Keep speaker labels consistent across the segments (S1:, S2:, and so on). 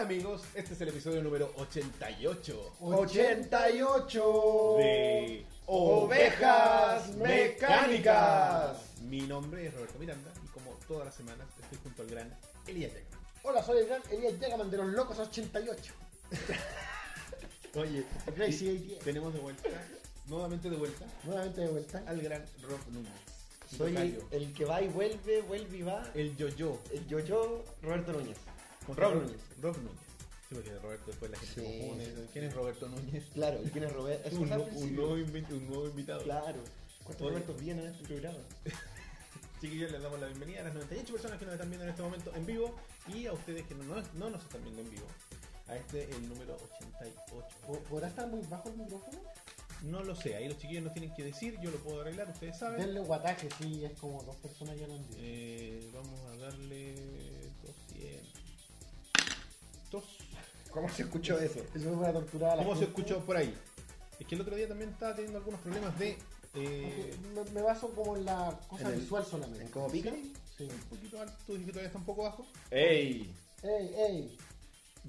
S1: amigos, este es el episodio número 88
S2: 88
S1: de
S2: Ovejas Mecánicas.
S1: Mi nombre es Roberto Miranda y como todas las semanas estoy junto al gran Elías Jackman.
S2: Hola, soy el gran Elías Yagaman de los Locos 88.
S1: Oye,
S2: Crazy
S1: y
S2: idea.
S1: tenemos de vuelta, nuevamente de vuelta,
S2: E. Nuevamente de vuelta.
S1: al gran Rob Núñez. Mi
S2: Soy
S1: tocayo,
S2: el, el que va y vuelve, vuelve y va.
S1: el yo-yo.
S2: El yo-yo Roberto Núñez.
S1: Rob
S2: Rob
S1: Núñez. Rob Núñez. Sí, porque Roberto después la gente se
S2: Sí,
S1: confunde.
S2: sí, sí.
S1: ¿Quién es Roberto Núñez?
S2: Claro, ¿y quién es Roberto? Eso
S1: Un,
S2: es al
S1: no- un
S2: principio.
S1: nuevo, invi- un nuevo invitado.
S2: Claro. ¿Cuántos
S1: Oye.
S2: Robertos vienen en este programa?
S1: Chiquillos, les damos la bienvenida a las 98 personas que nos están viendo en este momento en vivo y a ustedes que no, no- no nos están viendo en vivo. A este el número 88.
S2: ¿Po- ¿Podrá estar muy bajo el micrófono?
S1: No lo sé, ahí los chiquillos nos tienen que decir, yo lo puedo arreglar, ustedes saben.
S2: Denle guataje, sí, es como dos personas ya lo han dicho.
S1: Eh, vamos a darle 200.
S2: ¿Cómo se escuchó eso? Eso fue para torturar a la
S1: ¿Cómo se
S2: gente.
S1: escuchó por ahí? Es que el otro día también estaba teniendo algunos problemas de... eh,
S2: Porque Me, me baso como en la cosa
S3: En el-
S2: visual solamente.
S3: ¿En cómo pica?
S1: sí,
S2: Sí.
S1: un poquito alto, dije que todavía está un poco bajo.
S3: ¡Ey!
S2: Ey, ey.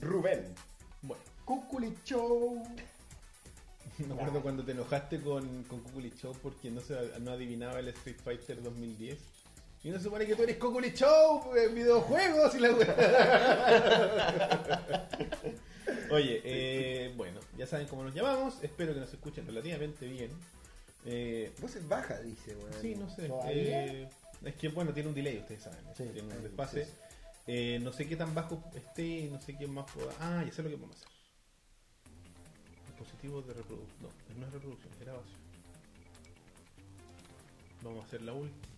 S3: Rubén.
S1: Bueno.
S2: Cuculi Show.
S1: Me acuerdo cuando te enojaste con, con Kukuli Show porque no, se, no adivinaba el Street Fighter 2010. Y uno supone que tú eres Kukuli Show pues, en videojuegos y la wea. Oye, eh, bueno, ya saben cómo nos llamamos. Espero que nos escuchen relativamente bien. Eh,
S3: Voces bajas, dice, weón.
S1: sí, no sé.
S2: ¿Todavía?
S1: eh, es que, bueno, tiene un delay, ustedes saben.
S2: Sí,
S1: tiene un
S3: sí,
S1: desfase.
S3: sí, sí.
S1: Eh, no sé qué tan bajo esté, no sé qué más pueda. Ah, ya sé lo que podemos hacer. Dispositivos de reproducción. No, no es reproducción, es grabación. Vamos a hacer la ul-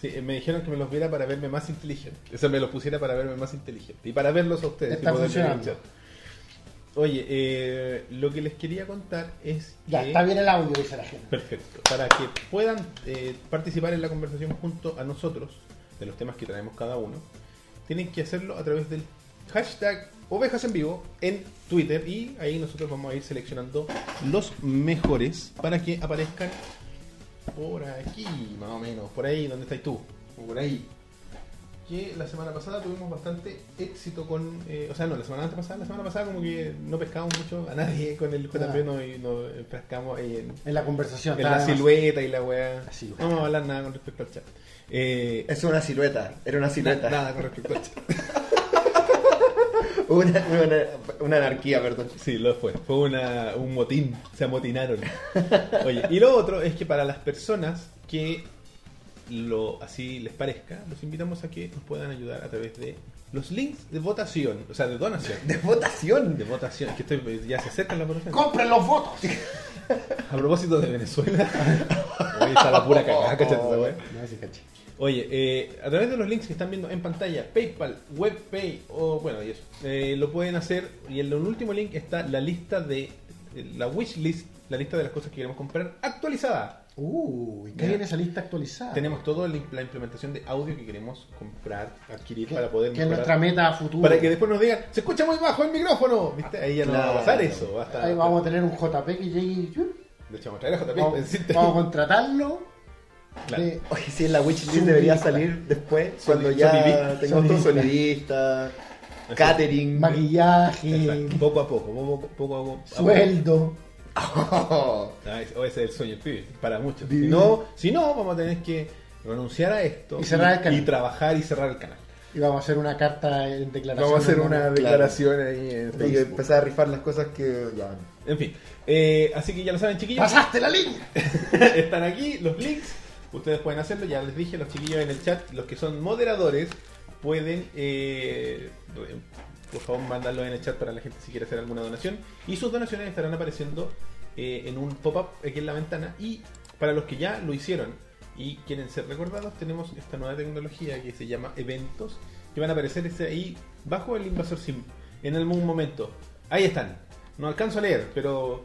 S1: Sí, eh, me dijeron que me los viera para verme más inteligente. O sea, me los pusiera para verme más inteligente. Y para verlos a ustedes. y
S2: Está
S1: poder leer el
S2: funcionando.
S1: chat. Oye, eh, lo que les quería contar es
S2: Ya,
S1: que...
S2: está bien el audio, dice la gente.
S1: Perfecto. Para que puedan eh, participar en la conversación junto a nosotros, de los temas que traemos cada uno, tienen que hacerlo a través del hashtag ovejas en vivo en Twitter y ahí nosotros vamos a ir seleccionando los mejores para que aparezcan por aquí, más o menos, por ahí donde estáis tú.
S3: Como por ahí.
S1: Que la semana pasada tuvimos bastante éxito con. eh, o sea, no, la semana pasada, la semana pasada como que no pescamos mucho a nadie con el JP,
S2: Ah.
S1: no, y nos enfrascamos en,
S2: En la conversación.
S1: en
S2: está
S1: la
S2: además.
S1: silueta y la weá.
S2: La silueta.
S1: No vamos a hablar nada con respecto al chat. Eh,
S3: Es una silueta. Era una
S1: na-
S3: silueta.
S1: nada con respecto al chat.
S3: Una, una, una anarquía, perdón.
S1: Sí, lo fue. Fue una- un motín. Se amotinaron. Oye, y lo otro es que para las personas que lo así les parezca, los invitamos a que nos puedan ayudar a través de los links de votación, o sea, de donación.
S3: De votación.
S1: De votación, es que estoy, ya se acercan las votaciones.
S2: ¡Compren los votos!
S1: Este A propósito de Venezuela, Oye, está la pura cagada, cachate esa weá.
S2: No, sí, caché.
S1: Oye, eh, a través de los links que están viendo en pantalla, PayPal, WebPay o bueno, y eso, eh, lo pueden hacer. Y en el último link está la lista de eh, la wishlist, la lista de las cosas que queremos comprar actualizada.
S2: Uh, ¿y qué
S1: Ya.
S2: viene esa lista actualizada?
S1: Tenemos toda la implementación de audio que queremos comprar, adquirir
S2: que,
S1: para poder
S2: que es
S1: mejorar.
S2: nuestra meta a futuro.
S1: Para que después nos digan, se escucha muy bajo el micrófono. ¿Viste? Ahí ya no va a pasar
S3: Claro.
S1: eso. Va a estar-
S2: Ahí vamos a tener un JP que llegue y...
S1: De hecho, vamos a traer a JP. para
S2: Vamos,
S1: decirte.
S2: vamos a contratarlo. eh,
S1: Claro.
S2: de-
S3: Oye, sí, en la wishlist debería salir después, cuando ya
S1: sonidista.
S3: tengamos sonidista, catering.
S2: maquillaje,
S1: Exacto. Poco a poco, poco a poco. a poco.
S2: sueldo.
S1: Ah, es- o ese es el sueño, pibe, para muchos. Si
S2: Vivir.
S1: no, si no, vamos a tener que renunciar a esto
S2: Y cerrar el canal.
S1: y trabajar y cerrar el canal.
S2: Y vamos a hacer una carta en declaración.
S1: Vamos a hacer
S2: al
S1: una
S2: momento.
S1: declaración ahí en
S3: Y
S1: Facebook.
S3: empezar a rifar las cosas que ya.
S1: En fin, eh, así que ya lo saben, chiquillos.
S2: ¡Pasaste la línea!
S1: Están aquí los links. Ustedes pueden hacerlo, ya les dije, los chiquillos en el chat, los que son moderadores, pueden, eh, re- por favor, mandarlo en el chat para la gente si quiere hacer alguna donación. Y sus donaciones estarán apareciendo eh, en un pop-up aquí en la ventana. Y para los que ya lo hicieron y quieren ser recordados, tenemos esta nueva tecnología que se llama eventos, este que van a aparecer ese ahí bajo el invasor sim en algún momento. Ahí están. No alcanzo a leer, pero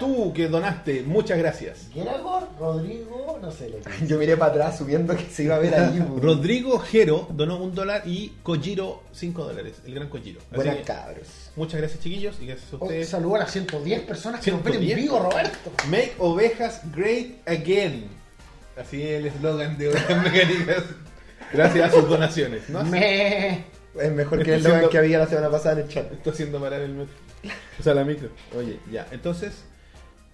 S1: tú que donaste, muchas gracias.
S2: Geragor, Rodrigo, no sé. lo que-
S3: Yo miré para atrás subiendo que se iba a ver ahí. bu.
S1: Rodrigo Jero donó un dólar y Kojiro cinco dólares, el gran Kojiro. Así
S3: Buenas
S1: que,
S3: cabros.
S1: muchas gracias chiquillos y gracias a
S2: Oh,
S1: ustedes.
S2: saludo a las 110 personas que nos ven en
S1: 110.
S2: vivo, Roberto.
S1: Make ovejas great again. Así es el eslogan de Ovejas Mecánicas. Gracias a sus donaciones. ¿no?
S2: Me...
S3: Es mejor
S1: Estoy
S3: que el logo
S1: siendo-
S3: que había la semana pasada en el chat.
S1: Está haciendo parar el metro. O sea, la micro. Oye, ya. Entonces,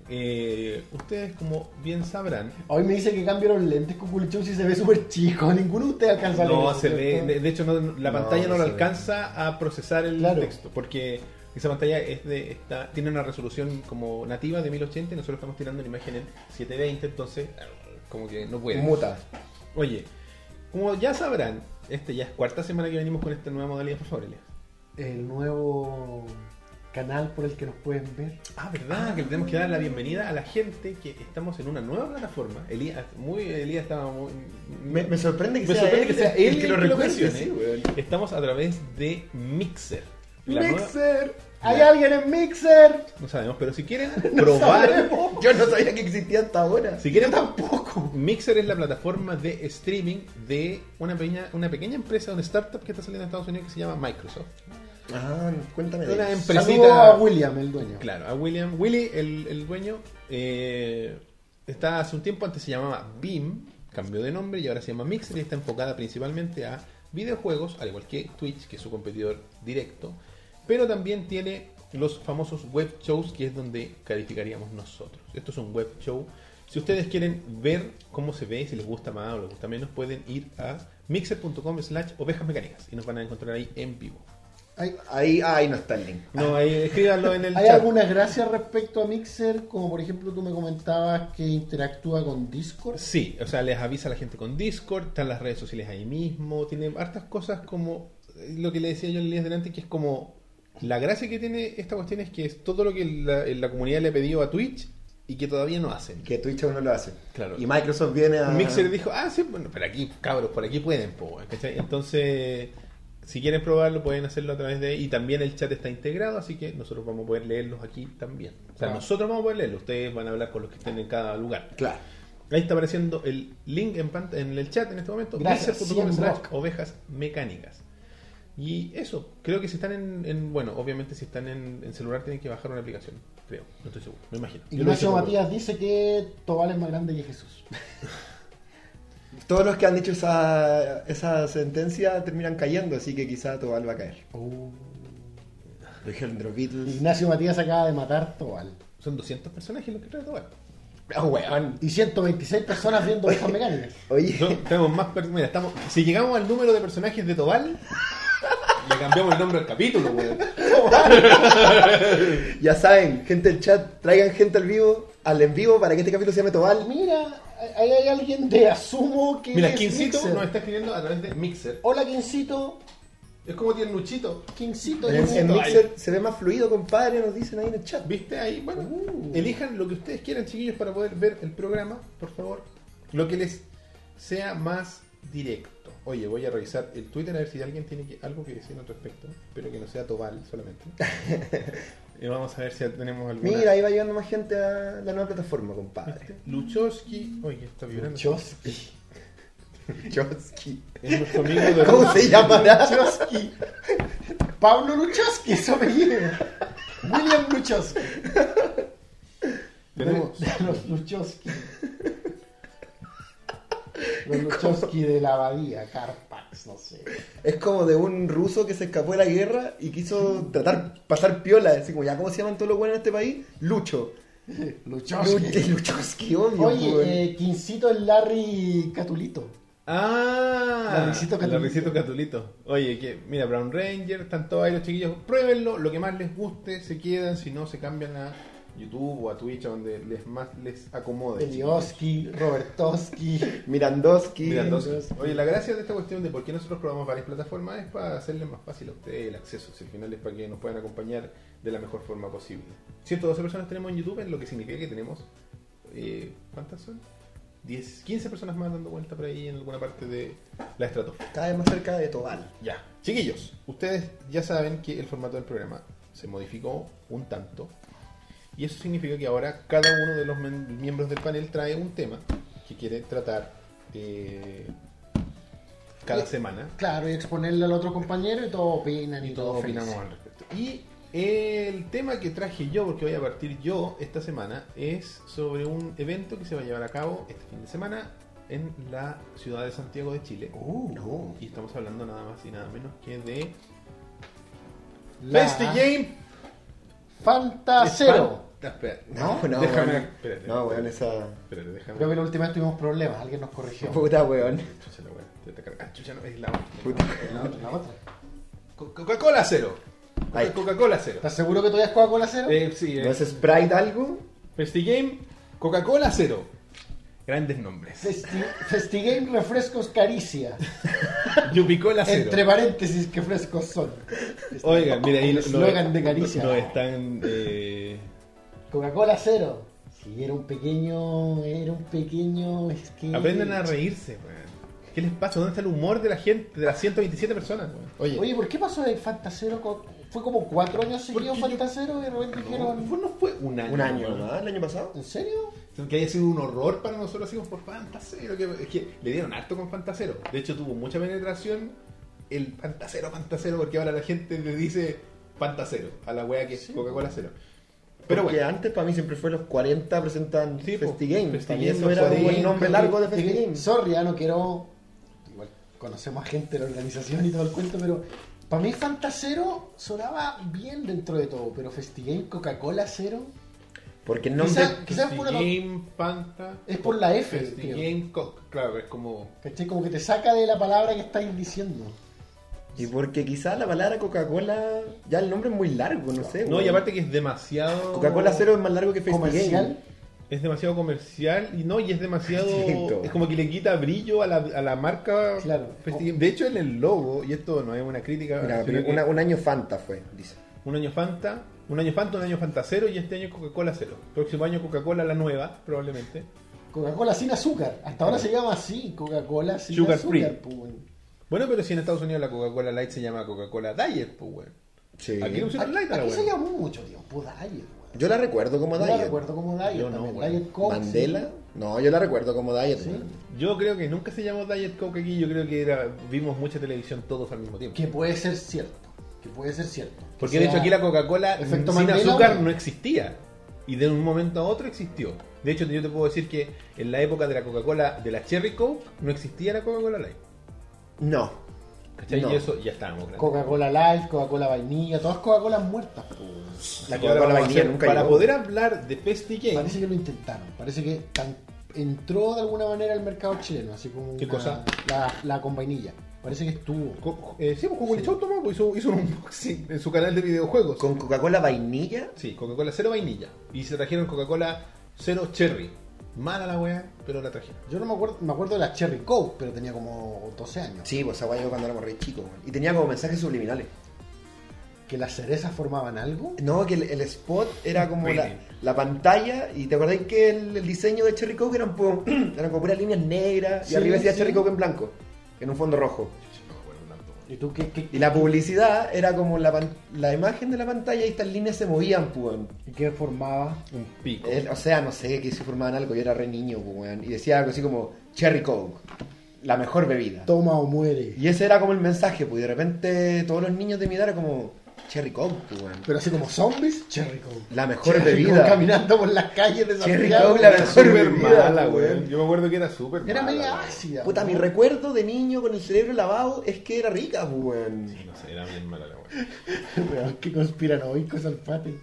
S1: eh, ustedes como bien sabrán,
S2: Hoy me dice que cambio los lentes con culichón si se ve súper chico. Ninguno de ustedes alcanza a
S1: no
S2: leer,
S1: se ve,
S2: ¿cierto?
S1: de, de hecho no- la
S3: No,
S1: pantalla no,
S3: no
S1: lo
S3: se ve.
S1: alcanza a procesar el
S2: Claro.
S1: texto, porque esa pantalla es de, está, tiene una resolución como nativa de 1080 y nosotros estamos tirando una imagen en 720, entonces como que no puede.
S3: Muta.
S1: Oye, como ya sabrán, este ya es cuarta semana que venimos con esta nueva modalidad, por favor, Elias.
S2: El nuevo canal por el que nos pueden ver.
S1: Ah, verdad, que le tenemos que dar la bienvenida a la gente que estamos en una nueva plataforma. Elías, muy, Elías estaba muy...
S3: Me, me sorprende que
S1: Me
S3: sea
S1: sorprende
S3: él
S1: que sea él
S3: el que lo recuerde.
S1: mencione. Estamos a través de Mixer. La nueva-
S3: Mixer.
S2: ¡Hay
S1: Ya.
S2: alguien en Mixer!
S1: No sabemos, pero si quieren probar...
S3: Yo no sabía que existía hasta ahora.
S1: si quieren
S2: ¡Tampoco!
S1: Mixer es la plataforma de streaming de una pequeña, una pequeña empresa, una startup que está saliendo en Estados Unidos que se llama Microsoft.
S3: Ah, cuéntame.
S1: Una
S3: de eso.
S1: Presita-
S2: Saludo a William, el dueño.
S1: Claro, a William. Willy, el, el dueño, eh, está hace un tiempo, antes se llamaba Beam, cambió de nombre y ahora se llama Mixer y está enfocada principalmente a videojuegos, al igual que Twitch, que es su competidor directo, pero también tiene los famosos web shows, que es donde calificaríamos nosotros. Esto es un web show. Si ustedes quieren ver cómo se ve, si les gusta más o les gusta menos, pueden ir a mixer.com slash ovejas mecánicas y nos van a encontrar ahí en vivo.
S2: ¿Hay,
S3: Ahí, ahí no está el link.
S1: No, ahí escríbanlo en el
S2: hay
S1: chat.
S2: algunas gracias respecto a Mixer? Como por ejemplo tú me comentabas que interactúa con Discord.
S1: Sí, o sea, les avisa a la gente con Discord, están las redes sociales ahí mismo, tiene hartas cosas como eh, lo que le decía yo en días delante, que es como la gracia que tiene esta cuestión es que es todo lo que la, eh, la comunidad le ha pedido a Twitch y que todavía no hacen.
S3: Que Twitch aún no lo hace.
S1: Claro.
S3: Y Microsoft viene a.
S1: Mixer dijo, ah, sí, bueno, pero aquí, cabros, por aquí pueden, po, weón", ¿cachai? Entonces, si quieren probarlo, pueden hacerlo a través de ahí. Y también el chat está integrado, así que nosotros vamos a poder leerlos aquí también. O sea,
S2: Ah.
S1: nosotros vamos a poder leerlos, ustedes van a hablar con los que estén en cada lugar.
S3: Claro.
S1: Ahí está apareciendo el link en, pant- en el chat en este momento.
S2: Gracias,
S1: mixer.com
S2: Cien
S1: slash
S2: Rock.
S1: ovejas mecánicas. Y eso, creo que si están en, en- bueno, obviamente si están en, en celular tienen que bajar una aplicación, creo, no estoy seguro, me imagino. Yo lo hice
S2: Ignacio
S1: por
S2: Matías dice que Tobal es más grande que Jesús.
S3: Todos los que han dicho esa, esa sentencia terminan cayendo, así que quizá Tobal va a caer. Lo dijeron de los Beatles.
S2: Ignacio Matías acaba de matar Tobal.
S1: web. Son 200 personajes los que trae Tobal.
S3: Ah, weón.
S2: Y 126 personas viendo ovejas mecánicas.
S3: Oye,
S1: Son- Tenemos más per- mira, estamos, si llegamos al número de personajes de Tobal, le cambiamos el nombre al capítulo, weón.
S3: ya saben, gente del chat, traigan gente al vivo, al en vivo, para que este capítulo se llame Tobal.
S2: Mira, ahí hay alguien de Asumo que
S1: Mira,
S2: es
S1: Quincito
S2: Mixer.
S1: nos está escribiendo a través de Mixer.
S2: Hola, Quincito.
S1: Es como tiene Luchito.
S2: Quincito
S3: En,
S2: es
S3: en
S2: un-
S3: Mixer se ve más fluido, compadre, nos dicen ahí en el chat.
S1: ¿Viste? Ahí, bueno,
S2: Uh.
S1: elijan lo que ustedes quieran, chiquillos, para poder ver el programa, por favor. Lo que les sea más directo. Oye, voy a revisar el Twitter a ver si alguien tiene que- algo que decir al respecto. Espero que no sea Tobal solamente. y vamos a ver si tenemos alguna.
S3: Mira, ahí va llegando más gente a la nueva plataforma, compadre.
S1: ¿Viste? Luchowski. Oye, está vibrando.
S2: Chosky.
S3: Chosky.
S1: Es nuestro amigo de
S3: ¿Cómo se llamará?
S2: Luchowski. Pablo Luchowski, es su apellido. William Luchowski.
S1: Tenemos-
S2: De- de Los Luchowski. Los Luchowski de la abadía, Carpax, no sé.
S3: Es como de un ruso que se escapó de la guerra y quiso tratar pasar piola, así como ya cómo se llaman todos los buenos en este país, Lucho. Luch-
S2: Luchowski.
S3: Luchowski, obvio. pues, weón.
S2: Oye, eh, Quincito es Larry Catulito.
S1: Ah,
S2: Larricito Catulito.
S1: Larricito Catulito. Oye, que mira, Brown Ranger, están todos ahí los chiquillos. Pruébenlo, lo que más les guste, se quedan, si no, se cambian a YouTube o a Twitch, a donde les más les acomode. chiquillos.
S2: Elioski, Robertowski.
S3: Mirandoski.
S1: Mira, entonces, oye, la gracia de esta cuestión de por qué nosotros probamos varias plataformas es para hacerle más fácil a ustedes el acceso. Si al final es para que nos puedan acompañar de la mejor forma posible. 112 personas tenemos en YouTube, en lo que significa que tenemos. eh, ¿Cuántas son? 10, 15 personas más dando vuelta por ahí en alguna parte de la estratosfera.
S3: Cada vez más cerca de Tobal.
S1: Ya. Chiquillos, ustedes ya saben que el formato del programa se modificó un tanto. Y eso significa que ahora cada uno de los men- miembros del panel trae un tema que quiere tratar eh, cada
S2: Sí.
S1: semana.
S2: Claro, y exponerle al otro compañero y todos opinan y,
S1: y todos
S2: felices.
S1: opinamos al respecto. Y el tema que traje yo, porque voy a partir yo esta semana, es sobre un evento que se va a llevar a cabo este fin de semana en la ciudad de Santiago de Chile.
S3: Uh. no.
S1: Y estamos hablando nada más y nada menos que de
S2: La
S1: Best Game
S2: Ah, Fantacero.
S1: Espera, Ah, espera,
S3: No, no,
S1: Déjame-
S3: weón.
S1: espérate.
S3: No, weón, esa.
S1: espérate, déjame.
S2: Creo que la última vez tuvimos problemas, alguien nos corrigió.
S3: Puta, weón.
S1: Chucha, la weá, te- te carga- ah, chucha, no, es la otra.
S3: Puta.
S2: La otra, la otra.
S1: Co- Coca-Cola cero. Coca-
S3: Ahí.
S1: Coca-Cola cero.
S2: ¿Estás seguro que todavía es Coca-Cola cero?
S1: Eh, sí,
S3: ¿No
S1: eh.
S3: es Sprite algo?
S1: Best Game, Coca-Cola cero. Grandes nombres.
S2: Festi- Festigame Refrescos Caricia.
S1: Yupicola cero.
S2: Entre paréntesis, que frescos son.
S1: Oigan, mira ahí
S2: El
S1: no- no-
S2: eslogan de Caricia.
S1: No están. eh,
S2: Coca-Cola cero. Sí, era un pequeño. Era un pequeño. Es que.
S1: Aprendan a reírse, weón. ¿Qué les pasa? ¿Dónde está el humor de la gente, de las 127 personas, weón? Oye,
S2: Oye, ¿por qué pasó de Fantacero? con- Fue como cuatro años seguidos
S1: Porque yo-
S2: Fantacero y de repente
S1: no,
S2: dijeron.
S1: fue- no fue un año.
S3: Un año
S1: weón.
S3: nomás, el año pasado.
S2: ¿En serio?
S1: Que haya sido un horror para nosotros, así como por Fantasero. Que, es que le dieron harto con Fantasero. De hecho, tuvo mucha penetración el Fantasero, Fantasero, porque ahora la gente le dice Fantasero a la wea que es
S2: Sí,
S1: Coca-Cola cero.
S3: Pero
S1: Pero
S3: Porque
S1: bueno,
S3: antes para mí siempre fue los 40 presentan
S1: Sí, po.
S3: Festigame. Para mí
S1: Festigame,
S3: eso
S1: los
S3: era un
S1: 40,
S3: buen nombre largo de
S2: Festigame.
S3: Festigame.
S2: Sorry, ya no quiero. Igual conocemos a gente de la organización y todo el cuento, pero. Para mí Fantacero sonaba bien dentro de todo, pero Festigame Coca-Cola cero.
S3: Porque el nombre.
S2: Quizá- quizás por la-
S1: Game Fanta.
S2: Es por la F, creo.
S1: Game Coke. Claro, es como.
S2: ¿Cachai? Como que te saca de la palabra que estáis diciendo.
S3: Y porque quizá la palabra Coca-Cola. Ya el nombre es muy largo, no sé.
S1: No,
S3: weón.
S1: y aparte que es demasiado.
S3: Coca-Cola cero es más largo que Festigame.
S2: Comercial.
S1: Es demasiado comercial y no, y es demasiado.
S3: Exacto.
S1: Es como que le quita brillo a la, a la marca.
S2: Claro. Oh.
S1: Festi- De hecho, en el logo, y esto no es una crítica,
S3: Mira,
S1: sino que
S3: una- un año Fanta fue, dice.
S1: un año Fanta, un año Fanta, un año Fanta cero y este año Coca-Cola cero. Próximo año Coca-Cola la nueva, probablemente.
S2: Coca-Cola sin azúcar. Hasta ahora se llama así, Coca-Cola sin
S1: Sugar
S2: azúcar.
S1: free.
S2: pues, weón.
S1: Bueno, pero si en Estados Unidos la Coca-Cola Light se llama Coca-Cola Diet, pues, weón.
S3: Sí.
S1: Aquí no se-
S2: Aquí,
S1: Light a la
S2: aquí se
S1: buena.
S2: llamó mucho tiempo Diet. weón.
S3: Yo la recuerdo como
S2: Yo
S3: Diet.
S2: la recuerdo como Diet.
S1: Yo no,
S2: también.
S1: weón.
S2: Diet Coke,
S3: Mandela.
S2: sí.
S3: No, yo la recuerdo como Diet. weón.
S1: Yo creo que nunca se llamó Diet Coke aquí, yo creo que era, vimos mucha televisión todos al mismo tiempo.
S2: Que puede ser cierto. Que puede ser cierto. Que
S1: Porque de
S2: sea-
S1: hecho aquí la Coca-Cola mm, sin
S2: efecto Mandela,
S1: azúcar
S2: ¿no?
S1: no existía. Y de un momento a otro existió. De hecho, yo te puedo decir que en la época de la Coca-Cola, de la Cherry Coke, no existía la Coca-Cola Light.
S3: No.
S1: ¿Cachai?
S3: No.
S1: Y eso ya estábamos grandes.
S2: Coca-Cola Light, Coca-Cola vainilla, todas Coca-Colas muertas. pues, weón.
S1: Y
S3: La
S1: ahora
S3: Coca-Cola
S1: vamos a
S3: vainilla
S1: hacer-
S3: nunca
S1: Para
S3: llegó.
S1: poder hablar de Pesty Game,
S2: Parece que lo intentaron. Parece que tan- entró de alguna manera al mercado chileno. Así como
S1: ¿Qué
S2: una-
S1: cosa?
S2: La, la con vainilla. Parece que estuvo.
S1: co- eh, sí, pues Coca-Cola Chau tomó, pues, hizo, hizo un unboxing en su canal de videojuegos.
S3: Con Coca-Cola vainilla.
S1: Sí, Coca-Cola cero vainilla. Y se trajeron Coca-Cola cero cherry. Mala la weá, pero la trajeron.
S2: Yo no me acuerdo, me acuerdo de la Cherry Coke, pero tenía como 12 años.
S3: Sí, pues esa guay yo cuando éramos re chicos. weón. Y tenía como mensajes subliminales.
S2: ¿Que las cerezas formaban algo?
S3: No, que el, el spot era como la,
S1: Bueno.
S3: la pantalla. Y te acordáis que el, el diseño de Cherry Coke eran, pu- eran como puras líneas negras.
S2: Sí,
S3: y arriba decía
S2: sí.
S3: Cherry Coke en blanco. En un fondo rojo.
S2: ¿Y tú qué, qué,
S3: Y la publicidad era como la, pan- la imagen de la pantalla y estas líneas se movían, pues. weón.
S2: y qué formaba?
S1: Un pico.
S3: Eh, o sea, no sé, que se formaban algo, yo era re niño, pues, weón. Y decía algo así como, Cherry Coke, la mejor bebida.
S2: Toma o muere.
S3: Y ese era como el mensaje, pues, y de repente todos los niños de mi edad eran como, Cherry Coke, pues, weón.
S2: Pero así como zombies, Cherry Coke.
S3: La mejor
S2: Cherry Coke
S3: bebida.
S2: caminando por las calles de
S3: Cherry
S2: Santiago.
S3: Coke, la
S1: Era
S3: mejor
S1: súper
S3: bebida,
S1: mala,
S3: weón.
S1: weón. Yo me acuerdo que era súper
S2: Era
S1: mala,
S2: media
S1: weón.
S2: ácida.
S3: Puta, mi
S2: ¿no?
S3: recuerdo de niño con el cerebro lavado es que era rica, pues, weón.
S1: No sé, era bien mala la weá.
S2: Weón, Qué conspiranoicos al pate.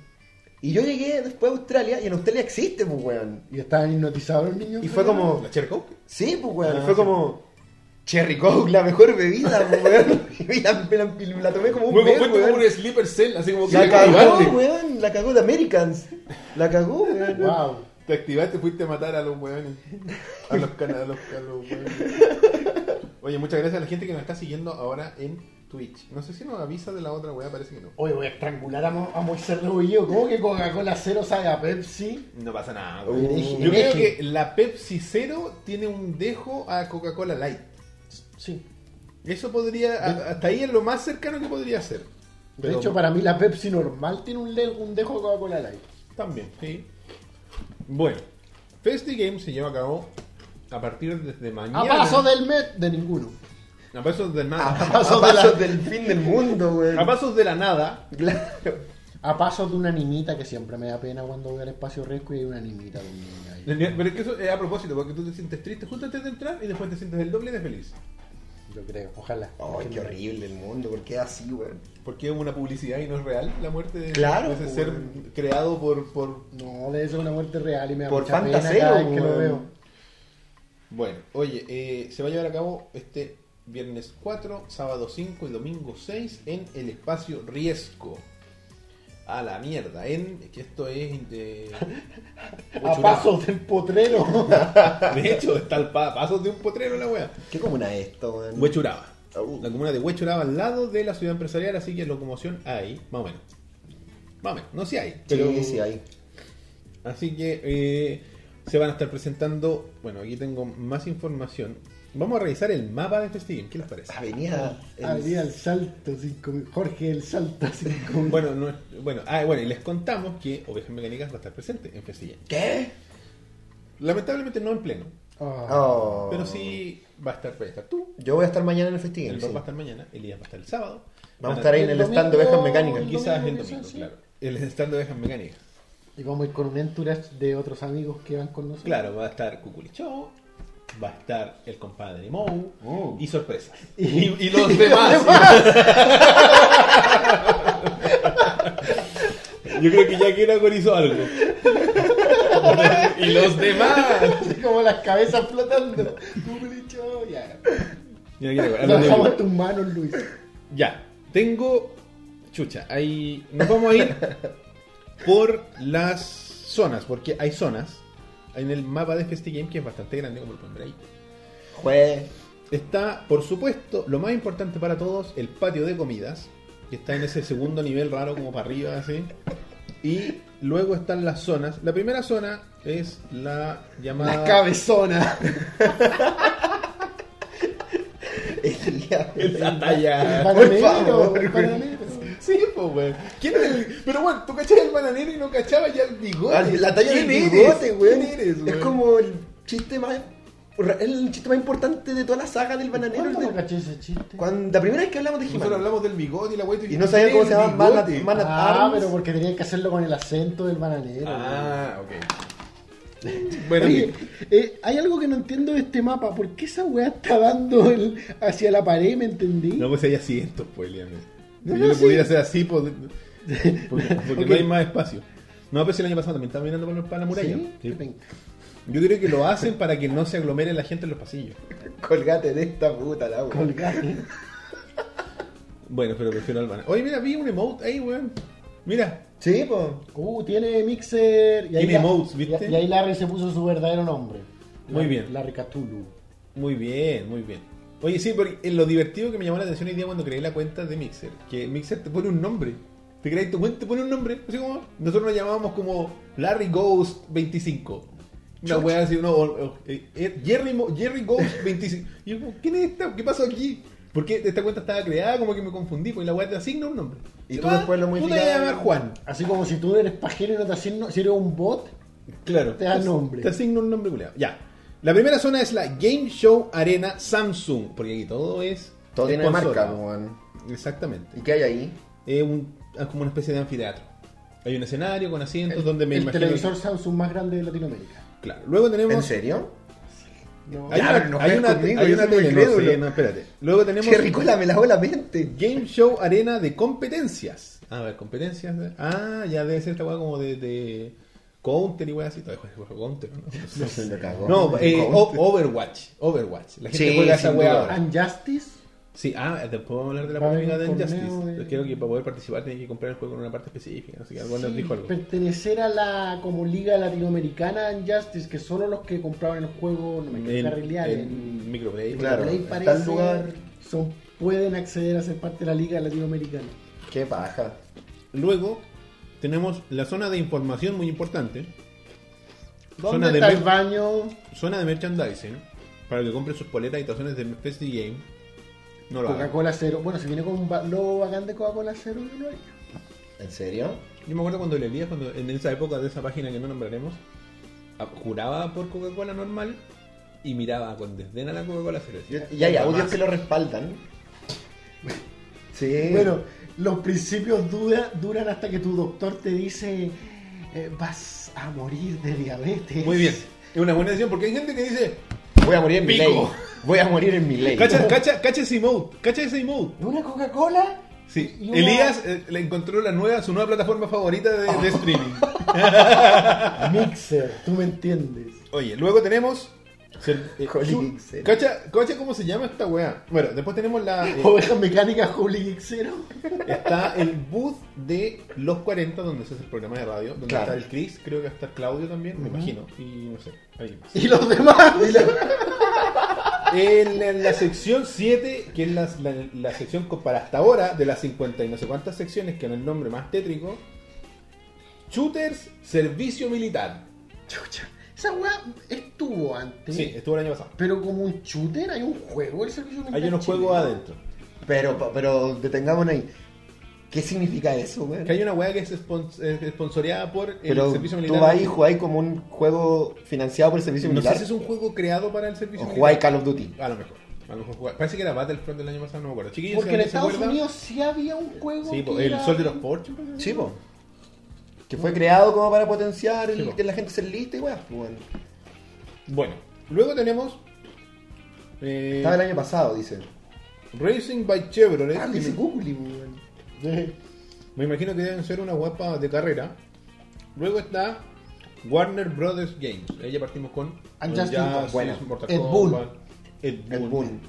S3: Y yo llegué después a Australia, y en Australia existe, pues, weón.
S2: Y estaban hipnotizados los niños.
S3: Y fue como-
S1: ¿La Cherry Coke?
S3: Sí, pues, weón.
S1: Ah,
S3: fue
S1: sí.
S3: como, Cherry Coke, la mejor bebida, pues, weón. Y la, me la- me la tomé como un
S1: Muy
S3: mes,
S1: compuesto
S3: weón.
S1: como un sleeper cell, así como que
S3: La
S1: te
S3: cagó,
S1: activaste.
S3: weón. La cagó de Americans. La cagó, weón.
S2: Wow.
S1: Te activaste, fuiste a matar a los weones. A los cana- a los- a los weones. Oye, muchas gracias a la gente que nos está siguiendo ahora en Twitch. No sé si nos avisa de la otra weá, parece que no.
S2: Oye, voy a estrangular a, Mo- a Moisés Rubio. ¿Cómo que Coca-Cola cero sabe a Pepsi?
S1: No pasa nada,
S2: Uh,
S3: weón.
S1: Yo creo que la Pepsi Cero tiene un dejo a Coca-Cola Light.
S2: Sí.
S1: Eso podría, a- hasta ahí es lo más cercano que podría ser.
S2: De
S1: Pero-
S2: hecho, para mí la Pepsi normal tiene un, le- un dejo de Coca-Cola Light.
S1: También, sí. Bueno, Festi Game se lleva a cabo a partir desde mañana.
S2: A paso del Met, de ninguno.
S1: A pasos de
S3: A
S1: nada.
S2: pasos
S3: pasos,
S2: de la-
S3: del fin del mundo, güey.
S1: A pasos de la nada.
S3: Claro.
S2: A paso de una nimita que siempre me da pena cuando voy al espacio riesgo y hay una nimita de un niño ahí.
S1: Pero es que eso es a propósito, porque tú te sientes triste justo antes de entrar y después te sientes el doble de feliz.
S2: Yo creo, ojalá.
S3: Ay, qué horrible el mundo, ¿por qué es así, güey?
S1: Porque es una publicidad y no es real la muerte de,
S3: Claro,
S1: de ese
S3: pues,
S1: ser
S3: bueno.
S1: creado por, por...
S2: No, debe ser una muerte real y me da
S3: Por
S2: mucha pena
S3: fantasero,
S2: cada vez que lo
S3: weón.
S2: veo.
S1: Bueno, oye, eh, se va a llevar a cabo este viernes 4, sábado 5 y domingo 6 en el espacio Riesgo. A la mierda, en... es que esto es eh, de...
S2: A paso del potrero.
S1: De hecho, está al pa- pasos de un potrero la wea.
S3: ¿Qué comuna es esto, güey?
S1: Huechuraba.
S3: Oh.
S1: La comuna de Huechuraba al lado de la ciudad empresarial, así que locomoción hay, más o menos. Más o menos, no sé si hay, pero
S3: Sí, sí, ahí.
S1: Así que eh, se van a estar presentando. Bueno, aquí tengo más información. Vamos a revisar el mapa de Festigame. ¿Qué les parece?
S3: Avenida. el-
S2: Avenida El Salto, cinco mil- Jorge El Salto, 5000.
S1: Bueno, no, bueno, ah, bueno, y les contamos que Ovejas Mecánicas va a estar presente en Festigame.
S3: ¿Qué?
S1: Lamentablemente no en pleno,
S2: Ah.
S3: Oh.
S1: pero sí va a estar, va a estar tú.
S3: Yo voy a estar mañana en el
S1: El
S3: festival.
S1: Rob va a estar mañana, Elías va a estar el sábado.
S3: Vamos a
S1: Van
S3: estar ahí en el
S2: El
S3: stand de
S2: domingo-
S3: ovejas mecánicas.
S2: el
S1: Quizás el
S2: domingo,
S1: domingo,
S2: quizás, sí.
S1: claro. El stand de Ovejas Mecánicas.
S2: Y vamos a ir con un entourage de otros amigos que van con nosotros.
S1: Claro, va a estar Cuculichó, va a estar el compadre Mou
S3: Oh.
S1: y sorpresas. Y, y los demás. Yo creo que ya que hizo algo. y los demás.
S2: Así como las cabezas flotando. Tú, bicho, ya.
S1: Ya, Kiragor, a
S2: Lo
S1: los
S2: dejamos
S1: demás.
S2: en tus manos, Luis.
S1: Ya, tengo. Chucha, ahí. Nos vamos a ir por las zonas, porque hay zonas en el mapa de FestiGame que es bastante grande, como lo pueden ver ahí.
S3: Jue.
S1: Está, por supuesto, lo más importante para todos, el patio de comidas, que está en ese segundo nivel raro como para arriba, así. Y luego están las zonas. La primera zona es la
S2: La
S1: llamada...
S2: cabezona.
S3: El día de-
S1: El atalla.
S2: El
S3: por
S2: bananero,
S3: favor,
S2: el
S3: güey.
S2: bananero.
S1: Sí, pues, weón. ¿Quién es el- Pero, bueno, tú cachabas el bananero y no cachabas ya el bigote.
S3: La talla del
S1: ¿Quién eres?
S3: bigote, güey.
S1: ¿Quién eres,
S3: Es
S1: weón?
S3: como el chiste más. El chiste más importante de toda la saga del bananero.
S2: ¿Cuándo
S3: de-
S2: no caché ese chiste?
S3: Cuando- la primera vez que hablamos de
S1: Nosotros
S3: He-Man.
S1: hablamos del bigote y la weón.
S3: Y no sabía cómo se llama Mana-
S1: bigote.
S3: Mana- Man at
S2: ah,
S3: Arms.
S2: pero porque tenían que hacerlo con el acento del bananero.
S1: Ah, ok.
S2: güey.
S1: Bueno,
S2: Oye, eh, hay algo que no entiendo de este mapa. ¿Por qué esa weá está dando el- hacia la pared? ¿Me entendí?
S1: No, pues hay asientos, pues, Liam.
S2: No,
S1: si
S2: no,
S1: yo lo
S2: sí.
S1: pudiera hacer así, pues, porque, porque
S2: Ok.
S1: no hay más espacio. No, pero si el año pasado también estaba mirando por- para la muralla.
S2: ¿Sí?
S1: Sí.
S2: Qué penca.
S1: Yo creo que lo hacen para que no se aglomere la gente en los pasillos.
S3: Colgate de esta puta, la weón.
S2: Colgate.
S1: Bueno, pero prefiero al banano. Oye, mira, vi un emote ahí, weón. Mira,
S3: Sí, po.
S2: Uh, tiene mixer. Y ahí
S1: Tiene
S2: la-
S1: emotes, ¿viste?
S2: Y, y ahí Larry se puso su verdadero nombre.
S1: Muy bien.
S2: Larry Catulu.
S1: muy bien, muy bien. Oye, sí, porque eh, lo divertido que me llamó la atención hoy día cuando creé la cuenta de Mixer, que Mixer te pone un nombre. Te creas tu cuenta, te pone un nombre. Así como, nosotros nos llamábamos como Larry Ghost 25. Una weá así, uno, o- o- eh, eh, Jerry, Mo- Jerry Ghost 25. Y yo, como, ¿quién es esta? ¿Qué pasó aquí? Porque esta cuenta estaba creada, como que me confundí, porque la weá te asigna un nombre.
S3: Y tú después lo
S1: Tú te vas
S3: modificas.
S1: a llamar Juan.
S2: Así como si tú eres pajero y no te asigno, si eres un bot,
S1: Claro.
S2: Te da nombre.
S1: Te asigna un nombre culeado. Ya. La primera zona es la Game Show Arena Samsung. Porque aquí todo es.
S3: Todo tiene marca,
S1: sponsorado.
S3: po, weón.
S1: Exactamente.
S3: ¿Y qué hay ahí?
S1: Es, un- es como una especie de anfiteatro. Hay un escenario con asientos donde me
S2: el
S1: imagino.
S2: televisor Samsung más grande de Latinoamérica.
S1: Claro. Luego
S3: ¿En
S1: tenemos.
S3: serio?
S2: No.
S1: Hay
S3: Ya,
S1: una,
S3: pero no
S1: hay
S3: juegues
S1: una-
S3: conmigo,
S1: hay
S3: yo
S1: una
S3: soy muy
S1: tele, no,
S3: crédulo.
S1: sí, no, espérate. Luego tenemos
S3: Che, Ricola me lavó la mente.
S1: Game Show Arena de competencias. A ver, competencias. de- Ah, ya debe ser esta weá como de, de Counter y weá así. Todavía juego Counter, ¿no?
S3: No se lo cagó.
S1: No, eh,
S3: Con-
S1: o- Overwatch. Overwatch. La gente
S3: Sí,
S1: juega esa
S3: sin
S1: weá
S3: duda.
S1: ahora.
S2: Unjustice.
S1: Sí, ah, después vamos a hablar de la
S2: Va a haber
S1: polémica de
S2: un
S1: Injustice.
S2: torneo de-
S1: Creo que para poder participar tiene que comprar el juego en una parte específica. Así que algo nos
S2: Sí,
S1: dijo algo.
S2: Pertenecer a la como liga latinoamericana Unjustice, que solo los que compraban el juego, no me quiero carrilear,
S1: en
S2: en-
S1: Microplay.
S3: Claro,
S2: Play
S3: en tal
S2: parece,
S3: lugar.
S2: son- pueden acceder a ser parte de la liga latinoamericana.
S3: Qué paja.
S1: Luego tenemos la zona de información muy importante.
S2: ¿Dónde
S1: de
S2: está el
S1: mer-
S2: baño?
S1: Zona de merchandising. Para que compren sus poleras y tazones de Festi Game. No lo hago.
S2: Coca-Cola cero. Bueno, si viene con un ba- logo bacán de Coca-Cola cero, yo lo haría.
S3: ¿En serio?
S1: Yo me acuerdo cuando leía, cuando en esa época de esa página que no nombraremos, a- juraba por Coca-Cola normal y miraba con desdén a la Coca-Cola cero.
S3: Yo-
S1: Decía,
S3: Y hay
S1: "Puta
S3: audios
S1: más".
S3: que lo respaldan. Sí.
S2: Bueno, los principios dura- duran hasta que tu doctor te dice eh, vas a morir de diabetes.
S1: Muy bien. Es una buena decisión porque hay gente que dice,
S3: voy a morir en mi
S1: Pico.
S3: ley. Voy a morir en mi ley.
S1: cacha, cacha, cacha ese emote, cacha ese emote.
S2: ¿Una Coca-Cola?
S1: Sí,
S2: y una-
S1: Elías eh, le encontró la nueva, su nueva plataforma favorita de, de streaming.
S2: Mixer, tú me entiendes.
S1: Oye, luego tenemos. ser- eh,
S3: Holy
S1: su-
S3: Mixer.
S1: cacha, cacha cómo se llama esta weá. Bueno, después tenemos la. eh,
S2: Ovejas mecánicas, Holy Mixero.
S1: está el booth de los 40, donde se hace el programa de radio. Donde
S3: Claro.
S1: está el Chris, creo que va a estar Claudio también, me imagino. Y no sé, alguien más.
S2: Y los demás.
S1: En, en la sección 7, que es la, la- la sección co- para hasta ahora de las 50 y no sé cuántas secciones, que no es el nombre más tétrico. Shooters, servicio militar.
S2: Chucha. Esa weá estuvo antes.
S1: Sí, estuvo el año pasado.
S2: Pero como un shooter, hay un juego, el servicio militar
S1: Hay unos
S2: chileno.
S1: juegos adentro.
S3: Pero, pero detengámonos ahí. ¿Qué significa eso, güey?
S1: Que hay una weá que es espon- eh, esponsoreada por el
S3: Pero
S1: servicio
S3: tú
S1: militar.
S3: vas y jugáis como un juego financiado por el servicio
S1: no sé
S3: militar.
S1: si es un juego creado para el
S3: o
S1: servicio
S3: jugáis Call of Duty.
S1: A lo mejor. A lo mejor jugaba- Parece que era Battlefront del año pasado, no me acuerdo. Chiquillos,
S2: Porque
S1: si
S2: en
S1: alguien se
S2: Estados
S1: acuerda-
S2: Unidos sí había un juego.
S1: Sí, po,
S2: que
S1: el
S2: era-
S1: Sol de los Porches.
S3: Sí, po. Que fue creado como para potenciar el-
S1: Sí, po.
S3: que la gente se lista y weas, pues, bueno.
S1: Bueno, luego tenemos. eh,
S3: Estaba el año pasado, dice.
S1: Racing by Chevrolet.
S2: Ah,
S1: que
S2: dice
S1: me-
S2: Google, weón.
S1: Me imagino que deben ser una guapa de carrera. Luego está Warner Brothers Games. Ahí ya partimos con
S2: Unjust Impact.
S1: bueno,
S3: Bueno,
S2: Ed
S1: Ed
S2: Boon.
S1: Ed
S3: El
S1: Boon.
S3: boom.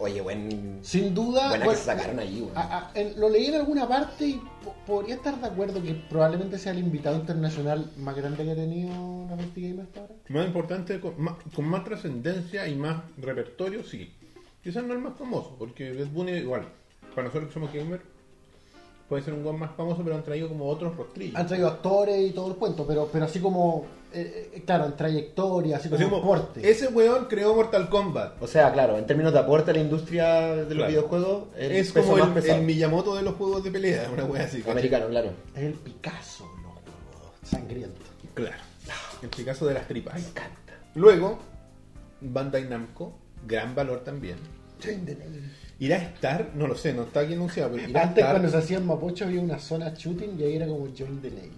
S3: Oye, buen.
S2: Sin
S1: Ah,
S2: duda.
S3: Buena
S2: bueno,
S3: que se sacaron ahí, weón.
S2: a- a- en- lo leí en alguna parte y po- podría estar de acuerdo que probablemente sea el invitado internacional más grande que ha tenido la Multi Game hasta ahora.
S1: Más importante, con más, con más trascendencia y más repertorio, sí. Quizás no el más famoso, porque Ed Boon es igual. Para nosotros que somos gamer, puede ser un guan más famoso, pero han traído como otros rostrillos.
S2: Han traído actores y todo el cuento, pero, pero así como, eh, eh, claro, en trayectoria, así como,
S1: Así como,
S2: deporte.
S1: ese weón creó Mortal Kombat.
S3: O sea, claro, en términos de aporte a la industria de los
S1: Claro.
S3: videojuegos, el
S1: es
S3: peso
S1: como
S3: más
S1: el,
S3: pesado.
S1: el Miyamoto de los juegos de pelea, una wea así. ¿cachai?
S3: Americano, claro.
S2: Es el Picasso, de los juegos sangriento.
S1: Claro. En el caso de las tripas.
S3: encanta.
S1: Luego, Bandai Namco, gran valor también. ¿Irá a estar? No lo sé, no está aquí anunciado, pero irá a
S2: Antes
S1: estar.
S2: cuando se hacían Mapocho había una zona shooting y ahí era como Join the Navy.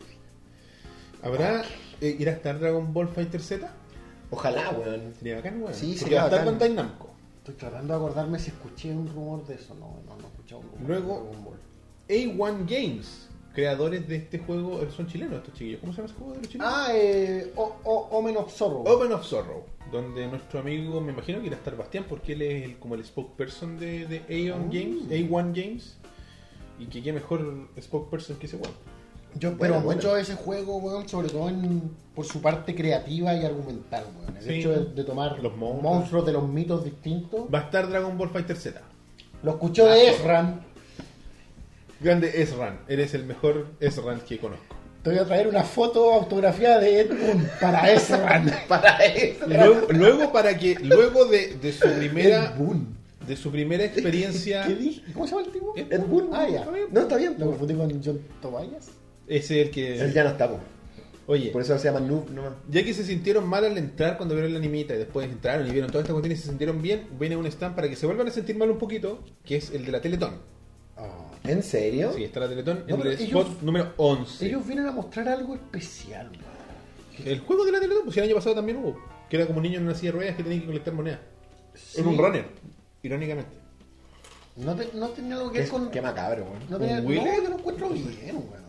S1: ¿Habrá, eh, ¿Irá a estar Dragon Ball Fighter Z?
S3: Ojalá, weón.
S1: Sería bacán, weón.
S3: Sí,
S1: Porque
S3: sería
S1: va a estar
S3: bacán.
S1: Bandai Namco.
S2: Estoy tratando de acordarme si escuché un rumor de eso. No, no, no escuché un rumor. de
S1: Luego-
S2: Dragon Ball.
S1: A1 Games, creadores de este juego, eh, son chilenos estos chiquillos. ¿Cómo se llama ese juego de los chilenos?
S2: Ah, eh, o, o, Omen of Zorro.
S1: Open of Sorrow, donde nuestro amigo, me imagino que irá a estar Bastián, porque él es el- como el spokesperson de, de Aeon
S3: Ah.
S2: Oh.
S1: Games, A1 Games, y que qué mejor spokesperson que ese weón.
S2: Yo espero
S3: Bueno, bueno.
S2: mucho de ese juego, weón, sobre todo en- por su parte creativa y argumental, weón. El
S1: Sí.
S2: hecho de, de tomar
S1: Los monstruos.
S2: de los mitos distintos.
S1: Va a estar Dragon Ball Fighter Z.
S2: Lo escuchó de Ezran.
S1: Grande Ezran, eres el mejor Ezran que conozco.
S2: Te voy a traer una foto autografiada de Ed Boon para Ezran.
S3: Para eso.
S1: Luego, luego para que, luego de, de su primera
S2: Ed Boon.
S1: de su primera experiencia
S2: ¿Qué dije? ¿Cómo se llama el tipo?
S1: Ed
S3: Ed
S2: Boon.
S3: Boon.
S2: Ah, ya.
S3: No, está bien.
S2: Lo confundí con John Tobias.
S1: es el
S3: Él
S1: que
S3: ya no está, po.
S1: oye
S3: Por eso se llama Noob nomás.
S1: ya que se sintieron mal al entrar cuando vieron la animita y después entraron y vieron toda esta cuestión y se sintieron bien, viene un stand para que se vuelvan a sentir mal un poquito, que es el de la Teletón.
S2: Oh,
S3: ¿En serio?
S1: Sí, está la Teletón
S2: No,
S1: en
S2: pero
S1: el
S2: ellos-
S1: spot número 11.
S2: Ellos vienen a mostrar algo especial, weón.
S1: El juego de la Teletón, pues el año pasado también hubo, que era como un niño en una silla de ruedas que tenía que colectar monedas. Era un
S2: Sí.
S1: runner, irónicamente.
S2: No, te- no tenía algo que
S3: Qué,
S2: ver con.
S3: qué macabro, weón.
S2: No, tenía,
S1: ¿Un
S2: no,
S1: Wheeler?
S2: yo lo encuentro bien, weón.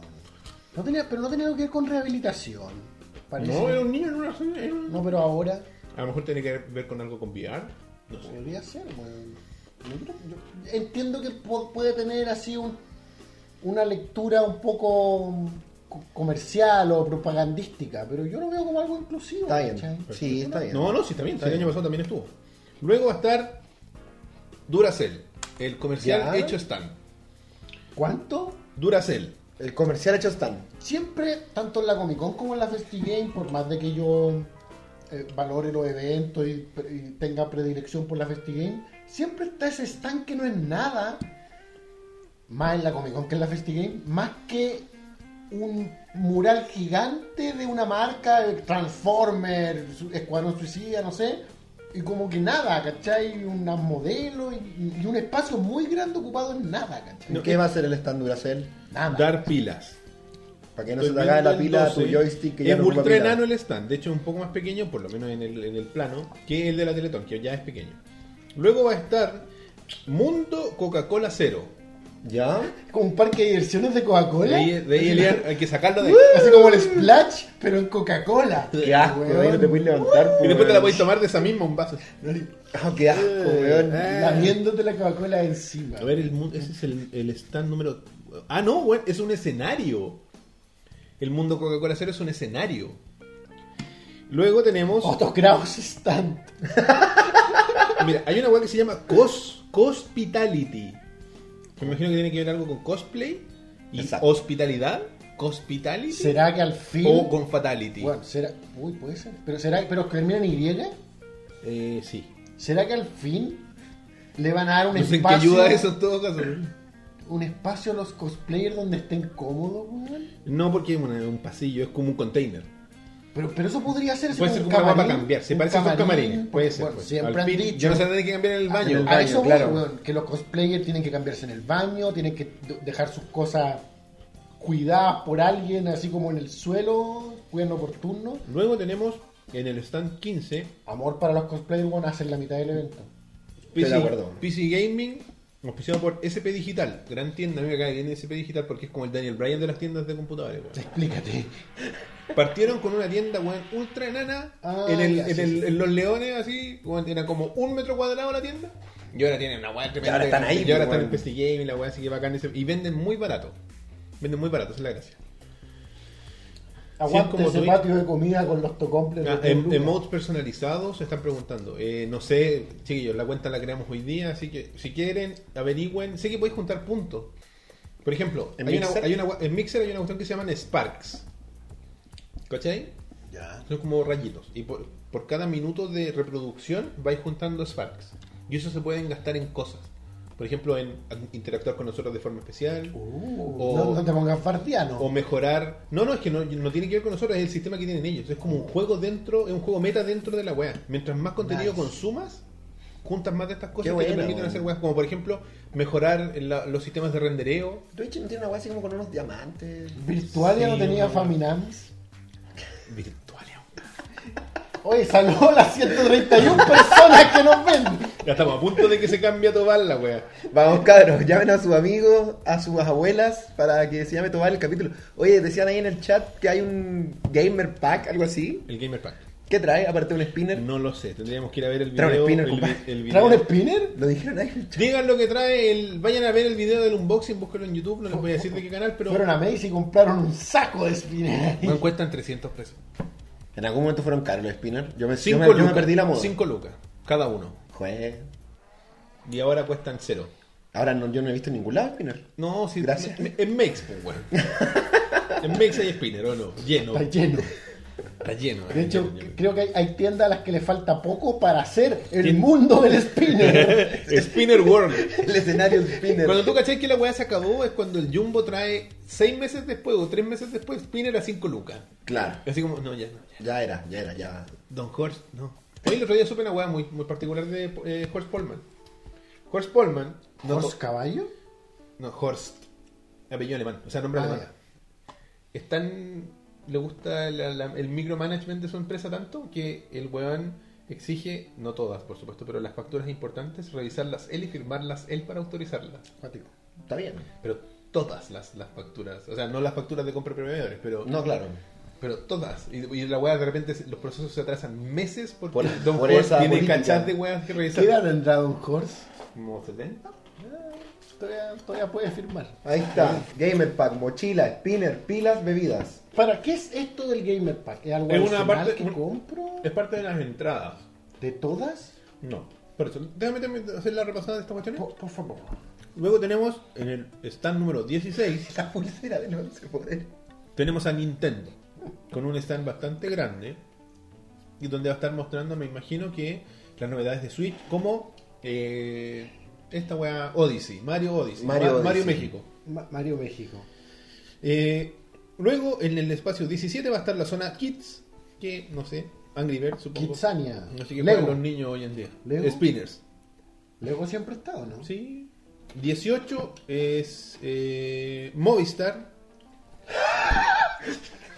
S2: No tenía, pero no tenía algo que ver con rehabilitación. Parece.
S1: No, era un niño en una silla. era un-
S2: No, pero ahora
S1: A lo mejor tiene que ver con algo con VR. No
S3: Pues,
S1: sé.
S2: podría ser, weón. Yo creo- yo entiendo que po- puede tener así un- una lectura un poco mm, co- comercial o propagandística, pero yo lo veo como algo inclusivo.
S3: Está bien.
S2: ¿cachai?
S3: Sí, está bien.
S1: No, no, sí, también. El año pasado también estuvo. Luego va a estar Duracell, el comercial
S3: Ya.
S1: hecho stand.
S2: ¿Cuánto?
S1: Duracell.
S3: El comercial hecho stand.
S2: Siempre, tanto en la Comic Con como en la Festigame, por más de que yo eh, valore los eventos y, y tenga predilección por la Festigame, siempre está ese stand que no es nada, más en la Comic Con que en la FestiGame, más que un mural gigante de una marca, eh, Transformer, su- Escuadrón Suicida, no sé, y como que nada, ¿cachai? Unas modelos y, y un espacio muy grande ocupado en nada, ¿cachai?
S1: No,
S3: ¿Qué
S1: eh,
S3: va a ser el stand Duracell?
S2: Nada.
S1: Dar pilas.
S3: Para que no se
S1: Estoy
S3: te acabe la
S1: viendo
S3: pila a tu
S1: entonces,
S3: joystick que
S1: es
S3: ya no ocupa
S1: ultra
S3: pila.
S1: enano el stand. De hecho, es un poco más pequeño, por lo menos en el, en el plano, que el de la Teletón, que ya es pequeño. Luego va a estar Mundo Coca-Cola Cero.
S3: ¿Ya?
S2: Como un parque de diversiones de Coca-Cola.
S1: De ahí, de ahí Elian, hay que sacarlo de ahí.
S2: Así como el Splash, pero en Coca-Cola.
S3: Qué asco,
S2: Weón.
S3: ahí no te puedes levantar.
S1: Ah, Y
S3: pues,
S1: después te la
S3: weón.
S1: podéis tomar de esa misma un vaso.
S3: Ah, qué asco, weón.
S1: Eh.
S2: Lamiéndote la Coca-Cola encima.
S1: A ver, el, mu- ese es el, el stand número. Ah, no, bueno, es un escenario. El mundo Coca-Cola Cero es un escenario. Luego tenemos.
S2: Otros Oh, grados están.
S1: Mira, hay una web que se llama Cos, Cospitality. Me imagino que tiene que ver algo con cosplay y
S3: Exacto.
S1: hospitalidad. Cospitality
S2: ¿Será que al fin.
S1: o Oh, con fatality.
S2: Bueno, será. Uy, puede ser. Pero será pero que termina en Y.
S1: Eh, sí.
S2: ¿Será que al fin le van a dar un
S1: No sé en qué
S2: espacio.
S1: ayuda eso en todo caso.
S2: Un espacio a los cosplayers donde estén cómodos, weón?
S1: No, porque es una- un pasillo, es como un container.
S2: Pero, pero eso podría ser. así
S1: Puede ser
S2: como
S1: como una para cambiar. Se parece a un camarín. Puede ser.
S2: Bueno,
S1: pues.
S2: siempre
S1: Al
S2: han
S1: fin,
S2: dicho. Ah,
S1: Ya no se van a tener que cambiar en el baño.
S3: en el
S2: a eso voy,
S3: claro.
S2: weón, que los cosplayers tienen que cambiarse en el baño, tienen que d- dejar sus cosas cuidadas por alguien, así como en el suelo, cuidando por turno.
S1: Luego tenemos en el stand 15
S2: Amor para los cosplayers, weón, hacen la mitad del evento.
S3: Estoy de acuerdo.
S1: PC Gaming, auspiciado por SP Digital. Gran tienda, a mí me cae bien SP Digital porque es como el Daniel Bryan de las tiendas de computadores. weón.
S2: Explícate.
S1: Partieron con una tienda, weón, ultra enana
S2: Ah,
S1: en, el-
S2: ya,
S1: en
S2: sí,
S1: el-
S2: sí.
S1: en Los Leones, así, weón, era como un metro cuadrado la tienda. Y ahora tienen una weá tremenda.
S3: ahora están ahí, pues,
S1: Y ahora están en
S3: weón.
S1: PC Gaming, la weá, así que bacán. ese- y venden muy barato. Venden muy barato, esa es la gracia.
S2: Aguante
S1: Sí, es como
S2: ese
S1: Twitch.
S2: patio de comida con los tocomples. de
S1: Ah,
S2: tres
S1: em-
S2: lucas.
S1: emotes personalizados se están preguntando. Eh, no sé, chiquillos, la cuenta la creamos hoy día, así que si quieren, averigüen. Sé que podéis juntar puntos. Por ejemplo,
S3: ¿En
S1: hay una,
S3: Mixer?
S1: hay una gua- en Mixer hay una cuestión que se llaman Sparks. ¿Cachai?
S3: Ya.
S1: Son como rayitos. Y por, por cada minuto de reproducción vais juntando Sparks. Y eso se pueden gastar en cosas. Por ejemplo, en en interactuar con nosotros de forma especial.
S2: Uh,
S1: o-
S2: no, no te pongas fartiano.
S1: O mejorar. No, no, es que no, no tiene que ver con nosotros, es el sistema que tienen ellos. Es como un juego dentro, es un juego meta dentro de la wea. Mientras más contenido
S2: Nice.
S1: consumas, juntas más de estas cosas
S3: Qué
S1: que te
S3: buena,
S1: permiten
S3: weón.
S1: hacer weas. Como por ejemplo, mejorar la- los sistemas de rendereo.
S3: Twitch no tiene una weá así como con unos diamantes.
S2: Virtualia no
S1: Sí,
S2: tenía
S1: weón.
S2: Faminams.
S1: Virtual.
S2: Oye, saludó a las 131 personas que nos ven.
S1: Ya estamos a punto de que se cambie a Tobal la wea.
S3: Vamos, cabros, llamen a sus amigos, a sus abuelas, para que se llame Tobal el capítulo. Oye, decían ahí en el chat que hay un gamer pack, algo así.
S1: El Gamer Pack.
S3: ¿Qué trae? Aparte de un spinner.
S1: No lo sé, tendríamos que ir a ver el
S3: Trae un
S1: video.
S3: spinner,
S1: el vi-
S3: compadre.
S1: el
S2: ¿Trae un
S1: video.
S2: spinner?
S3: Lo dijeron ahí en el chat.
S1: Digan lo que trae el. Vayan a ver el video del unboxing, búsquenlo en YouTube, no les voy a decir de qué canal, pero.
S2: Fueron a Macy y compraron un saco de spinner.
S1: Weón, cuestan 300 pesos.
S3: En algún momento fueron caros los spinners. Yo me, yo
S1: Cinco
S3: me, yo me
S1: lucas,
S3: perdí la moda.
S1: Cinco lucas, cada uno.
S3: Jue.
S1: Y ahora cuestan cero.
S3: Ahora no, yo no he visto en ningún lado spinner.
S1: No, sí.
S3: Gracias.
S1: me- En Mex, pues, weón. En Mex hay spinner, ¿o no? Lleno.
S2: Está lleno.
S1: Está lleno.
S2: De hecho,
S1: lleno, lleno.
S2: creo que hay, hay tiendas a las que le falta poco para hacer el
S1: Tien-
S2: mundo del spinner.
S1: Spinner World.
S3: El escenario spinner.
S1: Cuando tú cachás que la weá se acabó es cuando el Jumbo trae seis meses después o tres meses después Spinner a cinco lucas.
S3: Claro.
S1: Así como, no, ya, no, ya.
S3: Ya era, ya era, ya.
S1: Don Horst, no. Hoy el otro día supe una weá muy, muy particular de eh, Horst Polman. Horst Polman. No,
S2: ¿Dos caballos?
S1: No, Horst. Apellido alemán, o sea, nombre
S2: Ah,
S1: alemán.
S2: ya.
S1: Están. Le gusta la- la- el micromanagement de su empresa tanto que el weón exige, no todas por supuesto, pero las facturas importantes, revisarlas él y firmarlas él para autorizarlas.
S2: Cuático.
S3: Está bien.
S1: Pero todas las, las facturas, o sea, no las facturas de compra y proveedores, pero,
S3: No, claro.
S1: pero todas. Y, y la weá de repente se- los procesos se atrasan meses porque
S3: Por-
S1: Don
S3: por
S1: Horst
S3: esa
S1: tiene
S3: política.
S1: cachas de weas que
S2: ¿Qué edad
S1: revisar.
S2: tendrá Don Horse?
S1: Como 70.
S2: Todavía, todavía puede firmar.
S3: Ahí está. Gamer pack, mochila, spinner, pilas, bebidas.
S2: ¿Para qué es esto del Gamer Pack? ¿Es algo
S1: Es una
S2: adicional
S1: parte-
S2: que
S1: un-
S2: compro?
S1: Es parte de las entradas.
S2: ¿De todas?
S1: No. Por eso, déjame terminar- hacer la repasada de estas cuestiones.
S2: Por, por favor.
S1: Luego tenemos en el stand número 16,
S3: La pulsera del once poder.
S1: tenemos a Nintendo, con un stand bastante grande, y donde va a estar mostrando, me imagino que las novedades de Switch, como Eh, esta weá, Odyssey, Mario Odyssey,
S3: Mario
S1: Ma- Mario
S3: Odyssey.
S1: México.
S2: Ma- Mario México.
S1: Eh, luego, en el espacio 17 va a estar la zona Kids, que no sé, Angry Birds, supongo.
S2: Kitsania.
S1: No sé qué juegan los
S2: Lego.
S1: niños hoy en día.
S2: Lego.
S1: Spinners.
S2: Lego siempre está, ¿o no?
S1: Sí. 18 es eh, Movistar.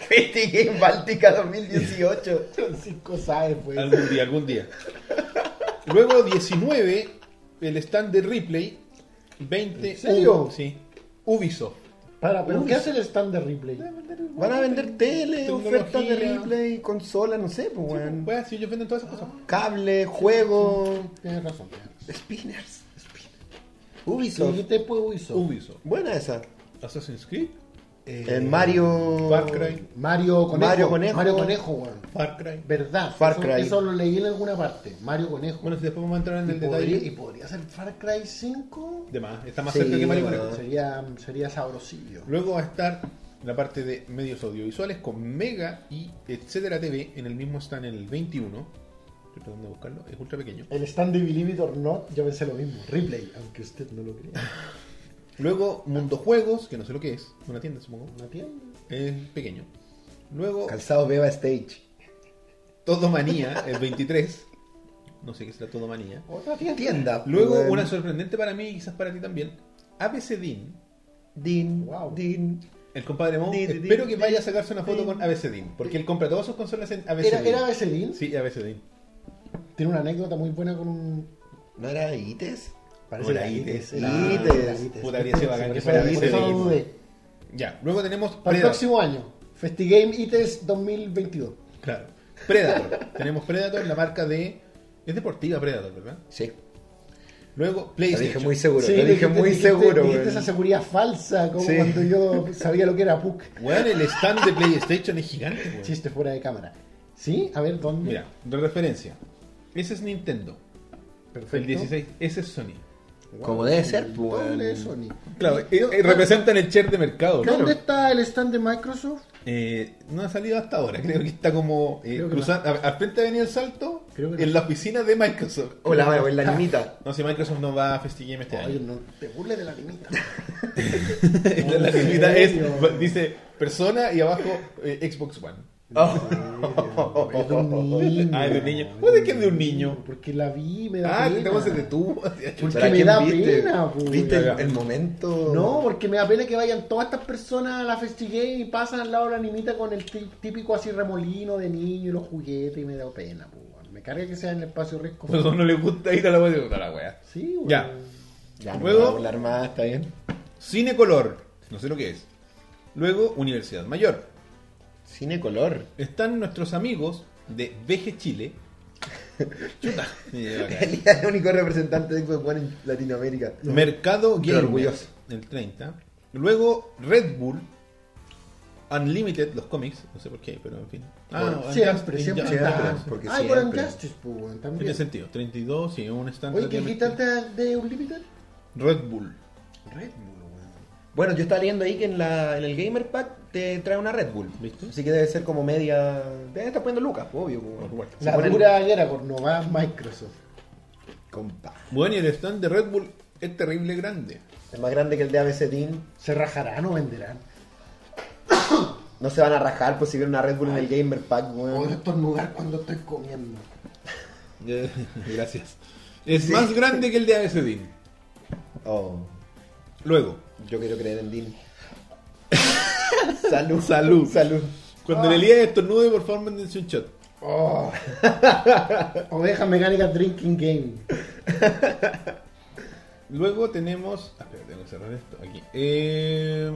S3: Viste que en Báltica 2018.
S2: Francisco Sáez, pues.
S1: Algún día, algún día. Luego 19, el stand de Ripley. 20,
S2: ¿En serio?
S1: Ubi- sí. Ubisoft.
S2: Para, pero
S3: Uy.
S2: ¿qué hace el stand de replay?
S3: Van a vender tele,
S1: Tecnología.
S3: ofertas de replay, consola, no sé, pues, weón.
S1: Weá, si ellos venden todas esas cosas.
S3: Cable, juego,
S2: Tienes razón. tienes razón.
S3: spinners. spinners.
S2: Sí,
S3: Ubisoft.
S2: ¿Qué te puedo hizo?
S1: Ubisoft.
S3: Buena esa.
S1: Assassin's Creed.
S2: Eh,
S3: El Mario.
S1: Far Cry.
S2: Mario Conejo.
S3: Mario Conejo.
S2: Mario Conejo, weón.
S1: Far Cry.
S2: Verdad.
S3: Far
S2: eso,
S3: Cry.
S2: eso lo leí en alguna parte. Mario Conejo.
S1: Bueno, si después vamos a entrar en
S2: ¿Y,
S1: el
S2: podría, y
S1: detalle.
S2: podría ser Far Cry 5.
S1: De más, está más
S3: Sí,
S1: cerca que Mario
S3: bueno.
S1: Conejo.
S2: Sería, sería sabrosillo.
S1: Luego va a estar la parte de medios audiovisuales con Mega y etcétera TV. En el mismo stand en el 21. Estoy tratando de buscarlo, es ultra pequeño.
S2: El stand de Believe It or Not, yo pensé lo mismo. Replay, aunque usted no lo crea.
S1: Luego Mundo Juegos, que no sé lo que es, una tienda supongo.
S2: Una tienda.
S1: Es pequeño. Luego
S3: Calzado Beba Stage.
S1: Todomanía, el 23. No sé qué será Todomanía.
S2: Otra tienda.
S3: Tienda. pues,
S1: Luego
S3: weón.
S1: una sorprendente para mí y quizás para ti también. ABC Dean,
S3: Din,
S2: Wow.
S3: din.
S1: el compadre Mo,
S3: Di, di,
S1: espero
S3: di,
S1: que
S3: di,
S1: vaya a sacarse una foto
S3: di.
S1: con ABC Dean, porque él compra todas sus consolas en ABC
S2: Era,
S1: Dean.
S2: era Becerrín.
S1: Sí, ABC Dean.
S2: Tiene una anécdota muy buena con un.
S3: ¿No era ITES?
S2: Parece
S1: Hola,
S2: que era
S1: Ites.
S2: Era-
S3: Ites.
S2: era Ites.
S1: Puta, habría sido bacán que
S2: Por
S1: fuera
S2: eso- por eso
S1: Becerrín.
S2: lo dudé.
S1: Ya, luego tenemos
S2: Para el
S1: Predator.
S2: próximo año. Festigame ITES 2022.
S1: Claro. Predator. tenemos Predator, la marca de... Es deportiva Predator, ¿verdad?
S3: Sí.
S1: Luego
S3: Lo
S1: PlayStation.
S3: dije muy seguro.
S2: Sí,
S3: lo dije
S2: dijiste-
S3: muy
S2: dijiste-
S3: seguro,
S2: dijiste
S3: weón.
S2: esa seguridad falsa, como
S3: Sí.
S2: cuando yo sabía lo que era PUC.
S1: Weón, el stand de PlayStation es gigante, weón.
S2: Chiste fuera de cámara. ¿Sí? A ver, ¿dónde?
S1: Mira, de referencia. Ese es Nintendo.
S2: Perfecto.
S1: El 16. Ese es Sony.
S3: Como debe ser,
S2: El doble de
S3: pues.
S2: Sony.
S1: Claro,
S2: ¿Y-
S1: eh, representan el share de mercado.
S2: ¿Dónde
S1: claro.
S2: está el stand de Microsoft?
S1: Eh, no ha salido hasta ahora. Creo que está como eh,
S2: Creo que
S1: cruzando. a- Al frente de Avenida El Salto,
S2: Creo que
S1: en
S2: no.
S1: la oficina de Microsoft.
S3: Hola, weón, la nimita.
S1: No sé, Microsoft no va a FestiGame este
S2: Oye,
S1: año.
S2: no te burles de la limita.
S1: la la
S2: ¿en
S1: etiqueta es,
S2: serio?
S1: dice persona y abajo eh, Xbox One.
S2: Es de un niño.
S1: Ah, es de un niño. ¿Por qué es de un niño?
S2: Porque la vi, me da
S1: Ah,
S2: pena.
S1: te vamos a hacer de tubo.
S2: Porque
S3: ¿Para
S2: me
S3: quién
S2: da
S3: viste?
S2: pena, pues.
S3: ¿Viste el, el momento?
S2: No, porque me da pena que vayan todas estas personas a la FestiGame y pasan al lado de la animita con el tí- típico así remolino de niño y los juguetes y me da pena, pues. weón. Me carga que sea en el espacio riesgo.
S1: Pero no le gusta ir a la wea. a la wea.
S2: Sí, weón.
S1: Ya.
S3: Ya, no
S1: Luego-
S3: voy a hablar más, está bien.
S1: Cine color. No sé lo que es. Luego, Universidad Mayor.
S3: Cine color.
S1: Están nuestros amigos de VG Chile. Chuta.
S3: El día del único representante de Xbox One en Latinoamérica.
S1: Mercado
S3: Qué
S1: Gamer.
S3: orgulloso.
S1: El 30. Luego, Red Bull. Unlimited, los cómics. No sé por qué, pero en fin. Ah,
S2: Bueno,
S1: no,
S2: siempre,
S1: Unjust-
S2: siempre.
S1: Unjust-
S2: está.
S1: Unjust.
S3: porque
S2: Ay, por
S3: siempre.
S2: Injustice, pues, weón,
S1: Tiene
S2: también.
S1: sentido. 32, sí, un estándar.
S2: Oye, ¿qué dijiste antes de Unlimited?
S1: Red Bull.
S2: Red Bull, weón.
S3: Bueno, yo estaba leyendo ahí que en, la, en el Gamer Pack te trae una Red Bull.
S1: ¿Viste?
S3: Así que debe ser como media. Debe estar poniendo lucas, pues, obvio. como-
S1: Por supuesto.
S3: Se
S2: La
S3: ponen-
S2: dura guerra con Nova Microsoft.
S3: Compa.
S1: Bueno, y el stand de Red Bull es terrible grande.
S3: Es más grande que el de ABC Team.
S2: ¿Se rajarán o venderán?
S3: No se van a rajar por si viene una Red Bull en el Gamer Pack, weón.
S2: Puedo estornudar cuando estoy comiendo.
S1: Gracias. Es más grande que el de ABCDIN.
S3: Oh,
S1: Luego,
S3: yo quiero creer en Dean. Salud.
S1: Salud.
S3: Salud. Ah.
S1: cuando le líes estornude, por favor, mándense un shot.
S2: Oh. Oveja mecánica drinking game.
S1: Luego tenemos. ah, espera, tengo que cerrar esto aquí. Eh,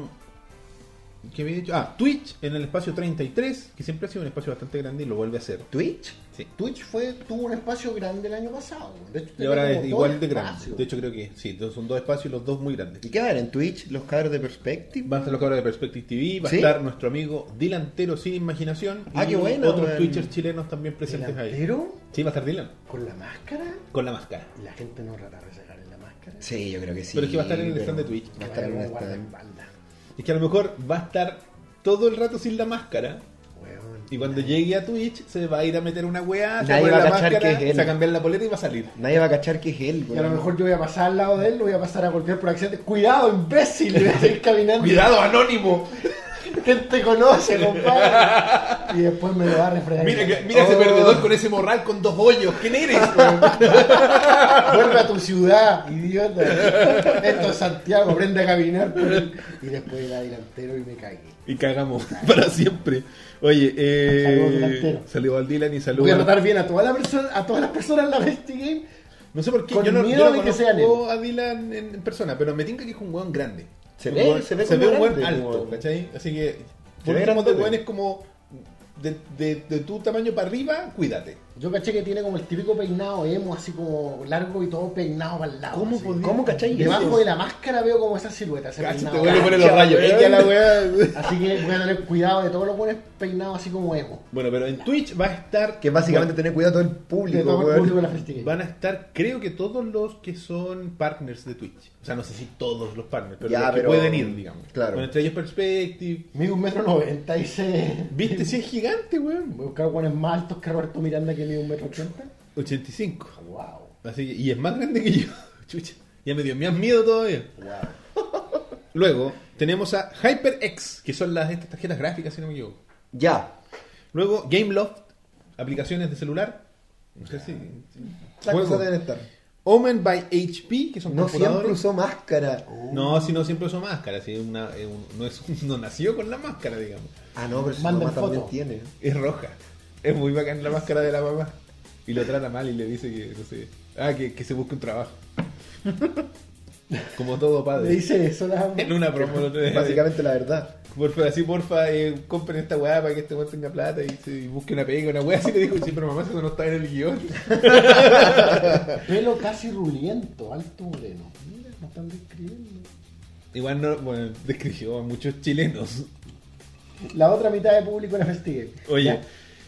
S1: ¿Qué había dicho? Ah, Twitch en el espacio 33, que siempre ha sido un espacio bastante grande y lo vuelve a hacer.
S3: Twitch.
S1: Sí.
S2: Twitch fue, tuvo un espacio grande el año pasado. De hecho,
S1: Y
S2: tenía
S1: ahora
S2: como
S1: es
S2: dos
S1: igual de grande.
S2: espacios.
S1: De hecho, creo que sí, entonces son dos espacios y los dos muy grandes.
S3: ¿Y qué va a haber en Twitch? ¿Los cabros de Perspective?
S1: Van a estar los cabros de Perspective TV, va
S3: ¿Sí?
S1: a estar nuestro amigo Dilantero sin imaginación.
S3: Ah,
S1: y
S3: qué bueno,
S1: Otros
S3: weón.
S1: Twitchers chilenos también presentes ahí.
S2: ¿Delantero?
S1: Sí, va a estar Dylan.
S2: ¿Con la máscara?
S1: Con la máscara.
S2: ¿Y la gente no tratará de sacarle la máscara?
S3: Sí, yo creo que sí.
S1: Pero es que va a estar en el
S3: pero
S1: stand de Twitch.
S3: Va a estar en un
S2: como
S3: stand.
S2: guardaespaldas.
S1: Es que a lo mejor va a estar todo el rato sin la máscara.
S2: Weón.
S1: Y cuando llegue a Twitch, se va a ir a meter una weá, se va a
S3: Nadie
S1: poner
S3: va a
S1: la
S3: cachar
S1: máscara,
S3: que es él.
S1: se va a cambiar la polera y va a salir.
S3: Nadie va a cachar que es él,
S2: Y
S3: güey.
S2: a lo mejor yo voy a pasar al lado de él, lo voy a pasar a golpear por accidente. ¡Cuidado, imbécil! Le voy a seguir caminando.
S1: ¡Cuidado, anónimo!
S2: ¿Quién te conoce, compadre? Y después me lo va a refregar.
S1: Mira, que- mira ese
S2: Oh,
S1: perdedor con ese morral con dos hoyos. ¿Quién eres?
S2: Vuelve a tu ciudad, idiota. Esto es Santiago, aprende a caminar. por el- Y después era delantero y me cagué.
S1: y cagamos para siempre. Oye, eh,
S2: Saludos, delantero.
S1: saludos al Dylan y
S2: Voy a
S1: saludos.
S2: tratar bien a, toda la persona, a todas las personas en la Besti Game.
S1: No sé por qué
S2: Con
S1: yo no,
S2: miedo
S1: yo no
S2: de que
S1: conozco
S2: sean él.
S1: a Dylan en en persona, pero me tinca que es un weón grande.
S3: Se
S1: Un
S3: ve-
S1: weón-
S3: se ve
S1: se
S3: como
S1: ve un weón
S3: grande,
S1: alto,
S3: como-
S1: ¿cachai? Así que,
S3: Se
S1: por
S3: ve
S1: último,
S3: grande,
S1: de weón
S3: weón.
S1: es como de, de- de tu tamaño para arriba, cuídate.
S2: Yo caché que tiene como el típico peinado emo, así como largo y todo peinado para el lado.
S1: ¿Cómo
S2: así.
S1: podía-
S3: ¿Cómo cachai
S2: Debajo
S3: eso?
S2: de la máscara veo como esa silueta. Ese
S1: Cacha,
S2: peinado.
S1: te vuelve a poner los
S3: Cacha,
S1: rayos.
S3: weón.
S1: Ella la weá.
S2: Así que voy a tener cuidado de todos los buenos peinados así como emo.
S1: Bueno, pero en Twitch va a estar.
S3: Que básicamente tener cuidado todo el
S2: De
S3: público,
S2: todo el público de
S3: güey.
S2: la Festi Game.
S1: Van a estar, creo que todos los que son partners de Twitch. O sea, no sé si todos los partners, pero
S3: Ya,
S1: los que
S3: pero-
S1: pueden ir, digamos.
S3: claro.
S1: Bueno, entre ellos Perspective.
S2: Mide un metro noventa y se...
S1: ¿Viste si es gigante, weón?
S2: Voy a buscar buenos más altos que Roberto Miranda que mide un metro ochenta.
S1: 85.
S2: Wow,
S1: Así que- y es más grande que yo. Chucha. Ya me dio más miedo todavía.
S2: wow.
S1: Luego tenemos a HyperX, que son las estas tarjetas gráficas, si no me equivoco.
S3: Ya.
S1: Luego Gameloft, aplicaciones de celular. No sé si.
S3: La
S1: juegos.
S3: cosa debe estar.
S1: Omen by HP, que son
S3: No siempre
S1: computadores.
S3: usó máscara.
S1: No, si no siempre usó máscara, si es una- es un- no, es, no nació con la máscara, digamos.
S3: Ah, no, pero su
S2: Manden
S3: mamá también
S2: foto.
S3: tiene.
S1: Es roja. Es muy bacán la máscara de la mamá. Y lo trata mal y le dice que, no sé, ah, que, que se busque un trabajo. Como todo
S2: Le
S1: padre.
S2: dice eso la...
S1: En una promo el otro día.
S3: Básicamente la verdad.
S1: Porfa, así porfa, eh, compren esta weá para que este weón tenga plata y, se- y busque una pega, una weá. Así le dijo, sí, pero mamá, eso no está en el guión.
S2: Pelo casi ruliento, alto moreno. Mira, me están describiendo.
S1: Igual no, bueno, describió a muchos chilenos.
S2: La otra mitad de público era Festi Game.
S1: Oye,
S2: Ya.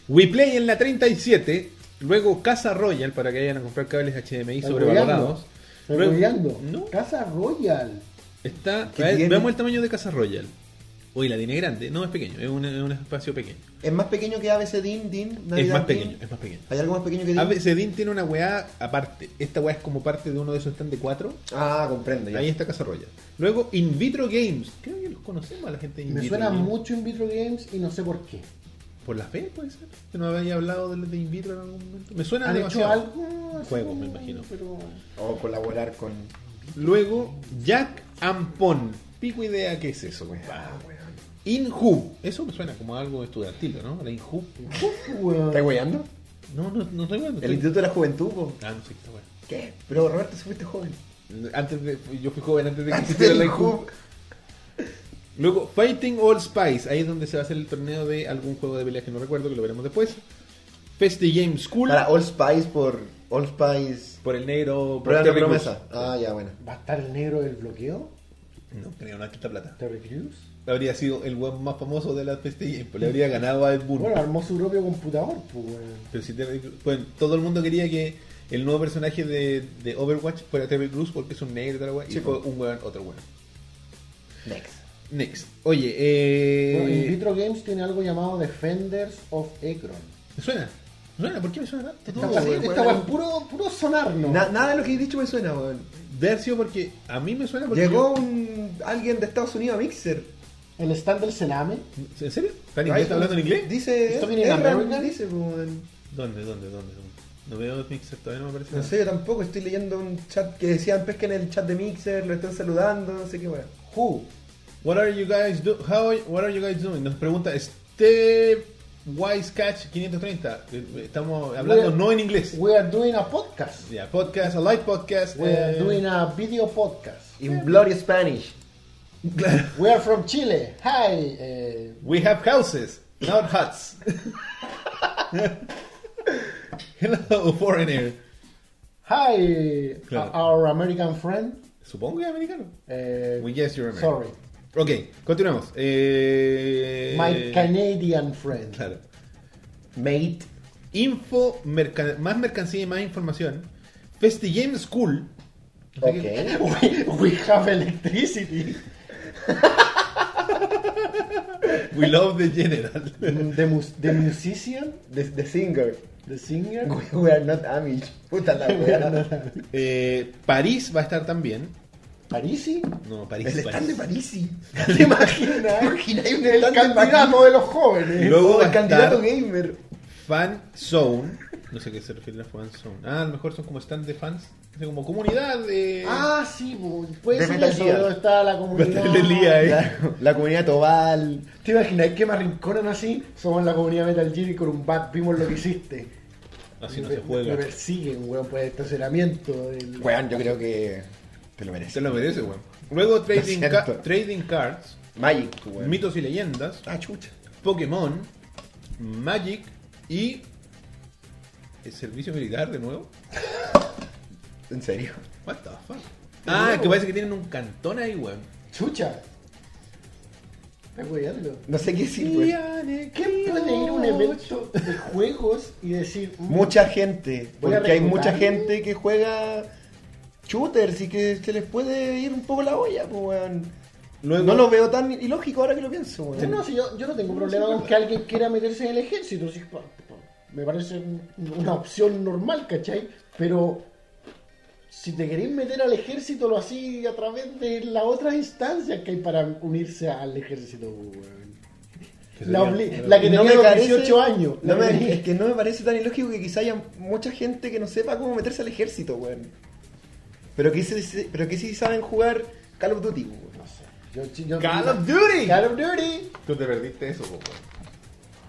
S1: WePlay en la 37, luego Casa Royal para que vayan a comprar cables HDMI
S2: Está
S1: sobrevalorados.
S2: Estoy
S1: Luego-
S2: rodeando.
S1: No,
S2: Casa Royal.
S1: está.
S3: ¿Qué
S1: a ver,
S3: tiene?
S1: veamos el tamaño de Casa Royal. Uy, la tiene grande. No, es pequeño, es un, es un espacio pequeño.
S3: Es más pequeño que ABC Din, Din,
S1: es
S3: Navidad
S1: más
S3: Din?
S1: pequeño, es más pequeño.
S3: ¿Hay algo más pequeño que Din?
S1: ABCDIN tiene una weá aparte. Esta weá es como parte de uno de esos stand de cuatro.
S3: Ah, comprendo. ya.
S1: Ahí está Casa Royal. Luego, In Vitro Games. Creo que los conocemos a la gente de In
S2: Me
S1: Vitro
S2: suena
S1: Games.
S2: mucho In Vitro Games y no sé por qué.
S1: Por las B, puede ser. Que no había hablado de, los de In Vitro en algún momento. Me suena
S2: ¿Han hecho
S1: demasiado.
S2: algo? así?
S1: Juegos, me imagino.
S2: Pero...
S3: O colaborar con.
S1: Luego, Jack Ampon. Pico idea qué es eso,
S3: Ah,
S1: compadre.
S3: weón.
S1: Inhub. Eso me suena como algo estudiantil, ¿no? La Inhub.
S2: Weón.
S3: ¿Estás weyando?
S1: No, no, no estoy hablando.
S3: El Instituto de la Juventud, po.
S1: Ah, no sé qué está bueno.
S3: ¿Qué? Pero Roberto, si fuiste joven.
S1: Antes de, yo fui joven antes de que
S3: Antes
S1: existiera
S3: del
S1: la
S3: Inhub.
S1: Inhub. Luego, Fighting All Spice. Ahí es donde se va a hacer el torneo de algún juego de pelea que no recuerdo, que lo veremos después. Festi Game School.
S3: Para All Spice por. All Spice.
S1: Por este el negro.
S3: Prueba de
S1: Terry
S3: promesa.
S1: Crews.
S3: Ah, ya, bueno.
S2: ¿Va a estar el negro del bloqueo?
S1: No, creo, no quita plata.
S2: Terry Crews.
S1: Habría sido el weón más famoso de la Festi Game. pues Le habría ganado a Ed Boon.
S2: Bueno, armó su propio computador, pues, weón.
S1: Pero si Terry Crews- bueno, todo el mundo quería que el nuevo personaje de, de Overwatch fuera Terry Crews porque es un negro y tal, weón. y
S3: Sí,
S1: fue
S3: po.
S1: un weón, otro weón.
S3: Next.
S1: Next. Oye, eh.
S2: Bueno, In Vitro Games tiene algo llamado Defenders of Ekron.
S1: ¿Me suena? ¿Me suena? ¿Por qué me suena tanto?
S2: Esta
S1: No,
S2: weá-
S1: weón.
S2: esta weá es puro, puro sonarnos.
S3: Na- nada de lo que he dicho me suena, weón.
S1: Debe haber sido porque a mí me suena porque.
S3: Llegó un, alguien de Estados Unidos a Mixer.
S2: El stand del Sename.
S1: yo- ¿En serio? ¿Está en inglés? ¿Está hablando en inglés? ¿Eh?
S3: Dice.
S2: ¿Esto viene en
S3: Erran,
S2: American?
S3: Dice, pues, weón.
S1: ¿Dónde, dónde, dónde? dónde? No veo el mixer, todavía no me aparece.
S3: No sé, yo tampoco estoy leyendo un chat que decían pesquen el chat de Mixer, lo están saludando, no sé qué weón.
S1: Who? What are you guys do How what are you guys doing? Nos pregunta este Wisecatch 530. Eh, Estamos hablando
S2: We're-
S1: no en inglés.
S2: We are doing a podcast.
S1: Yeah, podcast, a live podcast.
S2: We are
S1: eh,
S2: doing a video podcast.
S3: In bloody Spanish.
S1: Claro.
S2: We are from Chile. Hi. eh,
S1: We have houses, not huts. Hello, foreigner.
S2: hi,
S1: Claro.
S2: our American friend.
S1: Supongo que es americano.
S2: Eh,
S1: We guess you're American.
S2: sorry.
S1: Ok, continuamos. Eh,
S2: My Canadian friend.
S1: Claro.
S3: Mate.
S1: Info, merca- más mercancía y más información. Festi Game School. No sé qué-
S3: Ok.
S2: We, we have electricity.
S1: We love the general.
S2: Mm, The, mus- the Musician,
S3: The, the Singer.
S2: The Singer.
S3: We, we are not Amish. ah, Puta la wea.
S1: Eh, París va a estar también.
S2: Parisi.
S1: No, París.
S3: El stand de
S1: París.
S3: Parisi.
S2: ¿Te imaginas?
S3: ¿Te imaginas? Hay un
S2: El
S3: stand de
S2: candidato de los jóvenes.
S1: Luego
S3: Luego
S1: va a
S3: Oh, el candidato
S1: estar-
S3: gamer.
S1: Fan Zone. No sé a qué se refiere la Fan Zone. Ah, a lo mejor son como stand de fans. Es como comunidad de.
S2: Ah, sí, po, puede
S3: De
S2: ser
S3: Metal
S2: eso,
S3: Gear.
S2: donde está la
S1: Va a
S2: comunidad.
S1: estar el Elías ahí.
S3: Claro, la comunidad Tobal.
S2: ¿Te imaginas que más rinconan así? Somos la comunidad Metal Gear y con un bat vimos lo que hiciste.
S1: Así no
S2: Me-
S1: se
S2: Me
S1: juega.
S2: persiguen, weón, por el estacionamiento. del-
S3: Weón, yo creo que te lo mereces.
S1: Se lo merece, weón. Luego Trading,
S3: Lo siento.
S1: Ca- trading Cards,
S3: Magic, tu weón.
S1: Mitos y Leyendas,
S3: Ah, chucha.
S1: Pokémon, Magic y. ¿El servicio militar de nuevo?
S3: En serio.
S1: What the fuck? Ah, que parece que tienen un cantón ahí, weón.
S2: Chucha. ¿Estás cuidándolo?
S3: No sé qué decir, weón.
S2: ¿Qué puede ir a un evento de juegos y decir. mm,
S3: Mucha gente.
S2: Voy a
S3: Porque hay
S2: reclutar.
S3: mucha gente que juega shooters y que se les puede ir un poco la olla, pues, weón.
S1: Luego-
S3: No lo veo tan ilógico ahora que lo pienso,
S2: No,
S3: weón.
S2: no, si yo, yo no tengo problema con que alguien quiera meterse en el ejército. sí, pa- pa- me parece un- una opción normal, ¿cachai? Pero si te queréis meter al ejército, lo así a través de las otras instancias que hay para unirse al ejército. weón. La, obli- la que tenía
S3: No me
S2: los
S3: parece-
S2: 18 años.
S3: No
S2: la que
S3: me,
S2: tenía-
S3: es que no me parece tan ilógico que quizá haya mucha gente que no sepa cómo meterse al ejército, weón. Pero que sí, pero que sí saben jugar Call of Duty, weón.
S2: No sé, yo- yo-
S1: Call of Duty.
S2: Call of Duty.
S1: Tú te perdiste eso, po, weón.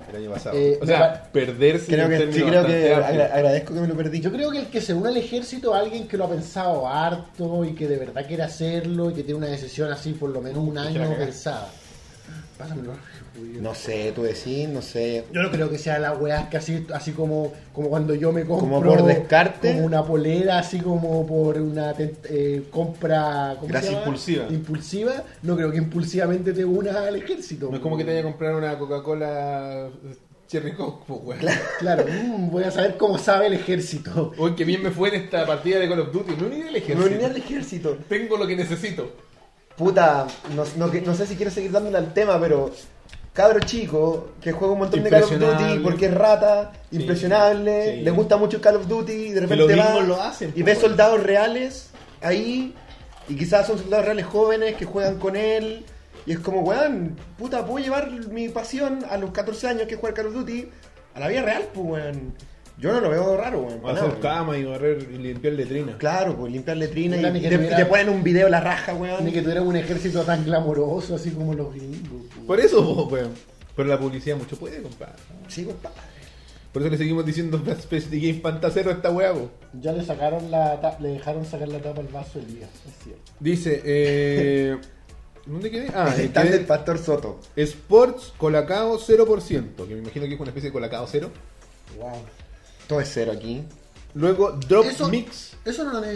S1: El año pasado.
S2: Eh,
S1: o
S2: me pa-
S1: sea, perderse.
S3: Creo
S1: en un
S3: que, sí,
S1: término
S3: creo que
S1: bastante amplio.
S3: agra- agradezco que me lo perdí.
S2: Yo creo que el que se une al ejército es alguien que lo ha pensado harto y que de verdad quiere hacerlo y que tiene una decisión así por lo menos un
S1: la
S2: año
S1: cagá.
S2: pensada. Pásamelo. Julio.
S3: No sé, tú decís, no sé.
S2: Yo no creo que sea la weá que así, así como, como cuando yo me compro
S3: Como por descarte.
S2: como una polera, así como por una ten- eh, compra ¿cómo
S1: Gracia
S2: se llama?
S1: impulsiva.
S2: Impulsiva, no creo que impulsivamente te unas al ejército.
S1: No es como que te vaya a comprar una Coca-Cola eh, Cherry Coke, po, weón.
S2: Claro, mm, voy a saber cómo sabe el ejército.
S1: Uy, qué bien me fue en esta partida de Call of Duty. Me uní al
S3: Me
S1: ejército.
S3: uní al ejército.
S1: Tengo lo que necesito.
S3: Puta, no, no, que- no sé si quiero seguir dándole al tema, pero cabro chico que juega un montón de Call of Duty
S1: Impresionable.
S3: porque es rata,
S1: Sí,
S3: impresionable,
S1: sí.
S3: le gusta mucho el Call of Duty y de repente
S1: los
S3: va
S1: gringos lo hacen,
S3: y
S1: po,
S3: ve
S1: weón.
S3: soldados reales ahí y quizás son soldados reales jóvenes que juegan con él y es como, weón, puta, puedo llevar mi pasión a los 14 años que es jugar Call of Duty a la vida real, pues, weón. Yo no lo veo raro, weón. para nada,
S1: Hacer
S3: weón.
S1: cama y barrer y limpiar letrinas.
S3: Claro, pues limpiar letrinas y
S2: Puta, ni que
S3: te,
S2: tuviera-
S3: te ponen un video la raja, weón.
S2: Ni que tuvieras un ejército tan glamoroso así como los gringos. po.
S1: Por eso, po, weón. Pero la publicidad mucho puede, compadre.
S3: Sí, pues, compadre.
S1: Por eso le seguimos diciendo Space Game Fantasero a esta weá, po.
S2: Ya le sacaron la ta- le dejaron sacar la tapa al vaso Elías, es cierto.
S1: Dice, eh. ¿Dónde quedé? Ah,
S3: el stand
S1: quedé-
S3: del Pastor Soto.
S1: Sports Colacao 0%, que me imagino que es una especie de Colacao 0.
S2: Wow.
S3: Todo es cero aquí.
S1: Luego Drop
S2: Eso,
S1: Mix.
S2: eso no era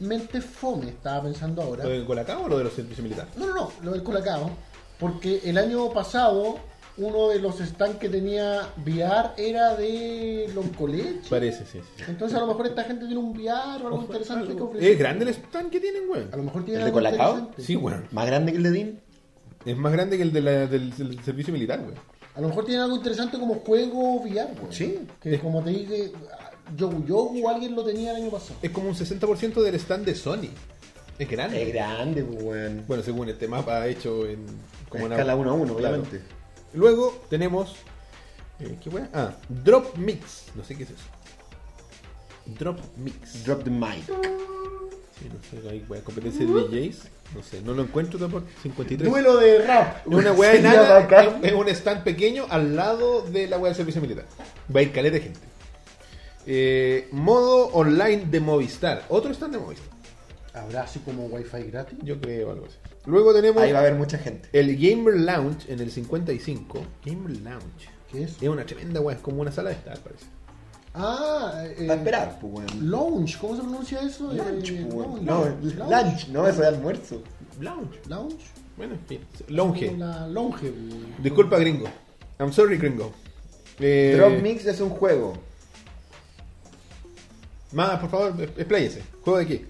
S2: necesariamente fome, estaba pensando ahora.
S1: ¿Lo del Colacao o lo de los servicios militares?
S2: No, no, no, lo del Colacao. Porque el año pasado, uno de los stands que tenía VR era de Loncoleche.
S1: Parece, sí.
S2: Entonces a lo mejor esta gente tiene un VR o algo interesante que ofrecer.
S1: Uh, Es grande el stand que tienen, weón.
S2: A lo mejor tiene
S3: ¿El de
S2: algo
S3: Colacao?
S2: interesante.
S1: Sí, weón.
S3: Más grande que el de Dean.
S1: Es más grande que el de la- del, del servicio militar, weón.
S2: A lo mejor tiene algo interesante como juego VR, güey.
S3: Sí.
S2: Que como te dije, Yogu Yogu alguien lo tenía el año pasado.
S1: Es como un 60% del stand de Sony. Es grande.
S3: Es grande, pues, weón.
S1: Bueno, según este mapa hecho en
S3: A escala uno a uno, obviamente.
S1: Luego tenemos eh, ¿qué weá? Ah, Drop Mix, no sé qué es eso. Drop Mix.
S3: Drop the mic.
S1: Sí, no sé, hay weá, competencia de DJs, no sé, no lo encuentro tampoco 53.
S2: Duelo de rap.
S1: Es Una weá
S3: Sería
S1: enana,
S3: bacán.
S1: es un stand pequeño al lado de la weá del servicio militar. Va a ir caleta de gente. Eh, modo online de Movistar. Otro stand de Movistar.
S2: ¿Habrá así como wifi gratis?
S1: Yo creo algo así. Luego tenemos
S3: Ahí va a haber mucha gente.
S1: el Gamer Lounge en el 55. Gamer Lounge.
S2: ¿Qué es?
S1: Es una tremenda weá, es como una sala de estar, parece.
S2: Ah, eh,
S3: Va a esperar, pues, weón.
S2: Lounge, ¿cómo se pronuncia eso?
S3: Lunch,
S2: Eh,
S3: pues,
S2: lounge,
S3: weón. No,
S2: lounge.
S3: lunch, no, eso es almuerzo.
S1: Lounge.
S2: Lounge.
S1: Bueno, en fin. Longe.
S2: La longe. güey.
S1: Disculpa, gringo. I'm sorry, gringo. Eh,
S3: Drop Mix es un juego.
S1: Más, por favor, expláyese. Juego de aquí.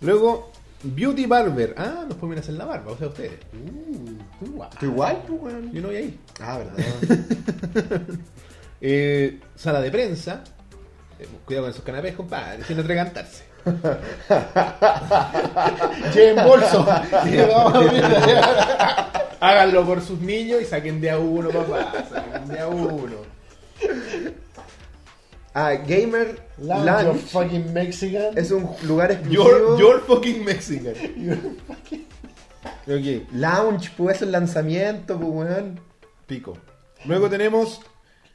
S1: Luego, Beauty Barber. Ah, nos pueden ir a hacer la barba, o sea, ustedes.
S2: Mm, tú guau.
S3: ¿Tú igual, pues, weón?
S1: Yo no voy ahí.
S3: Ah, verdad.
S1: Eh, sala de prensa. Eh, cuidado con esos canapés, compadre, sin atragantarse.
S2: Che, en bolso. Vamos a abrir la-
S1: Háganlo por sus niños y saquen de a uno, papá. Saquen de a uno.
S3: ah, Gamer
S2: Lounge of
S3: Lunch
S2: fucking Mexican.
S3: es un lugar exclusivo.
S1: Your, your fucking Mexican.
S3: Ok. Lounge, pues, es el lanzamiento, pues, weón.
S1: Pico. Luego tenemos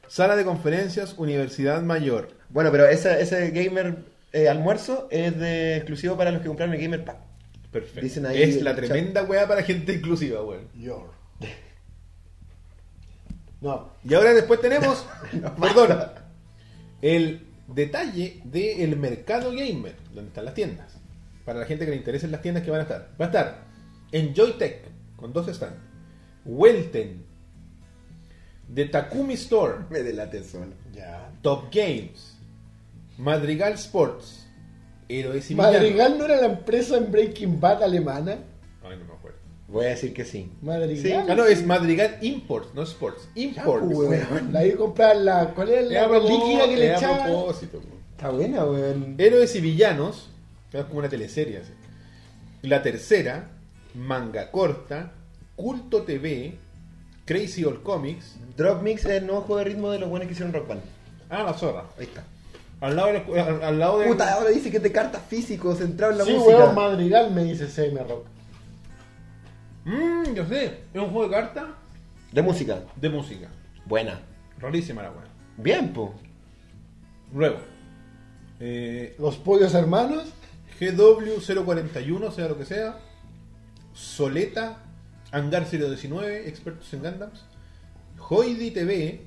S1: sala de conferencias, Universidad Mayor.
S3: Bueno, pero ese, ese Gamer eh, almuerzo es de exclusivo para los que compraron el Gamer Pack.
S1: Perfecto.
S3: Dicen ahí
S1: es
S3: en
S1: la
S3: el chat.
S1: tremenda weá para gente inclusiva, weón.
S2: Your. No.
S1: Y ahora después tenemos, perdón, el detalle del mercado gamer, donde están las tiendas. Para la gente que le interesen las tiendas que van a estar. Va a estar Enjoy Tech, con dos stands. Welten. The Takumi Store.
S3: Me delate solo.
S2: Ya.
S1: Top Games. Madrigal Sports. Héroes y Villanos.
S2: Madrigal no era la empresa en Breaking Bad alemana.
S1: Ay, no me acuerdo.
S3: Voy a decir que sí.
S2: Madrigal.
S1: Ah, no, es Madrigal Imports, no Sports.
S2: Ya,
S1: Imports.
S2: pues, weón. La iba a comprar la. ¿Cuál era
S1: Le
S2: la
S1: a propós-
S2: líquida que
S1: le
S2: le
S1: a
S2: echaban?
S1: propósito, weón.
S3: Está buena, weón.
S1: Héroes y villanos, que es como una teleserie así. La tercera, Manga Corta, Culto TV, Crazy Old Comics.
S3: Drop Mix es el nuevo juego de ritmo de los buenos que hicieron Rock Band.
S1: Ah, la zorra.
S3: Ahí está.
S1: Al lado de. la- Al, al lado de
S3: Puta, ahora dice que te cartas físicos, centrado en la
S2: Sí,
S3: música.
S2: weón, Madrigal me dice CM Rock.
S1: Mm, yo sé, es un juego de cartas
S3: De música.
S1: de música.
S3: Buena.
S1: Rarísima la weá.
S3: Bien, po.
S1: Luego, eh,
S2: Los pollos hermanos.
S1: GW041, sea lo que sea. Soleta, Hangar 019, expertos en Gundams. Hoidi TV,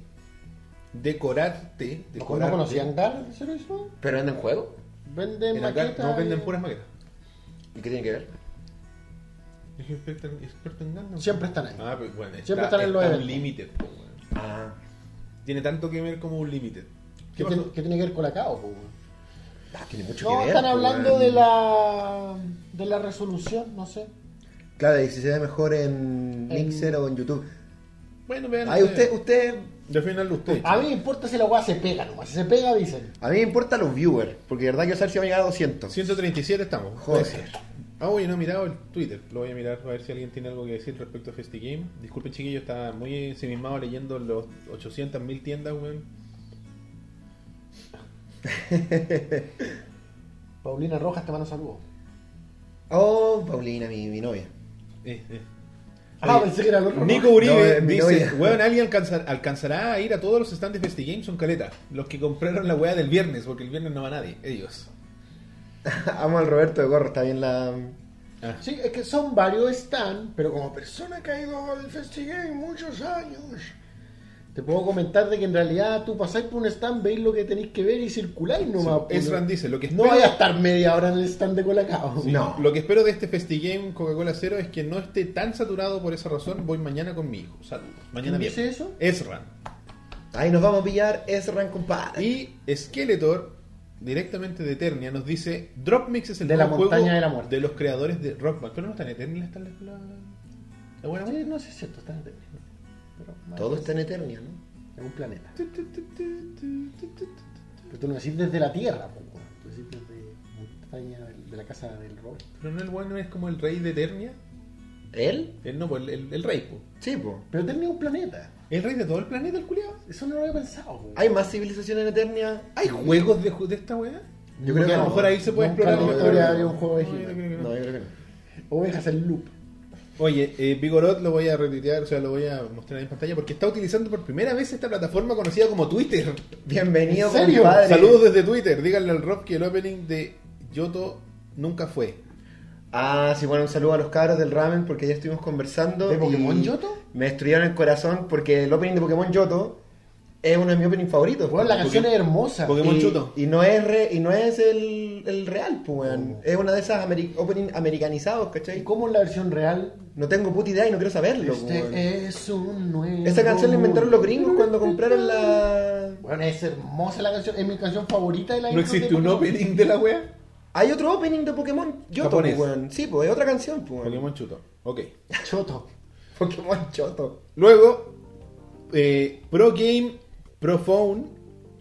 S1: Decorarte.
S2: ¿No
S1: Decorarte.
S2: conocían Gar? ¿Se lo hizo?
S3: ¿Pero andan en juego?
S2: Venden
S1: En Hangar
S2: maquetas.
S1: no
S2: y-
S1: venden puras maquetas.
S3: ¿Y qué tiene que ver?
S1: Dije, experto en- experto en Gundams.
S2: Siempre están ahí.
S1: Ah, pero bueno, está,
S2: Siempre están en los
S1: está
S2: eventos.
S1: Unlimited, po, weón.
S3: Ah.
S1: Tiene tanto que ver como Unlimited. ¿Qué
S2: ¿Qué, tiene,
S1: pasó?
S2: qué tiene que ver con la CAO? po, weón?
S3: Ah, tiene mucho que
S2: No,
S3: ver.
S2: están
S3: po,
S2: hablando
S3: weón.
S2: de la, de la resolución, no sé.
S3: Claro, y si se ve mejor en
S2: En-
S3: Mixer o en YouTube.
S1: Bueno, vean.
S3: Ay, usted, usted.
S1: Definan usted.
S2: A mí me importa si la weá se pega nomás. Si se pega, dicen.
S3: A mí me importan los viewers, porque de verdad quiero saber si va a llegar a 200.
S1: 137 estamos.
S3: Joder.
S1: Puede ser. Ah, oye, no he mirado el Twitter. Lo voy a mirar a ver si alguien tiene algo que decir respecto a Festi Game. Disculpen, chiquillo, estaba muy ensimismado leyendo los 800.000 tiendas, weón.
S2: Paulina Rojas te manda un saludo.
S3: Oh, Paulina, mi, mi novia.
S1: Eh, eh.
S2: Ah,
S1: Oye,
S2: pensé que era el otro.
S1: Nico Uribe
S2: eh,
S3: No, mi
S1: dice:
S3: novia.
S1: Weón, alguien alcanzar- alcanzará a ir a todos los stands de Festi Game son caleta. Los que compraron la weá del viernes, porque el viernes no va nadie. Ellos.
S3: Amo al Roberto de Gorro, está bien la.
S1: Ah.
S2: Sí, es que son varios stands, pero como persona que ha ido al festival muchos años, te puedo comentar de que en realidad tú pasáis por un stand, veis lo que tenéis que ver y circuláis nomás.
S1: Sí, Ezran
S2: porque
S1: dice, lo que
S2: No
S1: espero-
S2: vaya a estar media hora en el stand de Colacao.
S3: Sí. No.
S1: Lo que espero de este Festi Game Coca-Cola Cero es que no esté tan saturado por esa razón. Voy mañana con mi hijo. Saludos. Mañana
S2: ¿Quién dice
S1: viernes.
S2: eso?
S1: Ezran.
S3: Ahí nos vamos a pillar, es Ran compadre.
S1: Y Skeletor, directamente de Eternia, nos dice: Drop Mix es el
S2: De la
S1: nuevo
S2: montaña
S1: juego
S2: de la muerte.
S1: los creadores de Rock Band. Pero no está en Eternia, está en la escuela. ¿La buena
S2: Sí,
S1: buena?
S2: no sé si es cierto, está en Eternia. Pero,
S3: Todo está en Eternia, ¿no?
S2: en un planeta.
S1: Tu, tu, tu, tu, tu, tu, tu, tu.
S2: Pero tú no decís desde la Tierra, po, weón. tú decís desde montaña del- de la casa del Roberto.
S1: Pero no el bueno es como el rey de Eternia.
S3: ¿Él?
S1: El, no, pues, el, el- el rey, po.
S3: Sí, po.
S2: Pero tenía un planeta.
S1: El rey de todo el planeta, el culiado.
S2: Eso no lo había pensado. pues. po.
S3: ¿Hay más civilización en Eternia?
S1: ¿Hay juegos de, ju- de esta weá?
S3: Yo creo
S1: Porque
S3: que
S1: a lo
S3: no.
S1: mejor ahí se puede
S2: Nunca
S1: explorar
S2: en la
S1: mejor.
S2: historia había un juego de
S1: No, yo
S2: He-Man.
S1: creo que no.
S3: No, yo creo que no.
S2: Ovejas en loop.
S1: Oye, eh, Vigorot lo voy a retuitear, o sea, lo voy a mostrar en pantalla porque está utilizando por primera vez esta plataforma conocida como Twitter.
S3: Bienvenido,
S2: ¿En serio?
S3: compadre.
S1: Saludos desde Twitter. Díganle al Rob que el opening de Yoto nunca fue.
S3: Ah, sí, bueno, un saludo a los cabros del ramen porque ya estuvimos conversando.
S2: ¿De Pokémon
S3: y
S2: Yoto?
S3: Me destruyeron el corazón porque el opening de Pokémon Yoto es uno de mis openings favoritos.
S2: Bueno, la
S1: Pokémon-
S2: canción es hermosa.
S1: Pokémon
S3: y,
S1: Yoto.
S3: y no es, re- y no es el, el real, pues, weón.
S2: Oh.
S3: Es una de esas ameri- opening americanizados, ¿cachai?
S2: ¿Y cómo es la versión real?
S3: No tengo puta idea y no quiero saberlo, weón.
S2: Este es un nuevo.
S3: Esa canción la inventaron los gringos
S2: mundo.
S3: cuando compraron la...
S2: Bueno, es hermosa la canción. Es mi canción favorita de la
S1: ¿No
S2: intro de
S1: existe un
S2: Pokémon.
S1: opening de la wea?
S3: Hay otro opening de Pokémon Yoto,
S1: Japonés.
S3: pues, weón. Sí, pues, es otra canción, pues. weón.
S1: Pokémon Chuto. Ok.
S2: Choto.
S3: Pokémon Choto.
S1: Luego, eh, Pro Game, Pro Phone.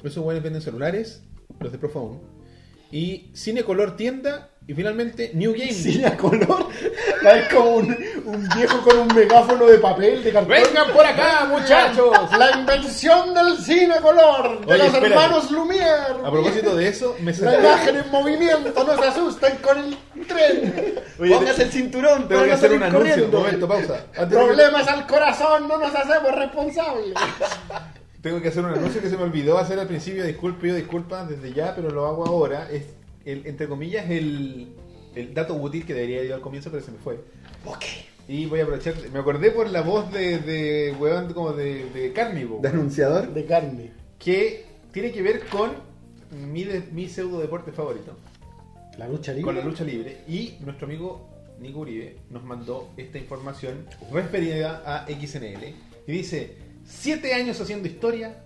S1: Esos buenos venden celulares, los de Pro Phone. Y Cine Color Tienda. Y finalmente, New Game.
S2: Cine a color. Es como un, un viejo con un megáfono de papel, de cartón.
S1: ¡Vengan por acá, muchachos!
S2: La invención del cine a color de
S1: Oye,
S2: los
S1: espérate.
S2: hermanos Lumière.
S1: A propósito de eso, me
S2: La
S1: senté.
S2: imagen en movimiento, no se asusten con el tren.
S1: Oye,
S3: Póngase el cinturón,
S1: Tengo que
S3: van a
S1: hacer un
S3: salir
S1: anuncio. Un
S3: corriendo.
S1: momento, pausa. Antes de que-
S2: Problemas al corazón, no nos hacemos responsables.
S1: Tengo que hacer un anuncio que se me olvidó hacer al principio. Disculpe, pido disculpas desde ya, pero lo hago ahora. Es, el, entre comillas, el, el dato útil que debería ir al comienzo, pero se me fue.
S3: Ok.
S1: Y voy a aprovechar. Me acordé por la voz de, de weón, como de, de Carnivore,
S3: De anunciador.
S2: De carne.
S1: que tiene que ver con mi, de- mi pseudo deporte favorito,
S2: La lucha libre.
S1: con la lucha libre. Y nuestro amigo Nico Uribe nos mandó esta información referida a XNL. Y dice: siete años haciendo historia,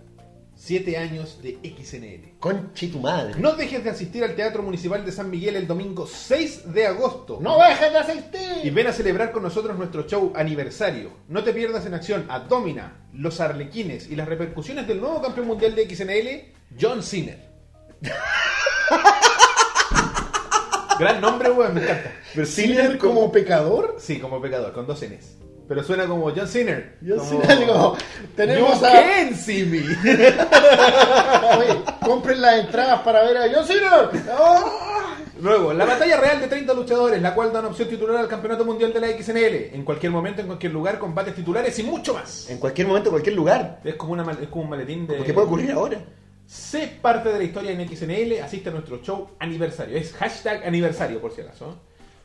S1: siete años de XNL.
S2: Conchi tu madre.
S1: No dejes de asistir al Teatro Municipal de San Miguel el domingo 6 de agosto.
S2: No dejes
S1: Y
S2: de asistir.
S1: ven a celebrar con nosotros nuestro show aniversario. No te pierdas en acción a Domina, los Arlequines y las repercusiones del nuevo campeón mundial de XNL, John Cena. Gran nombre, weón, me encanta.
S3: Pero
S2: Ciner como pecador.
S1: Sí, como pecador, con dos N's. Pero suena como John Cena.
S2: Yo
S1: como...
S2: sí algo. Tenemos
S1: You
S2: a.
S1: can see me.
S2: Oye, compren las entradas para ver a John Cena. ¡Oh!
S1: Luego, la batalla real de 30 luchadores, la cual da una opción titular al campeonato mundial de la XNL. En cualquier momento, en cualquier lugar, combates titulares y mucho más.
S3: En cualquier momento, cualquier lugar.
S1: Es como, una, mal- es como un maletín de...
S3: Porque puede ocurrir ahora.
S1: Sé parte de la historia en XNL, asiste a nuestro show aniversario. Es hashtag aniversario, por si acaso. ¿eh?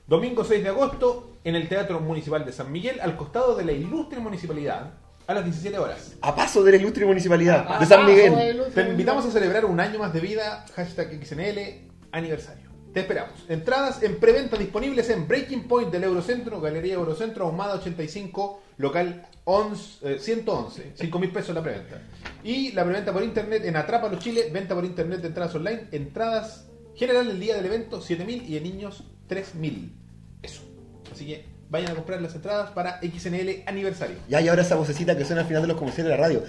S1: Domingo 6 de agosto, en el Teatro Municipal de San Miguel, al costado de la ilustre municipalidad, a las 17 horas.
S3: A paso de la ilustre municipalidad
S2: Ah,
S3: de San
S2: bueno.
S3: Miguel.
S1: Te invitamos a celebrar un año más de vida, hashtag XNL, aniversario. Te esperamos. Entradas en preventa disponibles en Breaking Point del Eurocentro, Galería Eurocentro, Ahumada 85, local 11, eh, 111, 5 mil pesos la preventa. Y la preventa por internet en Atrápalo Chile, venta por internet de entradas online, entradas general el día del evento 7 mil y de niños 3 mil. Eso. Así que vayan a comprar las entradas para XNL aniversario.
S3: Ya, y ahora esa vocecita que suena al final de los comerciales de la radio.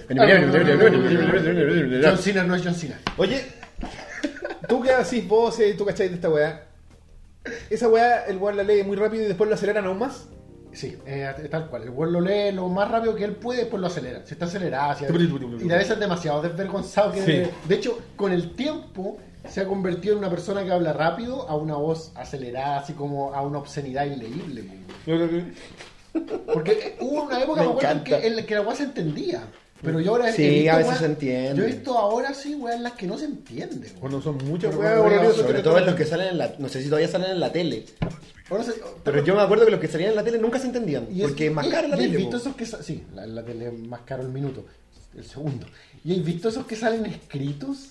S2: John Cena no es John Cena.
S1: Oye, tú que decís vos, eh, tú cacháis de esta weá. Esa weá, el weón la lee muy rápido y después lo aceleran aún más.
S2: Sí, eh, tal cual. El güey lo lee lo más rápido que él puede, después lo acelera. Se está acelerado. se- y a veces es demasiado desvergonzado. Que
S1: Sí.
S2: De hecho, con el tiempo se ha convertido en una persona que habla rápido a una voz acelerada, así como a una obscenidad ileíble. güey. Porque hubo una época
S3: Me
S2: me acuerdo, en
S3: encanta.
S2: que, en la que la weá se entendía. Pero yo ahora. he
S3: Sí, a veces
S2: weá-
S3: se entiende.
S2: Yo he visto ahora sí, weá, en las que no se entiende. güey.
S1: Bueno, son muchas
S2: Pero
S1: weas,
S2: bueno,
S1: weón, eso
S3: Sobre
S1: te-
S3: todo en los que salen en la... No sé si todavía salen en la tele.
S2: Ahora se-
S3: Pero yo me acuerdo que los que salían en la tele nunca se entendían.
S2: Y es-
S3: Porque es más
S2: y-
S3: cara la
S2: y he
S3: tele.
S2: visto
S3: po.
S2: esos que sa- sí, la, la tele es más caro el minuto, el segundo. Y he visto esos que salen escritos,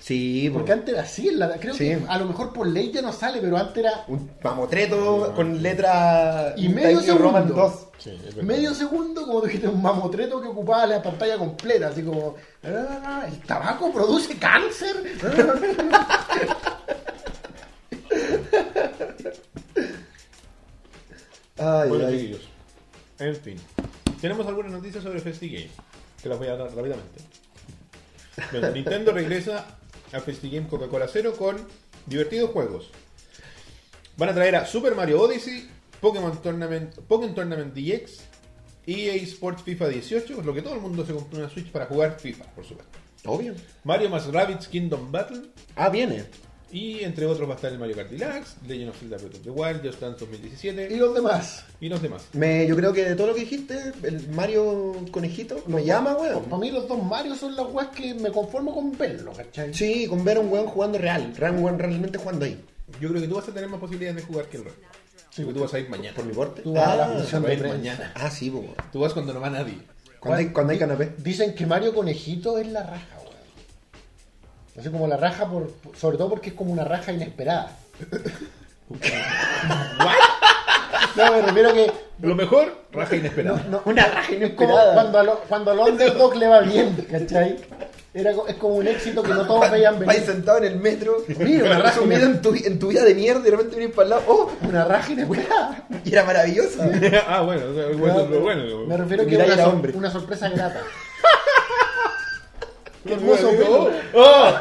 S3: Sí,
S2: porque
S3: porque
S2: antes era así, en la- creo
S3: Sí.
S2: que a lo mejor por ley ya no sale, pero antes era
S3: un mamotreto con letra...
S2: y medio
S3: Times New Roman
S2: segundo.
S3: 2.
S2: medio segundo, como dijiste, un mamotreto que ocupaba la pantalla completa, así como "Ah, el tabaco produce cáncer.
S3: Ay,
S1: Bueno,
S3: ay.
S1: chiquillos. En fin. Tenemos algunas noticias sobre FestiGame. Que las voy a dar rápidamente. Bueno, Nintendo regresa a FestiGame Coca-Cola Cero con divertidos juegos. Van a traer a Super Mario Odyssey, Pokémon Tournament, Pokémon Tournament DX, EA Sports FIFA 18, lo que todo el mundo se compró una Switch para jugar FIFA, por supuesto.
S3: Obvio.
S1: Mario más Rabbids Kingdom Battle,
S3: Ah, viene.
S1: y entre otros va a estar el Mario Kart Deluxe, Legend of Zelda Breath of the Wild, Just Dance
S2: y
S1: 2017
S2: los demás.
S1: y los demás.
S3: Me, yo creo que de todo lo que dijiste, el Mario Conejito me llama, weón.
S2: Para mí los dos Mario son las weas que me conformo con verlo, ¿cachai?
S3: Sí, con ver a un weón jugando real. Real- Un weón realmente jugando ahí.
S1: Yo creo que tú vas a tener más posibilidades de jugar que el resto. porque tú vas a ir mañana.
S3: Por mi porte.
S2: Tú vas a la
S3: Ah,
S2: función
S1: va a
S2: de
S1: ir
S2: prensa.
S1: mañana.
S3: Ah, sí, po, weón.
S1: Tú vas cuando no va nadie.
S3: Cuando hay, cuando hay canapé.
S2: Dicen que Mario Conejito es la raja, weón. Así como la raja, por, sobre todo porque es como una raja inesperada. No, me refiero que
S1: Lo mejor, raja inesperada.
S3: Una raja
S2: es como cuando a, lo- cuando a Londres Dog le va bien, ¿cachai? Era, co- es como un éxito que no todos veían
S3: Vais
S2: venir.
S3: sentado en el metro, mira,
S2: una
S3: una
S2: raja.
S3: sumida en tu, en tu vida de mierda y de repente venís para el lado, ¡oh!
S2: Una raja inesperada.
S3: Y era maravilloso.
S1: ah, bueno, o sea, bueno,
S2: Claro,
S1: lo bueno.
S2: me refiero a que
S3: Mirá,
S2: una,
S3: era
S2: sor-
S3: hombre.
S2: una sorpresa grata. Qué hermoso
S3: hermoso!
S2: juego.
S1: ¡Oh!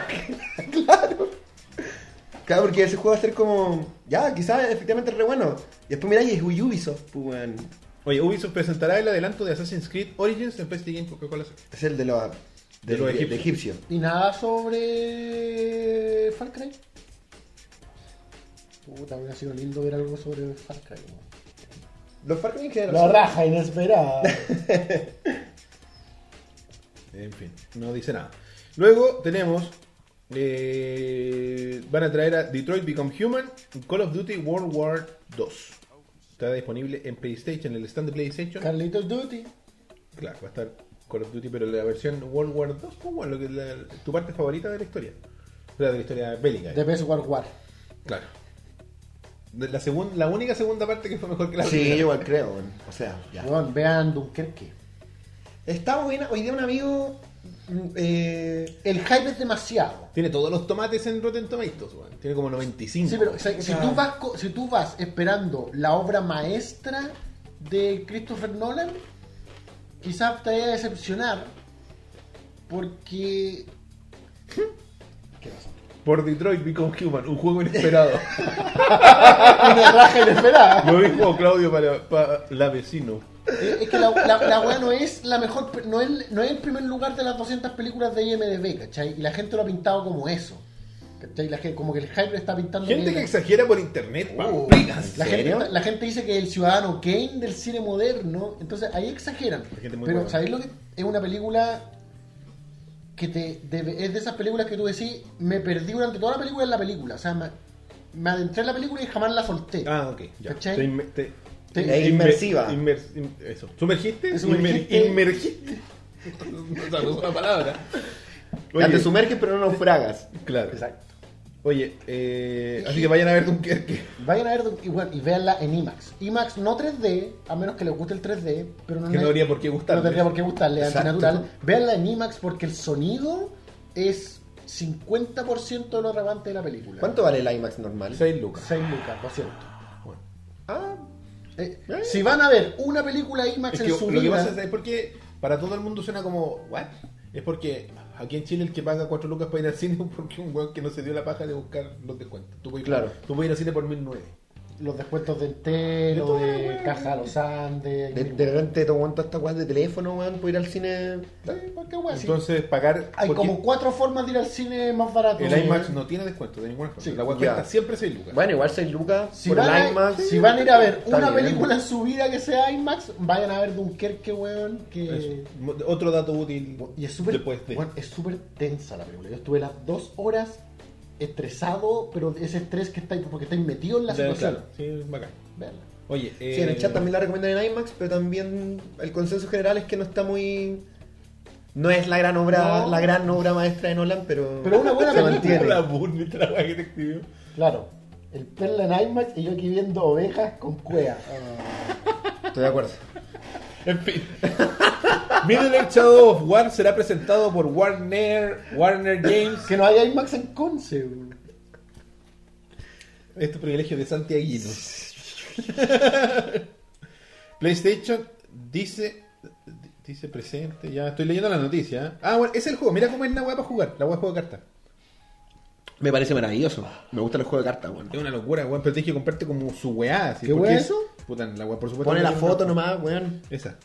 S3: Claro, porque ese juego va a ser como. Ya, quizás efectivamente es re bueno. Y después mirá, y es Ubisoft, pues weón.
S1: Oye, Ubisoft presentará el adelanto de Assassin's Creed Origins en PlayStation Coca-Cola.
S3: Es el de los.
S1: De los egipcios.
S3: egipcios.
S2: Y nada sobre Far Cry. Puta, hubiera sido lindo ver algo sobre Far Cry. weón.
S3: Los Far Cry en general.
S2: La raja inesperada.
S1: En fin, no dice nada. Luego tenemos. eh, van a traer a Detroit Become Human y Call of Duty World War 2. Está disponible en PlayStation, en el stand de PlayStation.
S2: Carlitos Duty.
S1: Claro, va a estar Call of Duty, pero la versión World War 2, pues bueno, lo que la- tu parte favorita de la historia. O sea, de la historia bélica.
S2: De PS War War.
S1: Claro. De La, segun- la única segunda parte que fue mejor que la
S3: Sí, yo
S1: primera.
S3: igual creo, weón. O sea, ya.
S2: Weón, vean Dunkerque.
S3: Está buena. Hoy día un amigo. mm, Eh,
S2: El hype es demasiado.
S1: Tiene todos los tomates en Rotten Tomatoes, weón. Tiene como 95.
S2: Sí, pero o sea, si, tú vas, co- si tú vas esperando la obra maestra de Christopher Nolan, quizás te vaya a decepcionar porque... ¿Qué pasa?
S1: Por Detroit Become Human, un juego inesperado.
S2: Una raja inesperada.
S1: lo dijo Claudio para, para la vecino.
S2: Eh, Es que la, la, la weá no es la mejor, pe- no es, no es el primer lugar de las 200 películas de IMDB, ¿cachai? Y la gente lo ha pintado como eso. ¿Cachai? La gente, como que el hype le está pintando...
S1: Gente que
S2: bien-
S1: exagera por internet,
S3: Uh,
S1: pamplinas.
S2: La
S3: ¿En
S2: gente,
S3: serio?
S2: la gente dice que el ciudadano Kane del cine moderno, entonces ahí exageran.
S1: Hay gente
S2: Pero
S1: muy buena.
S2: ¿sabéis lo que es una película que te debe- es de esas películas que tú decís, me perdí durante toda la película en la película, o sea, me, me adentré en la película y jamás la solté.
S1: Ah, ok, ya.
S2: ¿Cachai?
S1: Te inme- te-
S2: Te-
S1: te
S3: es inmersiva.
S1: inmer- in- eso. ¿Sumergiste?
S2: Te sumergiste.
S1: Inmer- Inmergiste. o sea, no es una palabra.
S3: ya te
S1: Oye,
S3: sumerges, pero no naufragas.
S1: claro.
S2: Exacto.
S1: Oye, eh, así que vayan a ver Dunkerque.
S2: Vayan a ver y, bueno, y véanla en IMAX. IMAX no 3D, a menos que les guste el 3D, pero no
S1: Que no
S2: es-
S1: habría por qué gustarle.
S2: No tendría por qué gustarle,
S3: Exacto.
S2: antinatural. Veanla en IMAX porque el sonido es 50% de lo relevante de la película.
S3: ¿Cuánto vale el IMAX normal?
S1: 6 lucas.
S2: 6 lucas, 200.
S1: Bueno.
S3: Ah,
S2: Eh, si van a ver una película IMAX
S1: Es que
S2: en su
S1: lo que
S2: vida,
S1: pasa es, es porque para todo el mundo suena como, ¿what? Es porque aquí en Chile el que paga 4 lucas para ir al cine es porque un weón que no se dio la paja de buscar los descuentos. Tú puedes,
S3: Claro.
S1: tú puedes ir al cine por 1009.
S2: los descuentos de entero,
S1: De toda
S2: de,
S1: la wea.
S2: caja a los Andes,
S3: de,
S2: y-
S3: de repente te aguanto esta weá de teléfono, weón, por ir al cine.
S2: Eh, cualquier wea, sí.
S1: Entonces, pagar.
S2: Hay
S1: porque
S2: como cuatro formas de ir al cine más barato.
S1: El IMAX no tiene descuento de ninguna forma.
S2: Sí,
S1: la weá
S3: ya.
S1: cuesta siempre 6 lucas.
S3: Bueno, igual 6 lucas
S2: Si
S3: por
S2: van,
S3: el
S2: a,
S3: IMAX.
S2: si van a ir a ver
S3: Está
S2: una
S1: ¿eh?
S3: bien.
S2: película en su vida que sea IMAX, vayan a ver Dunkerque, weón. Que...
S3: eh,
S1: Eso. Mo- Otro dato útil
S2: Y es súper
S1: después de.
S2: weón, es súper tensa la película. Yo estuve las dos horas estresado, pero ese estrés que estáis, porque estáis metido en la
S1: Ya,
S2: situación.
S1: claro, sí, es bacán.
S2: Veanla.
S1: Oye,
S3: Sí, en
S1: eh,
S3: el chat también la recomiendan en IMAX, pero también el consenso general es que no está muy. No es la gran obra,
S2: No.
S3: la gran obra maestra de Nolan, pero.
S2: Pero una buena
S3: se
S2: película.
S3: mantiene.
S1: La bonita la weá que te escribió.
S2: Claro, el perla en IMAX y yo aquí viendo ovejas con cuea.
S3: Estoy de acuerdo.
S1: En fin. Middle Shadow of War será presentado por Warner, Warner Games.
S2: que no haya IMAX en Conce. weón.
S1: Este privilegio de Santiaguino. PlayStation dice. Dice presente, ya estoy leyendo la noticia. ¿eh? Ah, bueno, es el juego. Mira cómo es la weá para jugar. La weá de juego de cartas.
S3: Me parece maravilloso. Me gusta el juego de cartas, weón.
S1: Es una locura, weón. Pero tienes que comprarte como su weá. Así,
S2: ¿Qué
S1: porque
S2: weá es eso?
S1: Puta, la weá, por supuesto.
S3: Pone la
S1: no-
S3: foto nomás, weón.
S1: Esa.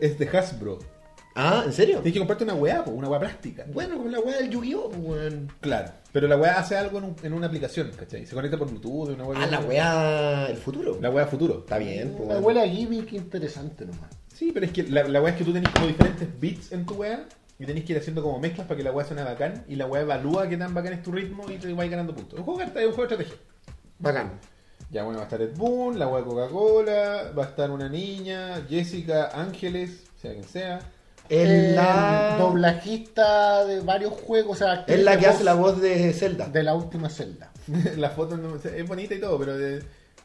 S1: Es de Hasbro.
S3: Ah, ¿en serio?
S1: Tienes que comprarte una weá, po, una weá plástica.
S3: Bueno, con la weá del Yu-Gi-Oh, pues, weón.
S1: Claro. Pero la weá hace algo en, un- en una aplicación, ¿cachai? Se conecta por Bluetooth, una weá.
S3: Ah, la weá. El futuro.
S1: La weá futuro.
S3: Está bien, pues.
S2: Me
S3: weón.
S2: huele a gimmick interesante nomás.
S1: Sí, pero es que la, la weá es que tú tenés como diferentes beats en tu weá y tenés que ir haciendo como mezclas para que la weá suene bacán y la weá evalúa qué tan bacán es tu ritmo y te vais ganando puntos. Es un juego de cartas, es un juego de estrategia.
S3: Bacán.
S1: Ya bueno, va a estar Ed Boon, la weá de Coca-Cola, va a estar una niña, Jessica, Ángeles, sea quien sea.
S3: Es
S2: El Eh,
S3: la.
S2: doblajista de varios juegos. O sea, actriz
S3: Es la
S2: de
S3: que hace
S2: voz
S3: la voz de Zelda.
S2: de la última celda.
S1: la foto no- es bonita y todo, pero... eh,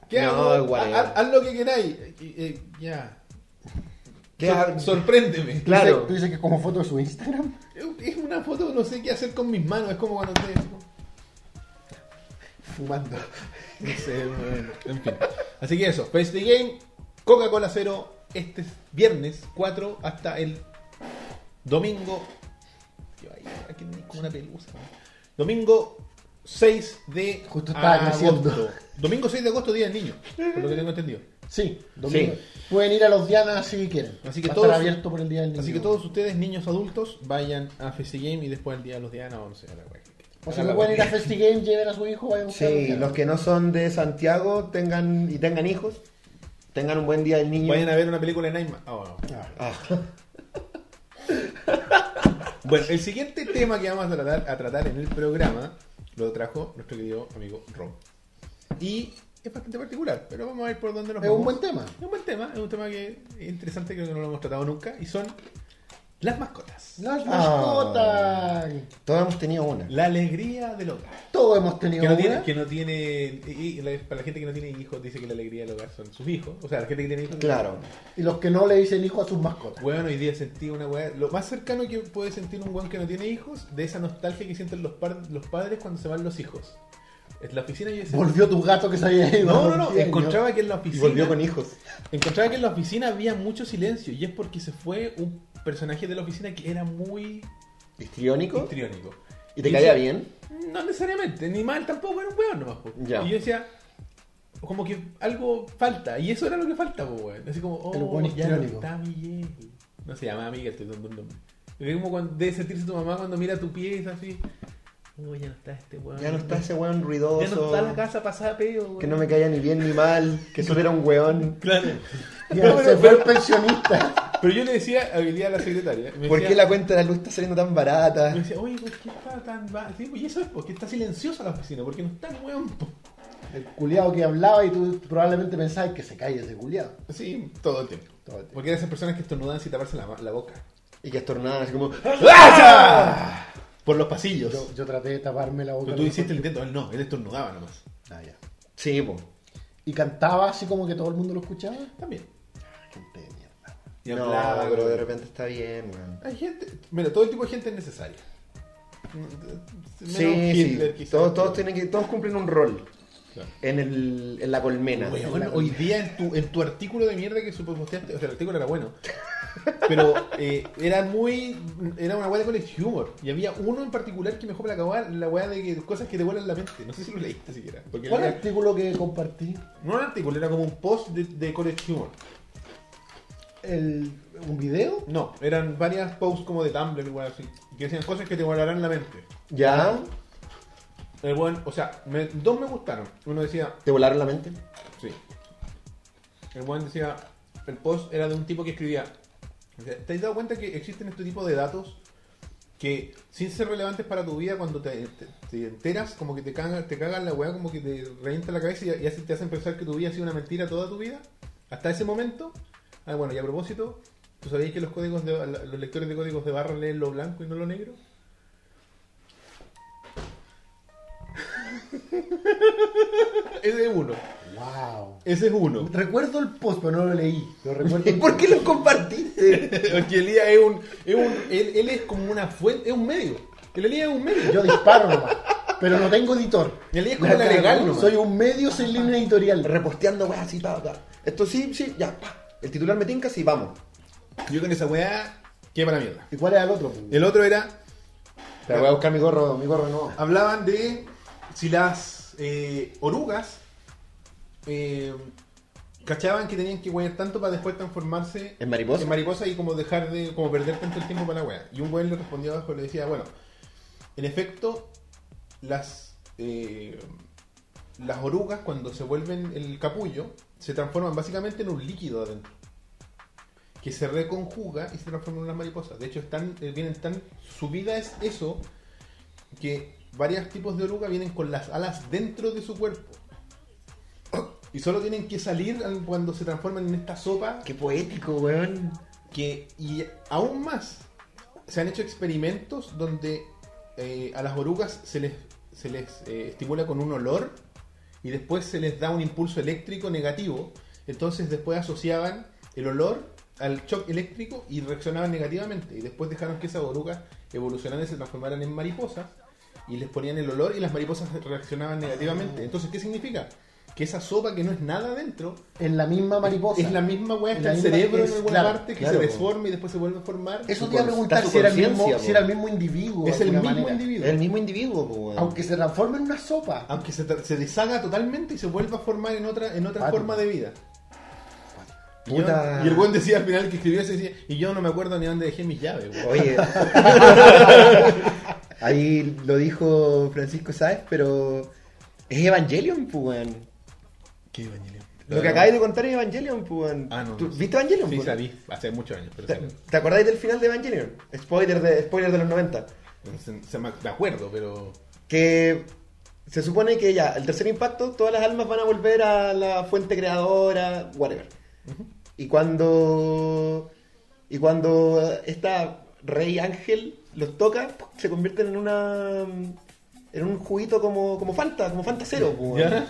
S1: ¿Qué
S3: No,
S1: hago?
S3: igual.
S1: Ha- ha- Haz, lo que queráis. Eh, eh, ya. Sor- sorpréndeme.
S3: Claro.
S2: Tú dices que como foto de su Instagram.
S1: Es una foto, no sé qué hacer con mis manos. Es como cuando te.
S2: Fumando.
S1: No sé, bueno, en fin. Así que eso, Face the Game, Coca-Cola Cero, este es viernes 4 hasta el domingo. Yo ahí, aquí me como una pelusa. Domingo 6 de
S2: Justo estaba
S1: agosto.
S2: creciendo.
S1: Domingo 6 de agosto, día del niño, por lo que tengo entendido.
S2: Sí, domingo. Pueden ir a los Diana si quieren.
S1: Así que
S2: Va a
S1: todos-
S2: estar abierto por el día del niño.
S1: Así que todos ustedes, niños adultos, vayan a Face the Game y después el día de los Diana 11 a la wea.
S2: O sea, que pueden ir a Festi Game, lleven a su hijo, vayan a buscar
S3: Sí, los que no son de Santiago tengan y tengan hijos, tengan un buen día del niño.
S1: Vayan a ver una película en IMAX. Ah, bueno.
S2: Ah.
S3: Ah,
S1: Bueno, el siguiente tema que vamos a tratar, a tratar en el programa lo trajo nuestro querido amigo Rob. Y es bastante particular, pero vamos a ver por dónde nos
S2: Es
S1: vamos.
S2: un buen tema.
S1: Es un buen tema, es un tema que es interesante, creo que no lo hemos tratado nunca, y son las mascotas.
S2: Las
S3: Ah.
S2: mascotas.
S3: todos hemos tenido una.
S1: La alegría del hogar.
S2: Todos hemos tenido
S1: Que no
S2: una.
S1: tiene, que no tiene y- y la- para la gente que no tiene hijos dice que la alegría del hogar son sus hijos. O sea, la gente que tiene hijos.
S3: Claro.
S2: Y los que no le dicen hijo a sus mascotas.
S1: Bueno, hoy día sentí una weá. Lo más cercano que puede sentir un weón que no tiene hijos, de esa nostalgia que sienten los, par- los padres cuando se van los hijos. En la oficina yo decía.
S2: Volvió tu gato que se había ido.
S1: No, no, no.
S2: Bien,
S1: Encontraba que en la
S3: Y
S1: oficina.
S3: volvió con hijos.
S1: Encontraba que en la oficina había mucho silencio. Y es porque se fue un personaje de la oficina que era muy
S3: ¿Histriónico?
S1: histriónico.
S3: ¿Y te caía
S1: sí.
S3: bien?
S1: No necesariamente, ni mal tampoco, era un weón nomás. po.
S3: Ya.
S1: Y yo decía, como que algo falta, y eso era lo que falta, po, weón. Así como, oh,
S2: El weón
S1: ya no
S2: histriónico.
S1: está Miguel. No se llama Miguel, estoy dando un nombre. Es como cuando, debe sentirse tu mamá cuando mira tu pie y es así, no, ya no está este weón.
S3: Ya no está ese weón ruidoso.
S1: Ya no está la casa pasada, peo, weón.
S3: Que no me caía ni bien ni mal. Que solo era un weón.
S1: Claro.
S2: Ya
S1: No,
S2: se
S1: pero,
S2: fue el pensionista.
S1: pero yo le decía habilidad a la secretaria. me
S3: ¿Por
S1: decía-
S3: qué la cuenta de la luz está saliendo tan barata?
S1: Me decía, oye, ¿por qué está tan.? va-?" Sí, pues, y eso es porque está silenciosa la oficina, porque no está el weón, po.
S2: El culiado que hablaba y tú probablemente pensabas que se cae ese culiado.
S1: Sí, todo el tiempo.
S2: Todo el tiempo.
S1: Porque eran esas personas que estornudan sin taparse la, la boca.
S3: Y que estornaban así como... ¡Ah!
S1: Por los pasillos.
S2: Yo, yo traté de taparme la boca.
S1: Pero tú hiciste el intento, él no, él estornudaba nomás.
S2: Ah, ya.
S3: Sí, po.
S2: Y cantaba así como que todo el mundo lo escuchaba.
S1: También. Ah,
S2: Gente de mierda.
S1: Y
S3: no,
S1: hablaba,
S3: pero de
S1: güey.
S3: repente está bien, weón.
S1: Hay gente. Mira, todo el tipo de gente es necesaria. Mm, eh, Menos
S3: Sí,
S1: Hitler,
S3: sí.
S1: quizás.
S3: Todos, todos, tienen que, todos cumplen un rol
S1: Claro.
S3: en, el, en la colmena.
S1: Weón, hoy día en tu, en tu artículo de mierda que suposteaste, o sea, el artículo era bueno, pero eh, era muy. Era una weá de college humor. Y había uno en particular que me dejó para acabar la weá de que- cosas que te vuelan la mente. No sé si lo leíste siquiera. Porque
S2: ¿Cuál
S1: era-
S2: artículo que compartí?
S1: no era un artículo, era como un post de, de college humor.
S2: El, ¿Un video?
S1: No, eran varias posts como de Tumblr y weá así, que decían cosas que te volarán la mente.
S3: ¿Ya?
S1: El weón- o sea, me- dos me gustaron. Uno decía,
S3: ¿Te volaron la mente?
S1: Sí. El buen decía, el post era de un tipo que escribía, decía, ¿te has dado cuenta que existen este tipo de datos que sin ser relevantes para tu vida, cuando te, te- te enteras, como que te cagan, te cagan la weá, como que te revienta la cabeza y, y así te hacen pensar que tu vida ha sido una mentira toda tu vida? Hasta ese momento. Ah, bueno, y a propósito, ¿tú sabías que los códigos de, los lectores de códigos de barra leen lo blanco y no lo negro? Ese es uno.
S2: ¡Wow!
S1: Ese es uno.
S2: Recuerdo el post, pero no lo leí. Lo recuerdo.
S3: ¿Y por qué lo compartiste?
S1: Porque Elías es un. Es un él, él es como una fuente, es un medio. El Elías es un medio.
S2: Yo disparo nomás. Pero no tengo editor.
S1: El Elías es como la legal, nomás.
S2: Soy un medio sin línea editorial.
S3: Reposteando, weón, así, pa, pa. Esto sí, sí, ya, pa. El titular me tinca, sí, vamos.
S1: Yo con esa weá, qué para mierda.
S2: ¿Y cuál era el otro?
S1: El otro era.
S3: Pero voy a buscar mi gorro, mi gorro nuevo.
S1: Hablaban de si las eh, orugas eh, cachaban que tenían que huear tanto para después transformarse
S3: ¿En mariposa?
S1: en mariposa y como dejar de como perder tanto el tiempo para la hueá. Y un güey le respondía abajo y le decía, bueno, en efecto, las eh, las orugas cuando se vuelven el capullo se transforman básicamente en un líquido adentro que se reconjuga y se transforma en unas mariposas. De hecho, están, eh, vienen tan su vida es eso que varios tipos de oruga vienen con las alas dentro de su cuerpo. Y solo tienen que salir al- cuando se transforman en esta sopa.
S3: Qué poético, weón.
S1: Que, y aún más, se han hecho experimentos donde eh, a las orugas se les, se les eh, estimula con un olor y después se les da un impulso eléctrico negativo. Entonces después asociaban el olor al shock eléctrico y reaccionaban negativamente. Y después dejaron que esas orugas evolucionaran y se transformaran en mariposas. Y les ponían el olor y las mariposas reaccionaban negativamente. Entonces, ¿qué significa? Que esa sopa que no es nada adentro
S2: Es la misma mariposa.
S1: es la misma weá que
S2: La
S1: el
S2: misma-
S1: cerebro
S2: es-
S1: en alguna
S2: claro,
S1: parte que
S3: claro,
S1: se
S3: po.
S1: deforma y después se vuelve a formar.
S2: Eso
S3: su
S2: te iba
S3: cons-
S2: a preguntar
S3: está su
S2: si era, el mismo,
S3: conciencia,
S2: si
S3: po.
S2: era el mismo individuo. de
S1: es el
S2: alguna
S1: mismo
S2: manera.
S1: individuo. Ah.
S3: El mismo individuo, pues, weón.
S2: Aunque se transforme en una sopa.
S1: Aunque se, tra- se deshaga totalmente y se vuelva a formar en otra, en otra
S2: Cuático.
S1: forma de vida. Y, yo-
S3: Puta.
S1: y el buen decía al final que escribió eso y decía, y yo no me acuerdo ni dónde dejé mis llaves, weón".
S3: Oye. Ahí lo dijo Francisco Sáez, pero es Evangelion, pues, weón.
S1: ¿Qué Evangelion?
S3: Lo que acabáis de contar es Evangelion, pues, weón.
S1: Ah, no.
S3: ¿Tú- ¿Viste Evangelion?
S1: Sí,
S3: pues?
S1: sabí, hace muchos años, pero
S3: ¿Te,
S1: sabí.
S3: te acordáis del final de Evangelion? Spoiler de, spoiler de los 90.
S1: Se- se me me acuerdo, pero.
S3: Que se supone que ya, el tercer impacto, todas las almas van a volver a la fuente creadora, whatever. Y cuando. Y cuando esta rey ángel los toca, ¡pum! se convierten en una. en un juguito como, como Fanta, como Fanta Cero. po, weón.
S1: ¿Ya?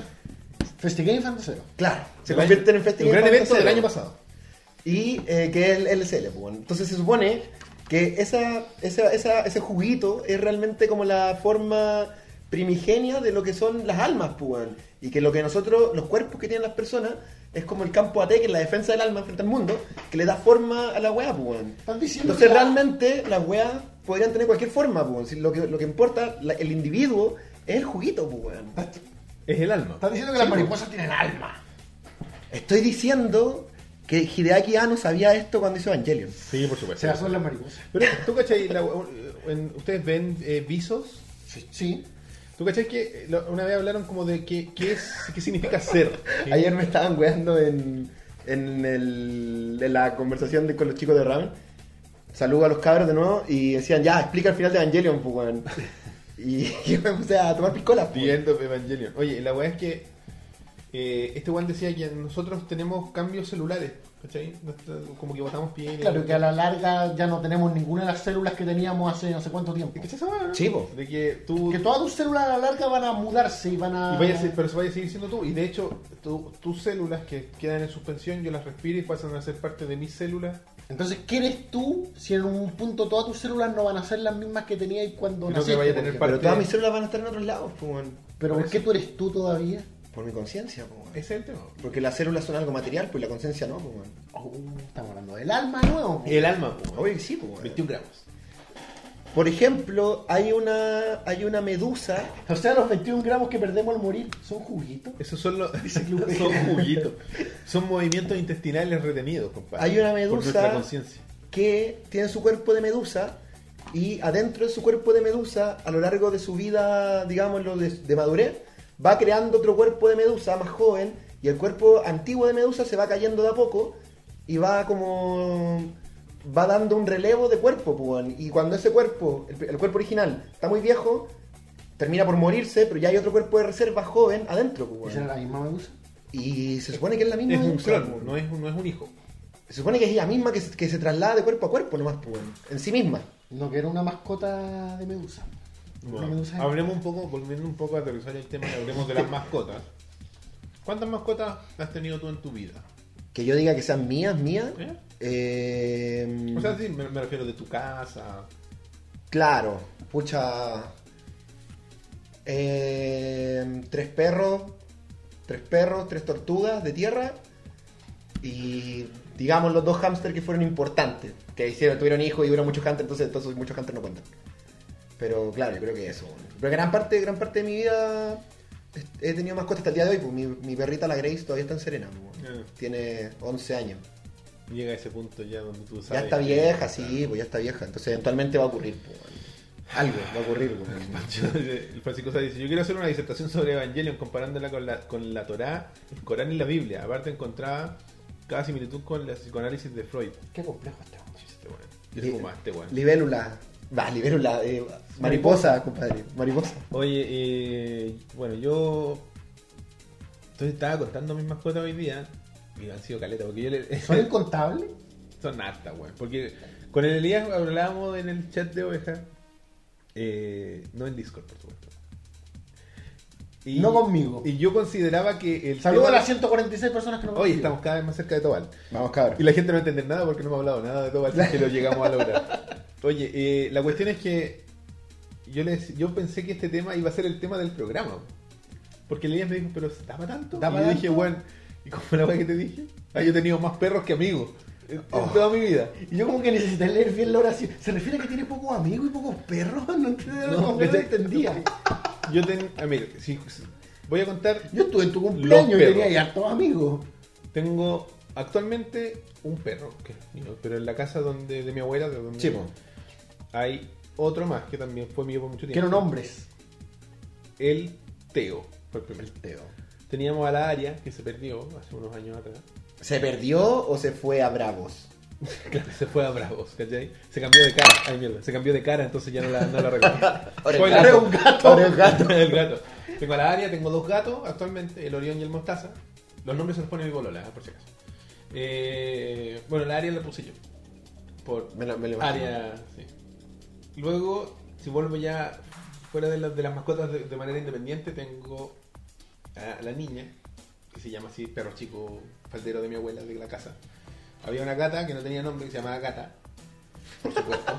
S2: Festigame Fantasero.
S3: Claro, se
S1: El año-
S3: convierten en festival.
S1: Un gran evento del año pasado.
S3: Y eh, que es el LCL. pues, bueno. Entonces se supone que esa, esa- esa- ese juguito es realmente como la forma primigenia de lo que son las almas, pues, bueno. y que lo que nosotros, los cuerpos que tienen las personas, es como el campo AT, que es la defensa del alma frente al mundo, que le da forma a la weá, pues, bueno.
S2: Están diciendo
S3: Entonces
S2: que la-
S3: realmente las weas podrían tener cualquier forma, pues, bueno. Si lo, que, lo que importa, la- el individuo, es el juguito, pues, bueno.
S2: Ah.
S1: Es el alma.
S2: Están diciendo que las mariposas tienen alma.
S3: Estoy diciendo que Hideaki Anno sabía esto cuando hizo Evangelion.
S1: Sí, por
S2: O
S1: supuesto.
S2: sea, son las mariposas.
S1: Pero tú cachai, la- en- ustedes ven eh, visos.
S2: Sí. sí.
S1: ¿Tú cachai que eh, lo- una vez hablaron como de qué, qué, es, qué significa ser? ¿Sí?
S3: Ayer me estaban weando en, en, el- en la conversación de- con los chicos de Ramen. Saludo a los cabros de nuevo y decían, ya, explica el final de Evangelion, pues, weón. Y yo me puse a tomar piscolas, pues.
S1: The End of Evangelion. Oye, la weá es que eh, este weón decía que nosotros tenemos cambios celulares, ¿cachai? Nuestra- como que botamos piel.
S2: Claro que a la larga ya no tenemos ninguna de las células que teníamos hace no sé cuánto tiempo.
S1: ¿Cachai esa weá, no?
S3: Sí, po.
S1: De que tú.
S2: Que todas tus células a la larga van a mudarse y van a.
S1: Y vaya a ser- pero se vaya a seguir siendo tú. Y de hecho, tu- tus células que quedan en suspensión, yo las respiro y pasan a ser parte de mis células.
S2: Entonces, ¿qué eres tú si en un punto todas tus células no van a ser las mismas que tenías cuando
S1: Creo que
S2: naciste?
S1: vaya a
S2: por
S1: tener
S2: ejemplo?
S3: Pero
S1: parte-
S3: todas mis células van a estar en otros lados, pues, weón.
S2: Pero
S1: por
S2: ¿por qué
S1: eso.
S2: tú eres tú todavía?
S3: Por mi conciencia, pues, weón.
S1: Ese es el tema.
S3: Porque las células son algo material, pues, y la conciencia no, pues, weón.
S2: Oh, estamos hablando del alma nuevo.
S1: El alma, po.
S3: Obvio que sí, pues, weón.
S1: 21 gramos.
S3: Por ejemplo, hay una, hay una medusa
S2: O sea, los 21 gramos que perdemos al morir son juguitos.
S1: Esos son los. son juguitos. Son movimientos intestinales retenidos, compadre.
S3: Hay una
S1: Por
S3: medusa-
S1: nuestra conciencia.
S3: que tiene su cuerpo de medusa y adentro de su cuerpo de medusa, a lo largo de su vida, digámoslo, de, de madurez, va creando otro cuerpo de medusa más joven y el cuerpo antiguo de medusa se va cayendo de a poco y va como... va dando un relevo de cuerpo, pues, weón. y cuando ese cuerpo, el, el cuerpo original, está muy viejo, termina por morirse, pero ya hay otro cuerpo de reserva joven adentro, pues,
S2: ¿Y
S3: weón.
S2: será la misma medusa?
S3: y se supone que es la misma
S1: Es un
S3: medusa,
S1: clon,
S3: pues.
S1: no es, un- no es un hijo.
S3: Se supone que es ella misma que se, que se traslada de cuerpo a cuerpo nomás, pues, weón, en sí misma.
S2: No, que era una mascota de medusa. Una
S1: Bueno,
S2: medusa de-
S1: hablemos un poco, volviendo un poco a aterrizar el tema, hablemos de las mascotas. ¿Cuántas mascotas has tenido tú en tu vida?
S3: Que yo diga que sean mías, mías.
S1: ¿Eh?
S3: eh,
S1: O sea, sí, me, me refiero de tu casa.
S3: Claro, pucha. eh, tres perros, tres perros, tres tortugas de tierra y digamos los dos hámsters que fueron importantes, que hicieron, tuvieron hijos y tuvieron muchos hunters, entonces, entonces muchos hunters no cuentan. Pero claro, yo creo que eso. bueno. Pero gran parte, gran parte de mi vida he he tenido mascotas hasta el día de hoy, pues mi, mi perrita la Grace todavía está en Serena, pues, bueno.
S1: Ah.
S3: tiene 11 años.
S1: Llega a ese punto ya donde tú sabes.
S3: Ya está
S1: que-
S3: vieja, sí, pues ya está vieja. Entonces eventualmente va a ocurrir. pues, weón. Algo va a ocurrir. pues, weón.
S1: El Francisco Sá dice, yo quiero hacer una disertación sobre Evangelion comparándola con la, con la Torá, el Corán y la Biblia. Aparte encontraba cada similitud con el psicoanálisis de Freud.
S2: Qué complejo este hombre.
S1: Este weón. Yo te fumaste, weón.
S3: Libélula. Va, libélula. eh, mariposa, compadre. Mariposa.
S1: Oye, eh, bueno, yo entonces estaba contando mis mascotas hoy día y han sido caletas, porque yo le...
S2: ¿Son incontables?
S1: Son hartas, weón. Porque con el Elías hablábamos en el chat de oveja. eh, no en Discord, por supuesto. Y-
S2: no conmigo.
S1: Y yo consideraba que el.
S2: Saludos a
S1: tema-
S2: las 146 personas que nos
S1: Hoy
S2: ven.
S1: estamos cada vez más cerca de Tobal.
S3: Vamos, cabrón.
S1: Y la gente no va a entender nada porque no hemos hablado nada de Tobal que lo llegamos a lograr. Oye, eh, la cuestión es que yo les, yo pensé que este tema iba a ser el tema del programa. Porque Elías me dijo, pero ¿daba tanto?
S2: ¿Da
S1: y
S2: pa'
S1: yo dije,
S2: tanto?
S1: bueno, ¿y cómo la weá que te dije? Ah, yo he tenido más perros que amigos eh, en, en
S2: Oh.
S1: toda mi vida.
S2: Y yo como que necesité leer bien la oración. ¿Se refiere a que tiene pocos amigos y pocos perros? No, entendía,
S1: No,
S2: como que no
S1: pensé-
S2: entendía.
S1: Yo ten, ah, mira, sí, sí. voy a contar,
S2: Yo estuve en tu cumpleaños y
S1: perros.
S2: tenía ahí hartos amigos.
S1: tengo actualmente un perro, que es mío, pero en la casa donde de mi abuela, de donde
S3: Chivo.
S1: hay otro más que también fue mío por mucho tiempo.
S2: Que eran hombres.
S1: El Teo, fue el primer.
S3: Teo.
S1: Teníamos a la Aria, que se perdió hace unos años atrás.
S3: ¿Se perdió o se fue a Bravos?
S1: Claro, se fue a Bravos, ¿cachai? Se cambió de cara, ay mierda, se cambió de cara, entonces ya no la, no la recuerdo. Spoiler.
S2: gato. un gato.
S3: Ahora es un gato.
S1: el gato. Tengo a la Aria, tengo dos gatos actualmente, el Orión y el Mostaza. Los nombres se los pone mi polola, por si acaso. Eh, bueno, la Aria la puse yo. Por
S3: Me lo, me lo imagino.
S1: Aria, sí. Luego, si vuelvo ya fuera de, las- de las mascotas de, de manera independiente, tengo a la niña, que se llama así, perro chico faldero de mi abuela, de la casa. Había una gata que no tenía nombre, que se llamaba Gata, por supuesto.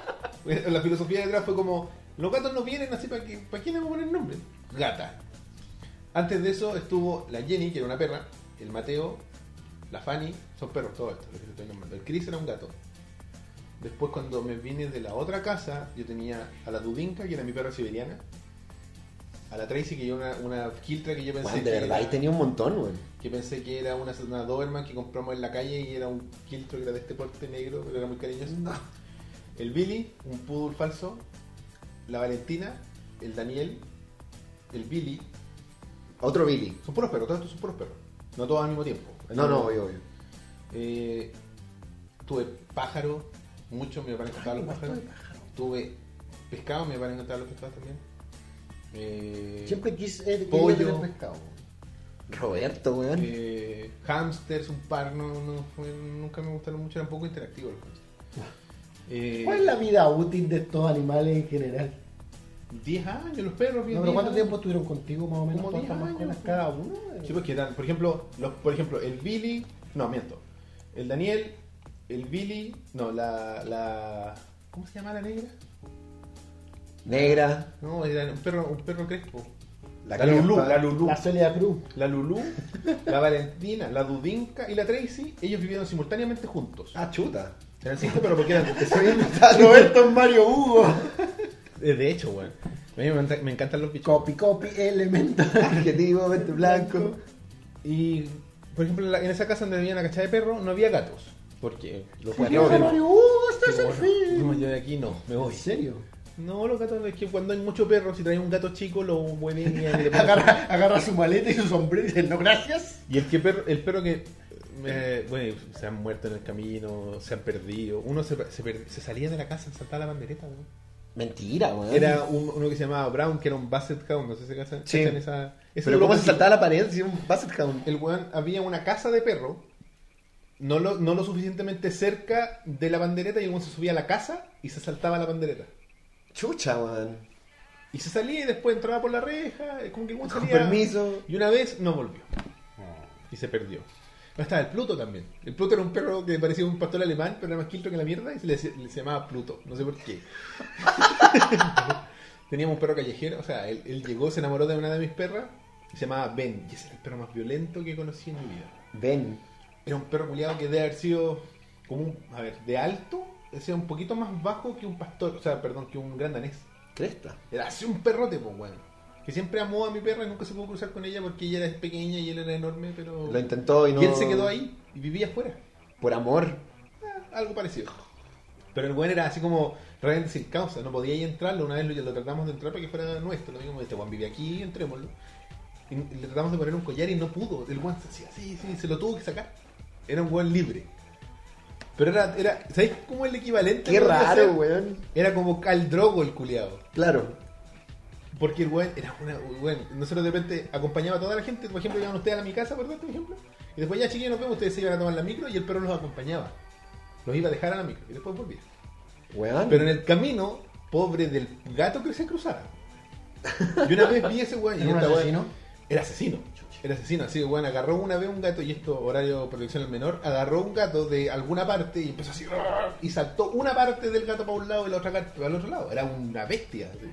S1: la filosofía detrás fue como, los gatos no vienen así, ¿para qué, ¿para qué le vamos a poner nombre? Gata. Antes de eso estuvo la Jenny, que era una perra, el Mateo, la Fanny, son perros, todo esto, lo que te estoy nombrando. El Chris era un gato. Después cuando me vine de la otra casa, yo tenía a la Dudinka, que era mi perra siberiana, a la Tracy, que era una, una Kiltra que yo pensé
S3: Weón, de
S1: que
S3: verdad, ahí
S1: era-
S3: tenía un montón, weón.
S1: que pensé que era una, una Doberman que compramos en la calle y era un quiltro que era de este porte negro, pero era muy cariñoso. El Billy, un poodle falso, la Valentina, el Daniel, el Billy.
S3: Otro Billy.
S1: Son puros perros, todos estos son puros perros. No todos al mismo tiempo.
S3: No, no, obvio, obvio.
S1: Eh, tuve pájaro, mucho me van a encantar los
S2: Ay, gusto
S1: pájaros.
S2: de pájaro.
S1: Tuve pescado, me van a encantar los pescados también. Eh,
S2: Siempre quise eh,
S1: Pollo.
S2: quería tener pescado.
S3: Roberto, weón.
S1: Eh, hamsters, un par, no, no fue- nunca me gustaron mucho, eran poco interactivos los hamsters. Eh,
S2: ¿Cuál es la vida útil de estos animales en general?
S1: 10 años, los perros, bien 10
S2: No, pero ¿cuánto
S1: años.
S2: tiempo estuvieron contigo más o menos
S1: Como
S2: todas estas
S1: 10 años,
S2: mascotas
S1: pues.
S2: cada uno?
S1: Sí, pues que eran, por ejemplo, los, por ejemplo, el Billy, no, miento, el Daniel, el Billy, no, la, la, ¿cómo se llama la negra?
S3: Negra.
S1: No, era un perro, un perro crespo.
S3: La
S1: la Lulú,
S3: Crempa.
S1: la Lulú.
S2: La Celia Cruz.
S1: La Lulú, la Valentina, la Dudinka y la Tracy, ellos vivieron simultáneamente juntos.
S3: Ah, chuta.
S1: Eran cinco, pero porque eran
S3: Roberto es Mario Hugo.
S1: Eh, De hecho, weón. A mí me, encanta- me encantan los bichos.
S2: Copy, copy, elemento.
S3: Adjetivo, vente blanco.
S1: Y, por ejemplo, en la- en esa casa donde vivía una cachada de perro, no había gatos. Porque los
S3: Sí,
S1: gatos...
S3: no, no,
S2: Mario Hugo, este es el
S1: no, no,
S2: fin.
S1: yo de aquí no, me voy.
S2: ¿En serio?
S1: No, los gatos, es que cuando hay mucho perro, si traes un gato chico, lo huevean y le ponen-
S2: Agarra, agarra su maleta y su sombrero y dice, no, gracias.
S1: Y el, que perro, el perro que... eh, bueno, se han muerto en el camino, se han perdido. Uno se, se, per- se salía de la casa, saltaba la bandereta, weón.
S3: Mentira, weón.
S1: Era un- uno que se llamaba Brown, que era un Basset Hound, no sé si se cachan-
S3: Sí.
S1: cachan esa... ese
S3: Pero cómo se
S1: logotipo.
S3: saltaba la pared si un Basset Hound.
S1: el weón había una casa de perro, no lo, no lo suficientemente cerca de la bandereta, y el weón se subía a la casa y se saltaba la bandereta.
S3: Chucha, weón.
S1: Y se salía y después entraba por la reja, eh, como que el weón
S3: Con
S1: salía.
S3: permiso. Oh.
S1: Y una vez no volvió. Y se perdió. No estaba el Pluto también. El Pluto era un perro que parecía un pastor alemán, pero era más quiltro que la mierda, y se le, le se llamaba Pluto, no sé por qué. Teníamos un perro callejero, o sea, él, él llegó, se enamoró de una de mis perras, y se llamaba Ben, y ese era el perro más violento que conocí en mi vida.
S3: Ven.
S1: Era un perro culiado que debe haber sido como un, a ver, de alto, decía un poquito más bajo que un pastor, o sea, perdón, que un gran danés.
S3: Cresta.
S1: Era así un perrote, pues, weón. Que siempre amó a mi perra y nunca se pudo cruzar con ella porque ella era pequeña y él era enorme, pero...
S3: Lo intentó y no.
S1: Y él se quedó ahí y vivía afuera.
S3: Por amor.
S1: Ah, Algo parecido. Pero el weón era así como realmente sin causa, no podía ir a entrarlo. Una vez lo, lo tratamos de entrar para que fuera nuestro. Lo mismo, este weón vive aquí, entrémoslo. Y le tratamos de poner un collar y no pudo. El weón se hacía así, sí, se lo tuvo que sacar. Era un weón libre. Pero era, era ¿sabéis cómo el equivalente?
S3: Qué
S1: podría ser?
S3: raro, weón.
S1: Era como Cal Drogo el culiado.
S3: Claro.
S1: Porque el weón era una. Weón, nosotros de repente acompañaba a toda la gente, por ejemplo, iban ustedes a mi casa, ¿verdad? Por ejemplo. Y después ya chiquillos nos vemos, ustedes se iban a tomar la micro y el perro los acompañaba. Los iba a dejar a la micro y después volvía.
S3: Weón.
S1: Pero en el camino, pobre del gato que se cruzara. Yo una vez vi ese weón y
S2: ¿Era un
S1: esta weá-
S2: asesino?
S1: Era asesino. Era asesino, así que weón agarró una vez un gato, y esto horario protección al menor, agarró un gato de alguna parte y empezó así "Arr", y saltó una parte del gato para un lado y la otra parte para el otro lado. Era una bestia. así.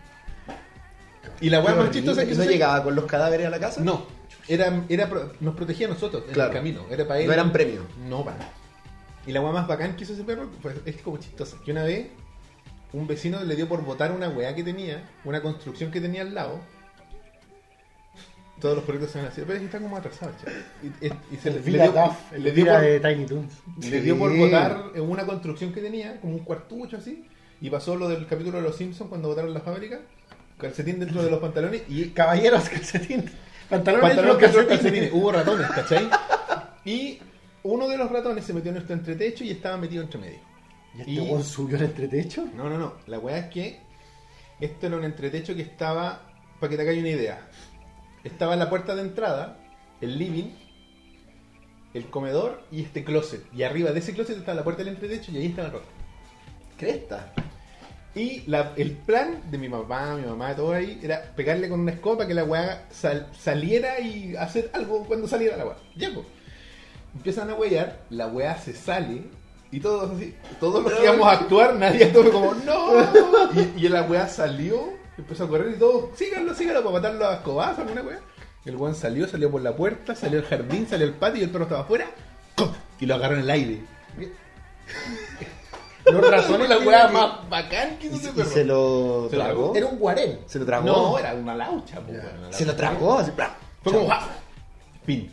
S1: Y la weá más chistosa que
S3: ¿No
S1: se-
S3: llegaba con los cadáveres a la casa?
S1: No, era, era, pro- nos protegía a nosotros en
S3: Claro.
S1: el camino. Era para él.
S3: No eran premios.
S1: No, para nada. Y la weá más bacán que hizo ese perro pues, es como chistosa. Que una vez un vecino le dio por botar una weá que tenía, una construcción que tenía al lado. Todos los proyectos se van así, pero es que está como atrasado, chaval. Y, es- y se le, le
S2: Vila
S1: dio,
S2: Duff,
S1: le dio
S2: Vila
S1: por,
S2: de Tiny Toons.
S1: le dio por
S3: Sí.
S1: botar en una construcción que tenía, como un cuartucho así. Y pasó lo del capítulo de los Simpsons cuando botaron la fábrica. Calcetín dentro de los pantalones y
S2: Caballeros, calcetín. Pantalones,
S1: Pantalón,
S2: dentro de
S1: calzón,
S2: los
S1: calcetines. Hubo ratones, ¿cachai? Y uno de los ratones se metió en nuestro entretecho y estaba metido entre medio.
S2: ¿Y este
S1: Y-
S2: weón subió al entretecho?
S1: No, no, no. La weá es que esto era un entretecho que estaba, para que te hagáis una idea, estaba la puerta de entrada, el living, el comedor y este closet. Y arriba de ese closet estaba la puerta del entretecho y ahí estaba el ratón.
S3: Cresta.
S1: Y la- el plan de mi papá, mi mamá, todo ahí, era pegarle con una escoba que la weá sal- saliera y hacer algo cuando saliera la weá. Ya, po. Empiezan a huellar, la weá se sale y todos así, todos los que íbamos a actuar, nadie actuó como ¡No! Y, y la weá salió, empezó a correr y todos, síganlo, síganlo para matarlo a escobazos, alguna weá. El weón salió, salió por la puerta, salió al jardín, salió al patio y el perro estaba afuera ¡co! y lo agarró en el aire.
S2: No
S1: Son
S2: razones
S1: la
S2: la
S1: weá
S2: weá más.
S1: más bacán que
S3: ¿Y,
S1: hizo ese
S3: y
S1: perro.
S3: se lo
S1: Se lo
S3: tragó?
S2: Era un guarén.
S3: ¿Se lo tragó?
S1: No, era una laucha, po,
S2: Ya.
S1: weón, una
S3: Se lo
S1: laucha.
S3: tragó, así, ¡bra!
S1: Fue como ¡ah! Fin.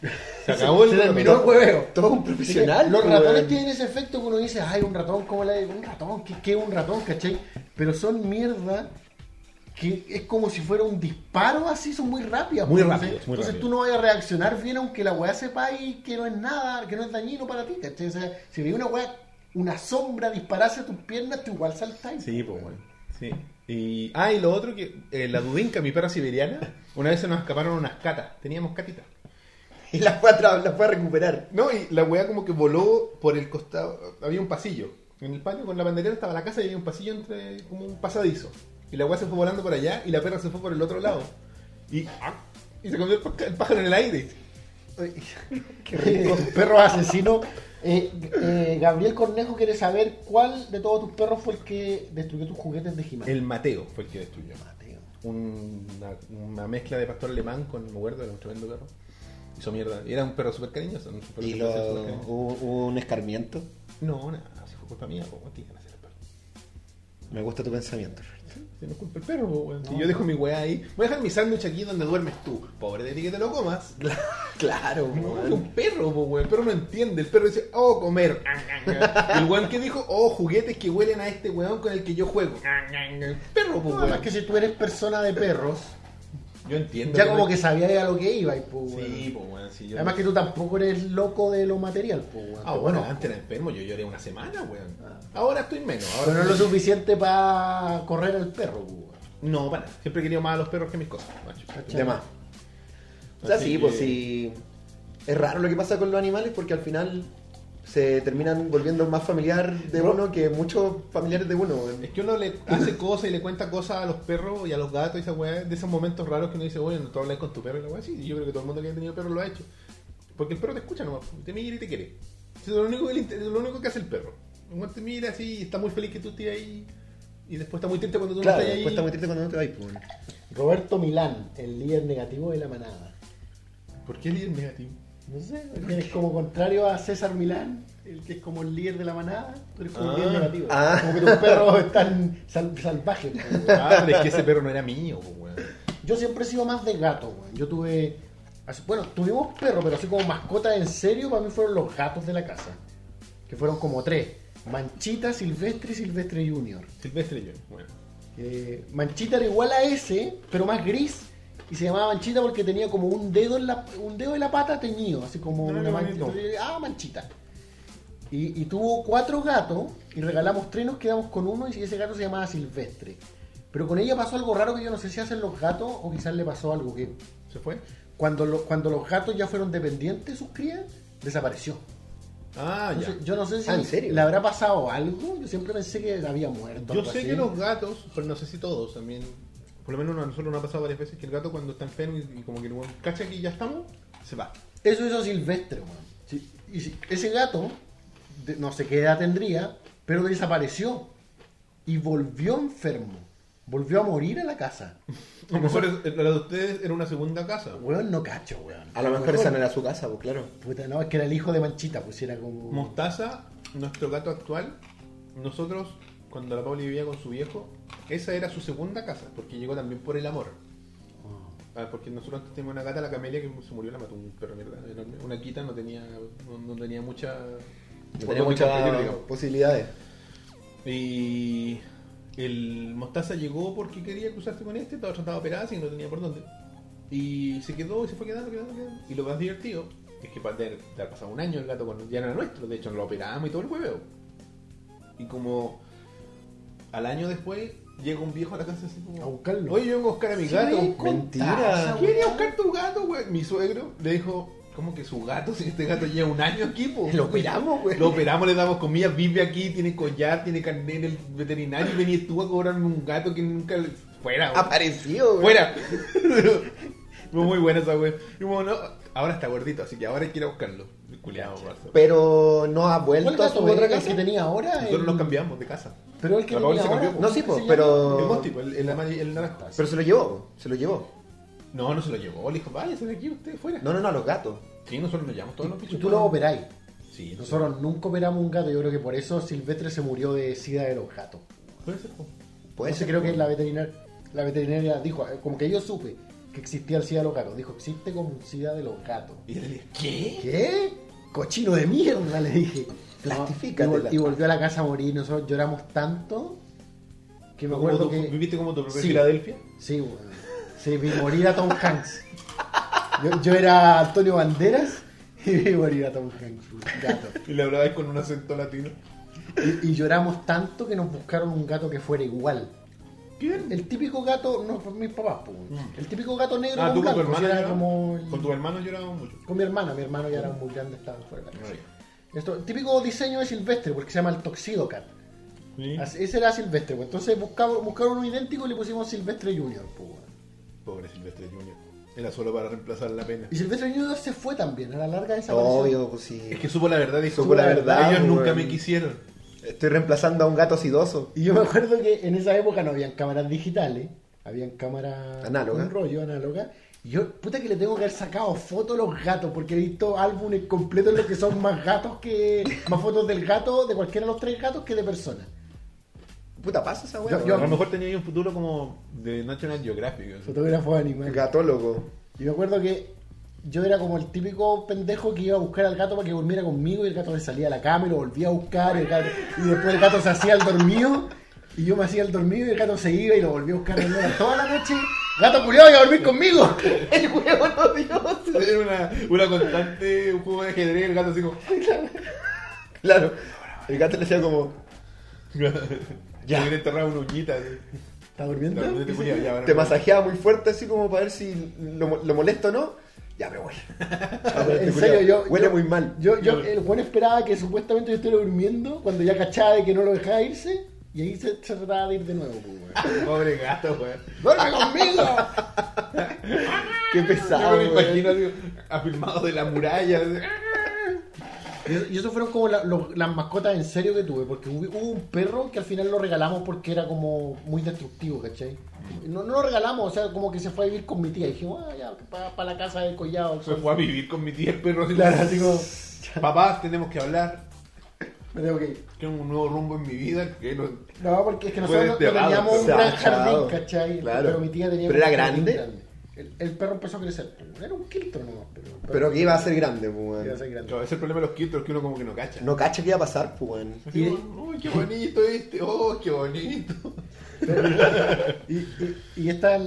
S1: Se acabó
S2: Se
S1: el
S2: terminó el hueveo.
S3: Todo un
S2: Así que
S3: profesional.
S2: Los
S3: pues,
S2: ratones
S3: weón.
S2: tienen ese efecto que uno dice, ay, un ratón, ¿cómo la Un ratón, ¿qué, qué es un ratón, cachai? Pero son mierda que es como si fuera un disparo así, son muy rápidas.
S1: Muy
S2: pues,
S1: rápido,
S2: entonces-
S1: muy
S2: Entonces
S1: rápido.
S2: tú no vayas a reaccionar bien aunque la weá sepa y que no es nada, que no es dañino para ti, cachai. O sea, si veis una weá, una sombra dispararse a tus piernas, tú igual saltáis.
S1: Sí, pues bueno. Sí. Y, ah, y lo otro que eh, la Dudinka, mi perra siberiana, una vez se nos escaparon unas catas. Teníamos catitas.
S3: Y la fue, a tra- la fue a recuperar.
S1: No, y la weá como que voló por el costado. Había un pasillo. En el patio con la banderera estaba la casa y había un pasillo entre. como un pasadizo. Y la weá se fue volando por allá y la perra se fue por el otro lado. Y. ¡ah! Y se comió el pá- el pájaro en el aire.
S2: Qué rico. perro asesino. Eh, eh, Gabriel Cornejo quiere saber cuál de todos tus perros fue el que destruyó tus juguetes de Jimán.
S1: El Mateo fue el que destruyó. un- una, una mezcla de pastor alemán con, me acuerdo, era un tremendo perro. Hizo mierda. Y era un perro súper cariñoso. ¿no? Un perro
S3: Y
S1: que
S3: lo,
S1: parecía súper cariñoso.
S3: hubo, hubo un escarmiento.
S1: No, nada, si fue culpa mía, po, weón, tiene que nacer el perro.
S3: Me gusta tu pensamiento, Roberto.
S1: Si no es culpa el perro, po, weón. Si yo dejo mi weá ahí, voy a dejar mi sándwich aquí donde duermes tú. Pobre de ti que te lo comas.
S3: Claro,
S1: No,
S3: weón.
S1: es un perro, po, weón. El perro no entiende. El perro dice, oh, comer. Y el weón que dijo, oh, juguetes que huelen a este weón con el que yo juego. Perro, po,
S2: No, además
S1: weón.
S2: que si tú eres persona de perros,
S1: Yo entiendo.
S2: ya como
S1: no-
S2: que sabías a lo que iba. Y, pues,
S1: Sí, po, weón. sí, yo-
S2: Además que tú tampoco eres loco de lo material. Pues, weón.
S1: Ah,
S2: Te
S1: bueno,
S2: conozco.
S1: antes era enfermo, yo lloré una semana, weón.
S2: Ah.
S1: Ahora estoy menos. Ahora
S2: Pero no es lo suficiente para correr al perro. Pues, weón.
S1: No, para. nada. Siempre he querido más a los perros que mis cosas, macho.
S2: ¿Cachai?
S3: De más. O sea,
S1: Así
S3: sí,
S1: que-
S3: pues sí. Es raro lo que pasa con los animales porque al final se terminan volviendo más familiar de uno que muchos familiares de uno. weón.
S1: Es que uno le hace cosas y le cuenta cosas a los perros y a los gatos y esa weá, de esos momentos raros que uno dice, bueno, tú hablas con tu perro y la weá, sí, yo creo que todo el mundo que ha tenido perro lo ha hecho. Porque el perro te escucha nomás, pues, te mira y te quiere. Eso es lo único, que le inter- lo único que hace el perro. Uno te mira así y está muy feliz que tú estés ahí y después está muy triste cuando tú
S3: Claro,
S1: no estás ahí.
S3: después está muy triste cuando no te vas. pues, weón.
S2: Roberto Milán, el líder negativo de la manada.
S1: ¿Por qué el líder negativo?
S2: No sé, eres como contrario a César Milán, el que es como el líder de la manada. Tú eres como el líder
S1: Ah.
S2: negativo.
S3: Ah.
S2: Como que tus perros están sal- salvajes. pues, weón.
S1: Ah, pero es que ese perro no era mío, pues, weón.
S2: Yo siempre he sido más de gato, weón. Yo tuve. así- bueno, tuvimos perro, pero así como mascota en serio, para mí fueron los gatos de la casa. Que fueron como tres: Manchita, Silvestre y Silvestre Junior.
S1: Silvestre y yo, bueno.
S2: Eh, Manchita era igual a ese, pero más gris. Y se llamaba Manchita porque tenía como un dedo en la, un dedo de la pata teñido, así como
S1: Ah,
S2: una manchita.
S1: bonito.
S2: Ah, Manchita. Y, y tuvo cuatro gatos y regalamos tres, nos quedamos con uno y ese gato se llamaba Silvestre. Pero con ella pasó algo raro que yo no sé si hacen los gatos o quizás le pasó algo que
S1: ¿Se fue?
S2: cuando, lo- cuando los gatos ya fueron dependientes sus crías, desapareció.
S1: Ah, ya.
S2: Entonces, yo no sé si
S3: Ah, ¿en serio?
S2: le habrá pasado algo. Yo siempre pensé que había muerto.
S1: Yo
S2: algo
S1: sé
S2: así.
S1: que los gatos, pero no sé si todos también, por lo menos a nosotros nos ha pasado varias veces que el gato cuando está enfermo y, y como que el weón cacha que ya estamos, se va.
S2: Eso hizo Silvestre, weón. Sí, y si- ese gato, de- no sé qué edad tendría, pero desapareció. Y volvió enfermo. Volvió a morir a la casa.
S1: A lo mejor es- la de ustedes era una segunda casa.
S2: Weón, no cacho, weón.
S3: A lo mejor esa no era su casa, pues claro.
S2: Puta, no, es que era el hijo de Manchita, pues era como...
S1: Mostaza, nuestro gato actual, nosotros, cuando la Pauli vivía con su viejo, esa era su segunda casa, porque llegó también por el amor. Ah, porque nosotros antes teníamos una gata, la camelia, que se murió, la mató un perro de mierda enorme. Una quita no tenía, no, no tenía mucha... por
S3: No
S1: dónde
S3: tenía muchas
S1: competir, digamos.
S3: posibilidades.
S1: Y el Mostaza llegó porque quería cruzarse con este, estaba tratado operada, así que no tenía por dónde. Y se quedó y se fue quedando, quedando, quedando. Y lo más divertido es que para tener, de haber pasado un año el gato con, ya no era nuestro, de hecho lo operamos y todo el hueveo. Y como al año después llega un viejo a la casa así como
S2: A buscarlo.
S1: Oye, yo vengo a buscar a mi
S2: Sí,
S1: gato.
S2: me contás,
S3: Mentira.
S1: ¿Quién iba a
S2: weón.
S1: buscar tu gato, güey? Mi suegro le dijo, ¿cómo que su gato? Si este gato lleva un año aquí, po.
S3: Lo operamos, güey.
S1: Lo operamos, le damos comida, vive aquí, tiene collar, tiene carnet en el veterinario y venías tú a cobrarme un gato que nunca... le- Fuera,
S3: Ah,
S1: güey.
S3: Apareció, güey.
S1: Fuera. Fue muy buena esa, güey. Y como, no, ahora está gordito, así que ahora quiero buscarlo. Culeado, güey.
S3: Pero no ha
S2: ¿Cuál
S3: vuelto a
S2: gato,
S3: su
S2: weón?
S3: otra
S2: El
S3: casa.
S2: que tenía ahora?
S1: Nosotros
S2: El-
S1: nos cambiamos de casa.
S2: Pero el que
S1: La Pauli
S2: tenía
S1: se
S2: ahora...
S1: cambió.
S3: No, Ah,
S2: ¿cómo
S3: sí,
S2: se
S3: pues,
S2: llama?
S3: pero.
S1: El Monty, el, el, amar- el naranja.
S3: Pero se lo llevó, se lo llevó.
S1: No, no se lo llevó, le dijo, váyase de aquí usted, fuera.
S3: No, no, no, a los gatos.
S1: Sí, nosotros nos llevamos todos los
S2: Y
S1: bichos.
S2: tú lo operáis.
S1: Sí, nosotros.
S2: Nosotros nunca operamos un gato. Yo creo que por eso Silvestre se murió de sida de los gatos.
S1: Puede ser, po.
S3: Puede
S2: Entonces
S3: ser,
S2: creo
S3: pues.
S2: que la veterinaria, la veterinaria dijo, eh, como que yo supe que existía el SIDA de los gatos. Dijo, existe como un SIDA de los gatos.
S1: Y él le dijo, ¿qué?
S2: ¿Qué? Cochino de mierda, le dije.
S3: Plastifícatela.
S2: No, y vol- Y volvió a la casa a morir. Nosotros lloramos tanto que me
S1: Como
S2: acuerdo
S1: tu-
S2: que...
S1: ¿Viviste como tu propia
S2: Sí.
S1: Filadelfia?
S2: Sí, bueno, sí, vi morir a Tom Hanks. Yo, yo era Antonio Banderas y vi morir a Tom Hanks, un gato.
S1: Y le hablabas con un acento latino.
S2: Y, y lloramos tanto que nos buscaron un gato que fuera igual.
S1: ¿Quién?
S2: El típico gato, no, fue mis papás, pues,
S1: Mm.
S2: el típico gato negro
S1: Ah,
S2: con
S1: tú con tu
S2: blanco, si
S1: hermano
S2: era
S1: llorabas.
S2: como el-
S1: Con tu hermano llorábamos mucho.
S2: con mi hermana, mi hermano ya era muy grande, estaba fuera de la casa.
S1: Ay.
S2: Esto, el típico diseño de Silvestre, porque se llama el Toxido Cat.
S1: Sí.
S2: Así- Ese era Silvestre, pues. entonces buscaba- buscaron uno idéntico y le pusimos Silvestre Junior. pues, bueno.
S1: Pobre Silvestre Junior. Era solo para reemplazar la pena.
S2: Y Silvestre Junior se fue también, a la larga desapareció.
S3: Obvio, pues sí.
S1: Es que supo la verdad y
S3: Supo la verdad,
S2: pues,
S1: Ellos
S3: weón.
S1: nunca me quisieron.
S3: Estoy reemplazando a un gato sidoso.
S2: Y yo me acuerdo que en esa época no habían cámaras digitales, habían cámaras
S3: Análoga.
S2: con rollo análoga. Y yo, puta que le tengo que haber sacado fotos a los gatos, porque he visto álbumes completos en los que son más gatos que. más fotos del gato, de cualquiera de los tres gatos que de personas.
S3: Puta, pasa esa weá.
S2: Yo-
S1: A
S2: yo-
S1: lo mejor tenía ahí un futuro como de National Geographic. así.
S2: Fotógrafos
S3: weón.
S2: animales.
S3: Gatólogo.
S2: Y me acuerdo que yo era como el típico pendejo que iba a buscar al gato para que durmiera conmigo y el gato le salía a la cama y lo volvía a buscar y, el gato- y después el gato se hacía el dormido y yo me hacía el dormido y el gato se iba y lo volvía a buscar de nuevo toda la noche. Gato culiao, iba a dormir conmigo.
S3: El huevo no dio.
S1: Era una, una constante, un juego de ajedrez, el gato así como...
S3: Claro. El gato le hacía como.
S1: ya. Le enterraba una uñita. así.
S2: ¿Está durmiendo?
S1: La uñita de culiao, ya, bueno,
S3: Te
S1: bueno.
S3: masajeaba muy fuerte, así como para ver si lo, lo molesto o no. Ya me voy.
S2: En serio, yo.
S3: Huele
S2: yo-
S3: muy mal.
S2: Yo, yo, el buen esperaba que supuestamente yo estuviera durmiendo cuando ya cachaba de que no lo dejaba irse y ahí se, se trataba de ir de nuevo. pues, weón.
S1: Pobre gato, weón.
S2: ¡Duerme conmigo!
S3: Qué
S1: Yo
S3: pesado.
S1: me lo
S3: weón.
S1: imagino así, afirmado de la muralla. así.
S2: Y eso- Y eso fueron como la- lo- las mascotas en serio que tuve, porque hubo, hubo un perro que al final lo regalamos porque era como muy destructivo, ¿cachai? No, no lo regalamos, o sea, como que se fue a vivir con mi tía. Y dijimos, ah, ya, para la casa del collado.
S1: Se fue a vivir con mi tía el perro. así
S2: Claro, así como,
S1: como, Papá, tenemos que hablar.
S2: me tengo que ir.
S1: Tengo un nuevo rumbo en mi vida. Que no...
S2: No, porque es que
S1: Fue
S2: nosotros no- no
S1: desterrado,
S2: teníamos un gran
S3: desterrado.
S2: jardín, ¿cachai?
S3: Claro.
S2: Pero mi tía tenía
S3: Pero
S2: un
S3: era
S2: jardín
S3: grande.
S2: El, el perro empezó a crecer. Era un quiltro nomás, pero... el perro
S3: Pero que iba a ser grande, pues,
S2: iba a
S3: weón.
S2: ser grande.
S1: Claro, ese es el problema de los quintos, que uno como que no cacha.
S3: No cacha que iba a pasar, pues, weón.
S1: Así como, Uy, qué bonito este. Oh, qué bonito.
S2: Y, y, y esta,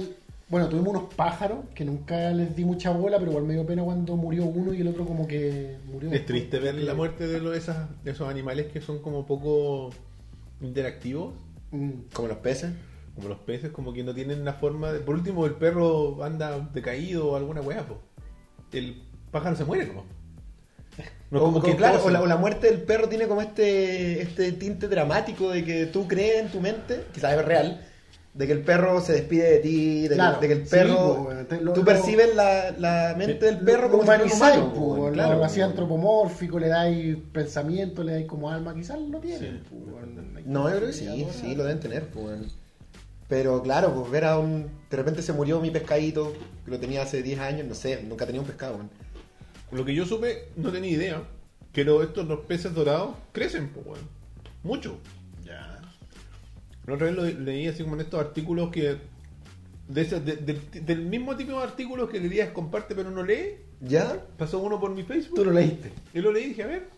S2: bueno, tuvimos unos pájaros que nunca les di mucha bola, pero igual me dio pena cuando murió uno y el otro como que murió.
S1: Es triste ver la muerte de, lo- esas, de esos animales que son como poco interactivos.
S2: Mm.
S3: Como los peces.
S1: Como los peces, como que no tienen una forma de... Por último, el perro anda decaído o alguna weá, po. El pájaro se muere, ¿no? No
S3: o,
S1: como
S3: o-
S1: que
S3: claro,
S1: todos-
S3: o la, o la muerte del perro tiene como este, este tinte dramático de que tú crees en tu mente, quizás es real, de que el perro se despide de ti, de, que-
S2: Claro,
S3: de que el
S2: sí,
S3: perro...
S2: po, weón. Te- lo-
S3: tú
S2: lo-
S3: percibes la, la mente del Este perro
S2: Lo
S3: como si fuera un
S2: humanizáis,
S3: humano,
S2: po,
S3: weón,
S2: weón,
S3: claro,
S2: lo hacía
S3: weón.
S2: pues, antropomórfico, le dais pensamiento, le dais como alma, quizás lo tienen. po, weón.
S3: No, yo creo que sí,
S2: Ahora-
S3: sí, lo deben tener, pues. weón. Pero claro, pues ver a un. De repente se murió mi pescadito, que lo tenía hace 10 años, no sé, nunca tenía un pescado, weón.
S1: Lo que yo supe, no tenía idea, que los- estos los peces dorados crecen, pues, weón. Mucho.
S2: Ya.
S1: La otra vez lo leí así como en estos artículos que. De esos- de- del- del mismo tipo de artículos que leías comparte pero no lee,
S3: ¿Ya?
S1: pasó uno por mi Facebook.
S2: Tú lo leíste.
S1: Y lo leí y dije, a ver.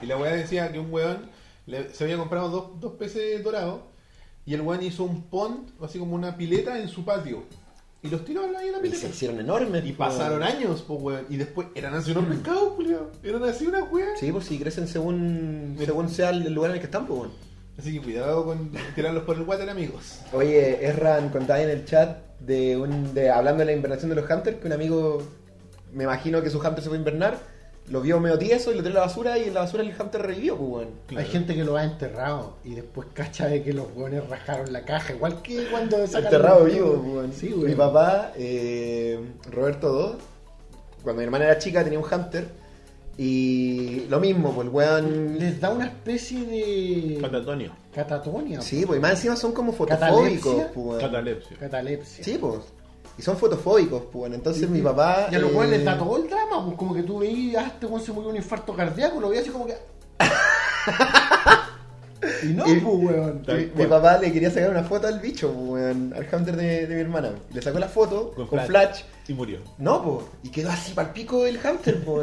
S1: Y la weá decía que un weón le- se había comprado dos, dos peces dorados y el weón hizo un pond, así como una pileta en su patio. Y los tiró ahí en la
S3: Y
S1: pileta.
S3: se hicieron enormes.
S1: Y
S3: pues,
S1: pasaron
S3: weón.
S1: años, pues weón. Y después eran así unos pescados, culiao. Eran así unas weas.
S3: Mm. Sí, pues sí, crecen según, según sea el lugar en el que están, pues, weón.
S1: Así que cuidado con tirarlos por el water, amigos.
S3: Oye, Erran, contaba en el chat de un de hablando de la invernación de los hunters, que un amigo, me imagino que su hunter se fue a invernar, lo vio medio tieso y lo tiró a la basura y en la basura el hunter revivió, pues, weón.
S1: Claro.
S2: Hay gente que lo ha enterrado y después cacha de que los hueones rajaron la caja, igual que cuando sacan
S3: Enterrado
S2: los-
S3: vivo, weón.
S2: Sí, weón.
S3: Mi papá, eh, Roberto II, cuando mi hermana era chica tenía un hunter. Y lo mismo, pues el weón.
S2: les da una especie de
S1: Antonio.
S2: catatonia,
S3: Sí, pues y más encima son como fotofóbicos,
S2: Catalepsia.
S3: pues, weón.
S1: Catalepsia.
S2: catalepsia.
S3: Sí, pues. Y son fotofóbicos, pues. weón. Entonces mi papá.
S2: Y a los
S3: eh,
S2: hueones les da todo el drama, pues como que tú veías, ah, este hueón se murió de un infarto cardíaco, lo veías así como que. y no,
S3: Y-
S2: pues hueón.
S1: Tal
S3: mi- Mi
S1: cual.
S3: papá le quería sacar una foto al bicho, pues, weón, al hunter de, de mi hermana. Y Le sacó la foto con, flash.
S1: Y murió.
S3: No, po. Y quedó así para el pico el hamster, po.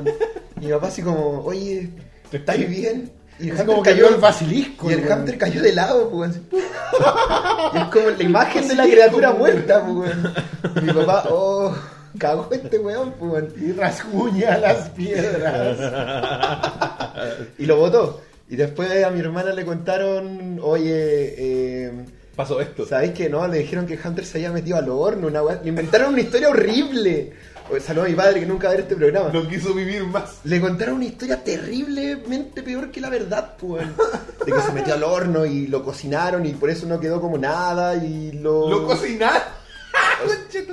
S3: Y mi papá así como, oye, ¿estáis bien? Y
S2: Es
S3: hamster
S2: como que vio el basilisco.
S3: Y el
S2: weón.
S3: hamster cayó de lado, po. así. Y es como la imagen de la criatura muerta, po. weón. Y Mi papá, oh, cagó este weón, po. weón.
S2: Y rasguña las piedras.
S3: Y lo votó. Y después a mi hermana le contaron, oye, eh,
S1: Pasó esto.
S3: ¿Sabéis que no? Le dijeron que Hunter se había metido al horno, una weá. Le inventaron una historia horrible. O- Saludos a mi padre que nunca va a ver este programa.
S1: No quiso vivir más.
S3: Le contaron una historia terriblemente peor que la verdad, pues. weón. De que se metió al horno y lo cocinaron y por eso no quedó como nada y lo.
S1: Lo cocinaron.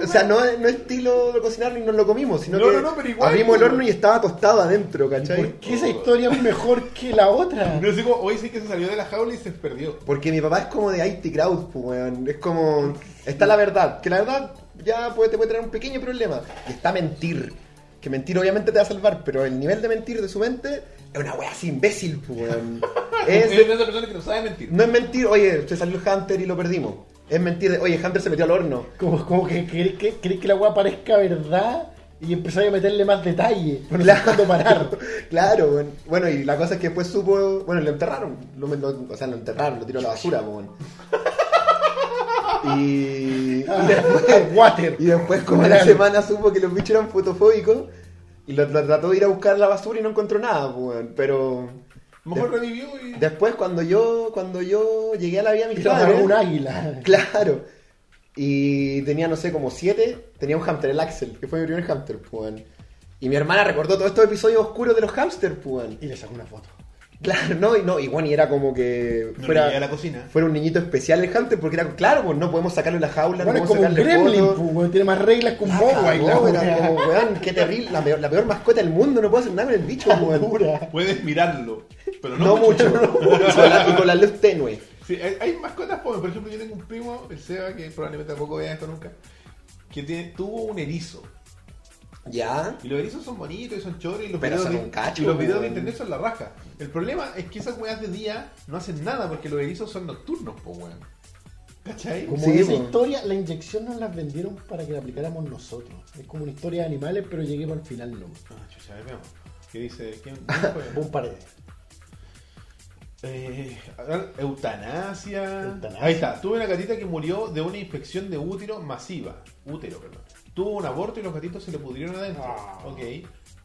S3: O sea, no, no estilo lo cocinaron y nos lo comimos, sino
S1: No,
S3: que
S1: no, no, pero igual,
S3: abrimos el
S1: pues.
S3: horno y estaba tostado adentro, ¿cachai?
S2: ¿Por qué esa historia es mejor que la otra?
S1: No sé cómo, hoy sí que se salió de la jaula y se perdió.
S3: Porque mi papá es como de IT Crowd, pues, weón. Es como. Está la verdad. Que la verdad ya puede, te puede traer un pequeño problema. Y está mentir. Que mentir obviamente te va a salvar, pero el nivel de mentir de su mente es una weá así imbécil, pues, weón.
S1: Es
S3: Es,
S1: de esa persona que no sabe mentir.
S3: no es mentir, oye, se salió Hunter y lo perdimos. Es mentir de, oye, Hunter se metió al horno.
S2: Como, como que crees que, crees que la weá parezca verdad y empezáis a meterle más detalle. Pero no
S3: Claro.
S2: sé cuándo parar.
S3: Claro, weón. Bueno, y la cosa es que después supo. Bueno, lo enterraron. Lo- lo- o sea, lo enterraron, lo tiró a la basura, pues, weón. Y.
S2: Ah, Water.
S3: Y después, como a la semana supo que los bichos eran fotofóbicos, y lo, lo trató de ir a buscar la basura y no encontró nada, pues, weón. Pero
S1: A lo mejor revivió y.
S3: después, cuando yo cuando yo llegué a la vida de mis
S2: Era
S3: padres,
S2: un águila.
S3: claro, y tenía, no sé, como siete, tenía un hamster, el Axel, que fue mi primer hamster, pues, weón. Y mi hermana recordó todos estos episodios oscuros de los hamsters, pues, weón.
S2: Y le sacó una foto.
S3: Claro, no, y no, y bueno, y era como que
S1: No
S3: fuera,
S1: llegué a la cocina.
S3: fuera un niñito especial el hamster, porque era, claro, pues no podemos sacarlo de la jaula,
S2: Bueno,
S3: no
S2: es
S3: podemos
S2: como un
S3: sacarle
S2: gremlin, pues,
S3: fotos.
S2: pu, weón, tiene más reglas que un bobo.
S3: Ah,
S2: y la
S3: no, era
S2: weá.
S3: como, weón, qué terrible, la peor, la peor mascota del mundo, no puedo hacer nada con el bicho, weón.
S2: Dura.
S1: Puedes mirarlo, pero no,
S3: No mucho, y con la- y con la luz tenue.
S1: Sí, hay, hay mascotas pobres. Por ejemplo, yo tengo un primo, el Seba, que probablemente tampoco vea esto nunca, que tiene, tuvo un erizo.
S3: Ya,
S1: Y los erizos son bonitos y son choros y los
S3: Pero
S1: videos,
S3: son
S1: de,
S3: un cacho,
S1: y los videos de
S3: weón.
S1: internet son la raja. El problema es que esas weas de día no hacen nada porque los erizos son nocturnos, po weón. ¿Cachai?
S2: Como
S3: Sí,
S2: esa
S3: weón.
S2: historia, la inyección nos la vendieron para que la aplicáramos nosotros. Es como una historia de animales, pero llegué para el final no.
S1: Ah, chucha, a ver, veamos. ¿Qué dice? ¿Quién, quién fue?
S2: Un pared.
S1: Eh, a ver, eutanasia.
S2: Eutanasia.
S1: Ahí está. Tuve una gatita que murió de una infección de útero masiva. Útero, perdón. Tuvo un aborto y los gatitos se le pudrieron adentro.
S2: Ah.
S1: Ok.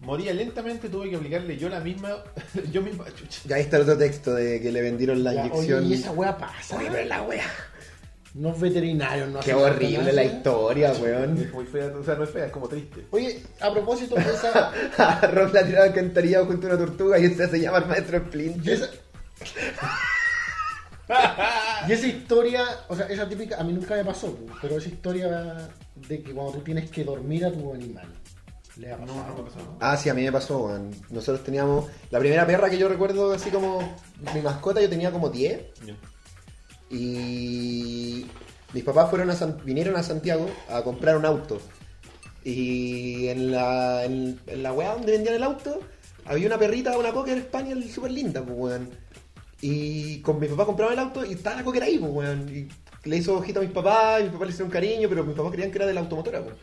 S1: Moría lentamente, tuve que aplicarle yo la misma. yo misma. Chucha.
S3: ya ahí está el otro texto de que le vendieron la
S2: Ya,
S3: inyección.
S2: Oye, y esa weá pasa.
S3: Oye, pero la wea.
S2: No es veterinario, no
S3: Qué
S2: hacen
S3: horrible la
S2: eutanasia.
S3: historia, weón.
S1: Es muy fea, o sea, no es fea, es como triste.
S2: Oye, a propósito de esa.
S3: Rob la tiraba cantarillado junto a una tortuga y ese se llama el maestro
S2: de esa-
S3: Splinter.
S2: Y esa historia, o sea, esa típica, a mí nunca me pasó, pu, pero esa historia de que cuando tú tienes que dormir a tu animal, le ha pasado.
S1: No, no me ha pasado.
S3: Ah, sí, a mí me pasó, weón. Nosotros teníamos. La primera perra que yo recuerdo, así como. Mi mascota, yo tenía como 10.
S1: Ya.
S3: Y mis papás fueron a San- vinieron a Santiago a comprar un auto. Y en la, en, en la weá donde vendían el auto, había una perrita, una cocker español súper linda, pues weón. Y con mi papá compraron el auto y estaba la cocker ahí, pues weón. Y le hizo ojito a mis papás, y mis papás le hicieron cariño, pero mis papás creían que era de la automotora, pues.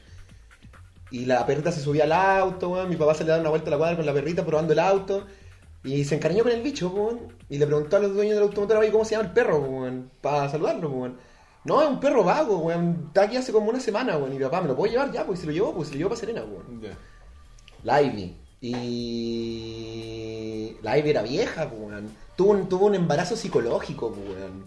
S3: Y la perrita se subía al auto, weón. Mi papá se le daba una vuelta a la cuadra con la perrita probando el auto. Y se encariñó con el bicho, po, weón. Y le preguntó a los dueños del automotor, oye, ¿cómo se llama el perro, po, weón? Para saludarlo, po, weón. No, es un perro vago, weón. Está aquí hace como una semana, weón. Y mi papá, ¿me lo puedo llevar ya? Pues se lo llevó, pues se lo llevó para Serena, weón.
S1: Ya.
S3: La Ivy. Y. La Ivy era vieja, po, weón. Tuvo un, tuvo un embarazo psicológico, po, weón.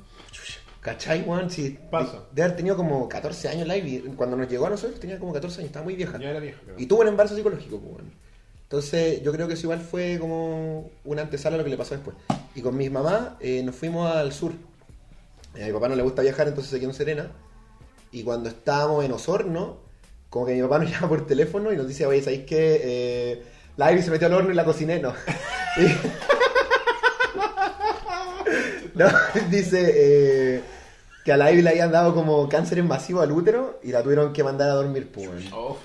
S3: ¿Cachai, weón? Sí,
S1: Pasa.
S3: De, de haber tenido como 14 años la Ivy. Cuando nos llegó a nosotros tenía como 14 años, estaba muy vieja.
S1: Ya era vieja, creo.
S3: Y tuvo un embarazo psicológico, pues, bueno. Entonces, yo creo que eso igual fue como una antesala a lo que le pasó después. Y con mi mamá eh, nos fuimos al sur. Eh, a mi papá no le gusta viajar, entonces se quedó en Serena. Y cuando estábamos en Osorno, como que mi papá nos llama por teléfono y nos dice, oye, ¿sabéis qué? Eh, la Ivy se metió al horno y la cociné, no. Y- no, dice eh, que a la Ivy le habían dado como cáncer invasivo al útero y la tuvieron que mandar a dormir, pues. bueno.
S1: Oh,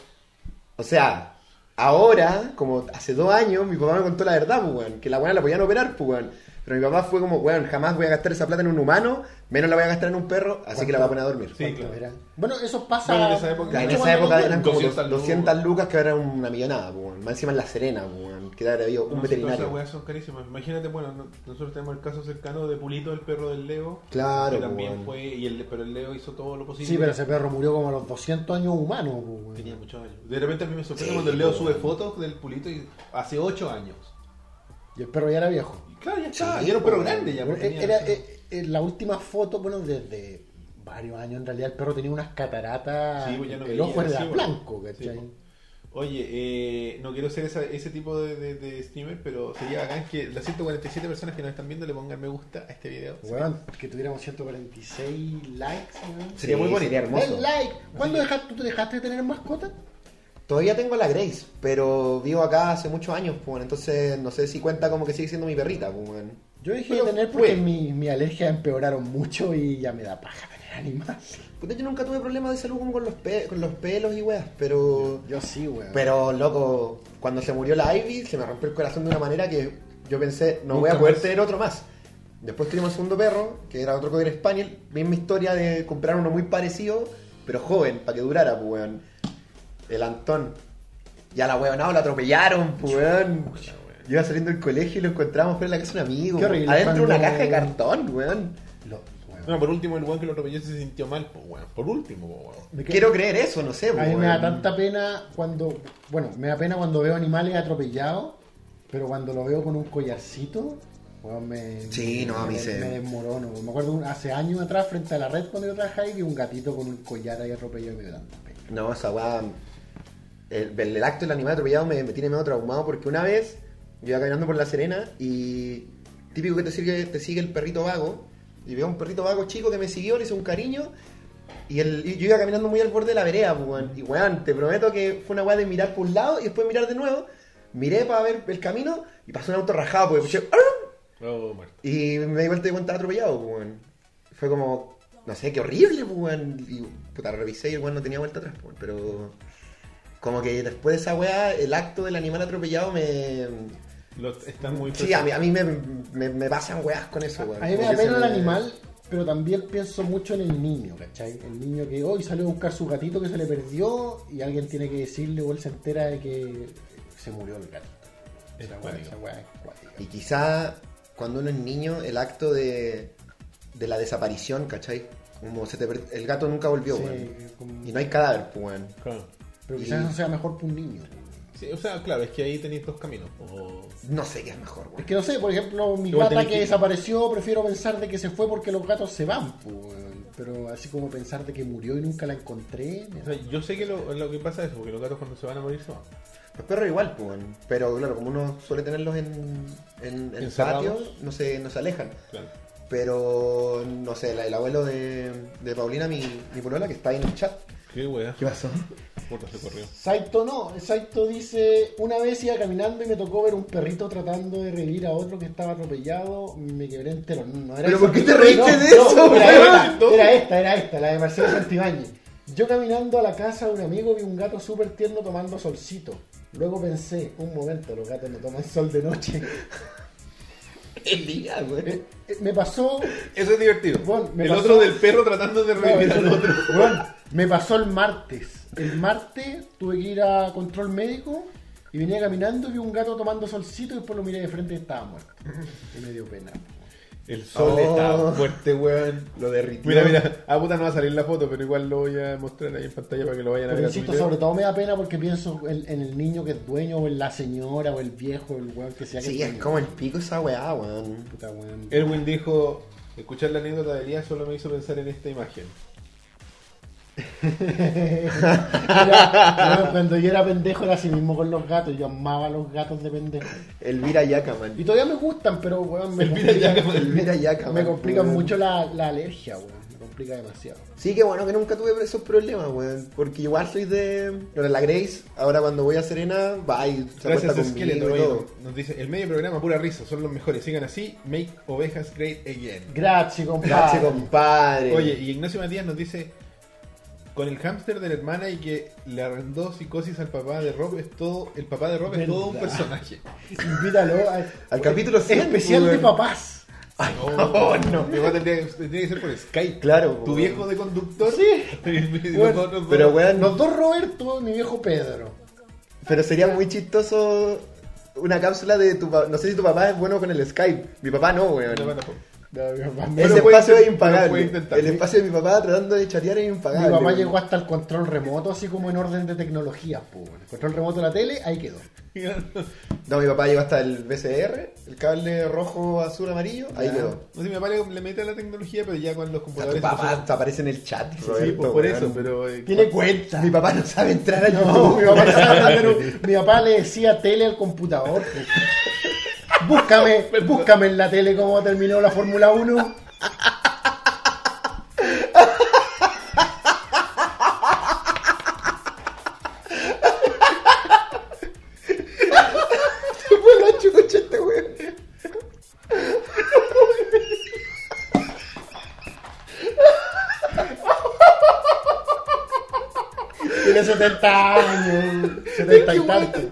S3: O sea, ahora, como hace dos años, mi papá me contó la verdad, pues, weón, que la weá la podían operar, pues, weón. Pero mi papá fue como, weón, jamás voy a gastar esa plata en un humano, menos la voy a gastar en un perro, así que la voy a poner a dormir.
S1: Sí,
S2: ¿Cuánto
S1: claro.
S2: era? Bueno, Bueno, eso pasa.
S1: Bueno, en esa época-
S3: Ya, en
S2: mucho
S3: esa
S2: más
S3: época
S2: menos
S3: eran
S2: bien.
S3: como 200,
S1: 200 lucas.
S3: lucas, que ahora eran una millonada, pues, weón. Más encima en la Serena, pues, weón, que era habido
S1: no,
S3: un
S1: si todas
S3: veterinario.
S1: Esas weas son carísimas. Imagínate, bueno, no- nosotros tenemos el caso cercano de Pulito, el perro del Leo.
S3: Claro,
S1: Que también
S3: weón.
S1: fue, y el, pero el Leo hizo todo lo posible.
S2: Sí, pero ese perro murió como a los 200 años humanos. pu, weón.
S1: Tenía muchos años. De repente a mí me sorprende
S3: Sí,
S1: cuando el Leo
S3: weón.
S1: sube fotos del Pulito y hace 8 años.
S2: Y el perro ya era viejo.
S1: Y claro, ya está.
S3: Sí,
S1: y era un perro
S3: weón.
S1: grande ya.
S2: Bueno,
S1: pues, tenía-
S2: era, eh, eh, la última foto, bueno, desde varios años en realidad, el perro tenía unas cataratas.
S1: Sí, pues ya no
S2: el
S1: veía,
S2: ojo era
S1: sí, pues.
S2: blanco,
S1: Sí,
S2: ¿cachai?
S1: pues. Oye, eh, no quiero ser esa- ese tipo de, de, de streamer, pero sería bacán que las 147 personas que nos están viendo le pongan me gusta a este video.
S2: Weón, que tuviéramos 146 likes, weón.
S1: Sería muy bonito.
S3: Sería hermoso.
S2: Del like. ¿Cuándo dejaste, tú dejaste de tener mascota?
S3: Todavía tengo la Grace, pero vivo acá hace muchos años, pues, weón, entonces no sé si cuenta como que sigue siendo mi perrita, pues, weón.
S2: Yo dejé
S1: Pero
S2: de tener porque
S1: fue.
S2: mi, mi alergia empeoraron mucho y ya me da paja tener animales.
S3: Puta, yo nunca tuve problemas de salud como con los, pe- con los pelos y weas, pero...
S2: Yo sí, weón.
S3: Pero, loco, cuando se murió la Ivy, se me rompió el corazón de una manera que yo pensé, no voy
S2: Nunca
S3: a poder
S2: más.
S3: tener otro más. Después tuvimos el segundo perro, que era otro Cocker Spaniel. Misma historia de comprar uno muy parecido, pero joven, para que durara, pues, weón. El Antón. Ya la weón, no, lo atropellaron, pues, weón. Yo iba saliendo del colegio y lo encontramos fuera de la casa de un amigo.
S2: Qué horrible,
S3: Adentro de una
S2: cuando-
S3: caja de cartón, weón.
S2: Lo- weón.
S1: No, por último, el weón que lo atropelló se sintió mal, pues, weón. Por último, pues, weón.
S2: Me
S3: Quiero creer eso, no sé,
S2: A mí
S3: weón.
S2: me da tanta pena cuando, bueno, me da pena cuando veo animales atropellados, pero cuando lo veo con un collarcito, weón, me,
S3: Sí, no, a mí
S2: me,
S3: se-
S2: me desmorono. Me acuerdo un- hace años atrás, frente a la red, cuando yo trabajaba ahí, vi un gatito con un collar ahí atropellado y me dio tanta pena.
S3: No, esa weá. El, el acto del animal atropellado me, me tiene medio traumado porque una vez yo iba caminando por La Serena y típico que te sigue, te sigue el perrito vago. Y veo a un perrito vago chico que me siguió, le hizo un cariño. Y, el, y yo iba caminando muy al borde de la vereda, pues, weón. Y weón, te prometo que fue una weá de mirar por un lado y después mirar de nuevo. Miré para ver el camino y pasó un auto rajado porque escuché. ¡ah! "Arr",
S1: Oh, muerto.
S3: Y me di vuelta y cuenta atropellado, pues, weón. Fue como, no sé, qué horrible, pues, weón. Y puta, revisé y el weón no tenía vuelta atrás, pues, weón. Pero como que después de esa weá, el acto del animal atropellado me.
S1: Lo- está muy
S3: Sí, a mí, a mí me, me, me pasan weás con eso, weón.
S2: A mí me
S3: Como
S2: da
S3: que se
S2: pena el
S3: me-
S2: animal, pero también pienso mucho en el niño, ¿cachai? El niño que hoy salió a buscar su gatito que se le perdió y alguien tiene que decirle o él se entera de que se murió el gatito.
S1: Es
S2: Esa weá-
S1: cuático.
S2: esa weá es cuática.
S3: Y quizá cuando uno es niño, el acto de, de la desaparición, ¿cachai? Como se te per- el gato nunca volvió,
S2: Sí,
S3: weón.
S2: como-
S3: Y no hay cadáver, pues, weón.
S1: Claro.
S2: Pero
S3: Y-
S2: quizás eso sea mejor que un niño.
S1: Sí, o sea, claro, es que ahí tenéis dos caminos. O...
S3: No sé qué es mejor, weón.
S2: Es que no sé, por ejemplo, mi
S1: Igual
S2: gata
S1: tenés
S2: que,
S1: que-
S2: desapareció, prefiero pensar de que se fue porque los gatos se van. pues, weón. Pero así como pensar de que murió y nunca la encontré. me-
S1: O sea, yo sé que lo, lo que pasa es eso, porque los gatos cuando se van a morir se van.
S3: Los perros igual, pues, weón. pero claro, como uno suele tenerlos en, en, en el
S1: Encerrados.
S3: patio, no se, no se alejan.
S1: Claro.
S3: Pero, no sé, la- el abuelo de, de Paulina, mi, mi polola, que está ahí en el chat.
S1: Qué wea.
S3: ¿Qué pasó?
S1: Puta se corrió.
S2: Saito no, Saito dice, una vez iba caminando y me tocó ver un perrito tratando de revivir a otro que estaba atropellado, me quebré entero. No, era
S3: ¿Pero
S2: esa
S3: por qué te
S2: película,
S3: reíste de eso,
S2: era,
S3: weón?
S2: esta, era esta, era esta, la de Marcelo Santibáñez. Yo caminando a la casa de un amigo vi un gato súper tierno tomando solcito. Luego pensé, un momento, los gatos no toman sol de noche.
S3: El día, güey.
S2: Eh, eh, Me pasó
S1: Eso es divertido.
S2: Bueno, me
S1: el
S2: pasó-
S1: otro del perro tratando de
S2: No,
S1: revivir
S2: eso
S1: al
S2: no.
S1: otro.
S2: Weón, me pasó el martes. El martes tuve que ir a control médico y venía caminando y vi un gato tomando solcito y después lo miré de frente y estaba muerto. Y me dio pena.
S1: El sol está fuerte.
S3: Oh, weón. Lo derritió.
S1: Mira, mira, ah puta no va a salir la foto, pero igual lo voy a mostrar ahí en pantalla para que lo vayan a
S2: Pero
S1: ver. a
S2: insisto,
S1: Twitter.
S2: sobre todo me da pena porque pienso en, en el niño que es dueño, o en la señora, o el viejo, el weón que sea que
S3: Sí, es
S2: es dueño.
S3: como el pico esa weá, weón.
S2: Puta, weón.
S1: Erwin dijo, escuchar la anécdota de Elías solo me hizo pensar en esta imagen.
S2: Era- weón, cuando yo era pendejo era así mismo con los gatos. Yo amaba a los gatos de pendejo.
S3: Elvira Yaca, man.
S2: Y todavía me gustan, pero weón, me
S1: Elvira
S2: complican-
S1: Yaca,
S3: Elvira Yaca,
S2: Me
S3: man,
S2: complica
S3: weón.
S2: mucho la, la alergia, weón. Me complica demasiado.
S3: Sí, que bueno que nunca tuve esos problemas, weón. Porque igual soy de. Pero la Grace, ahora cuando voy a Serena, va y se
S1: Gracias a
S3: acuesta conmigo
S1: Skeletor,
S3: y
S1: oye,
S3: todo.
S1: nos dice, el medio programa, pura risa, son los mejores, sigan así, make ovejas great again.
S2: Gracias, compadre.
S3: Gracias, compadre.
S1: Ah. Oye, y Ignacio Matías nos dice, con el hámster de la hermana y que le arrendó psicosis al papá de Rob, es todo, el papá de Rob es todo un
S2: Verdad.
S1: personaje.
S2: Invítalo a-
S3: Al capítulo 100,
S2: especial de
S3: weón.
S2: papás.
S1: Oh, no. Igual tendría, tendría que ser por Skype.
S3: Claro,
S1: Tu
S3: weón.
S1: viejo de conductor.
S2: Sí.
S1: Y
S2: Bueno,
S1: nosotros
S3: pero
S1: dos.
S3: weón,
S2: Los dos Roberto, mi viejo Pedro.
S3: pero sería muy chistoso una cápsula de tu papá. No sé si tu papá es bueno con el Skype. Mi papá no, weón.
S1: No, bueno, pues.
S2: No, mi papá,
S3: Ese
S1: Bueno, puede ser,
S3: espacio es
S1: pero puede
S3: impagable.
S1: intentar.
S3: El espacio de mi papá tratando de chatear es impagable.
S2: mi papá
S3: weón.
S2: llegó hasta el control remoto, así como en orden de tecnologías, po, weón. El control remoto de la tele, ahí quedó.
S1: pues.
S3: No, mi papá llegó hasta el BCR, el cable rojo, azul, amarillo. Ahí
S2: Ya.
S3: quedó.
S1: No sé, mi papá le, le mete a la tecnología, pero ya con los
S3: O sea, tu
S1: computadores.
S3: papá
S1: no
S3: te aparece en el chat,
S1: sé-
S3: Roberto,
S1: sí, pues, por
S3: weón.
S1: eso, pero. eh,
S2: Tiene cuenta.
S3: Mi papá no sabe entrar al
S2: No,
S1: Oh.
S3: YouTube.
S2: mi, papá estaba hablando en un- mi papá le decía tele al computador. Búscame, búscame en la tele cómo terminó la Fórmula 1.
S3: Se fue la chucha este weón.
S2: Tiene 70 años, 70 y tantos.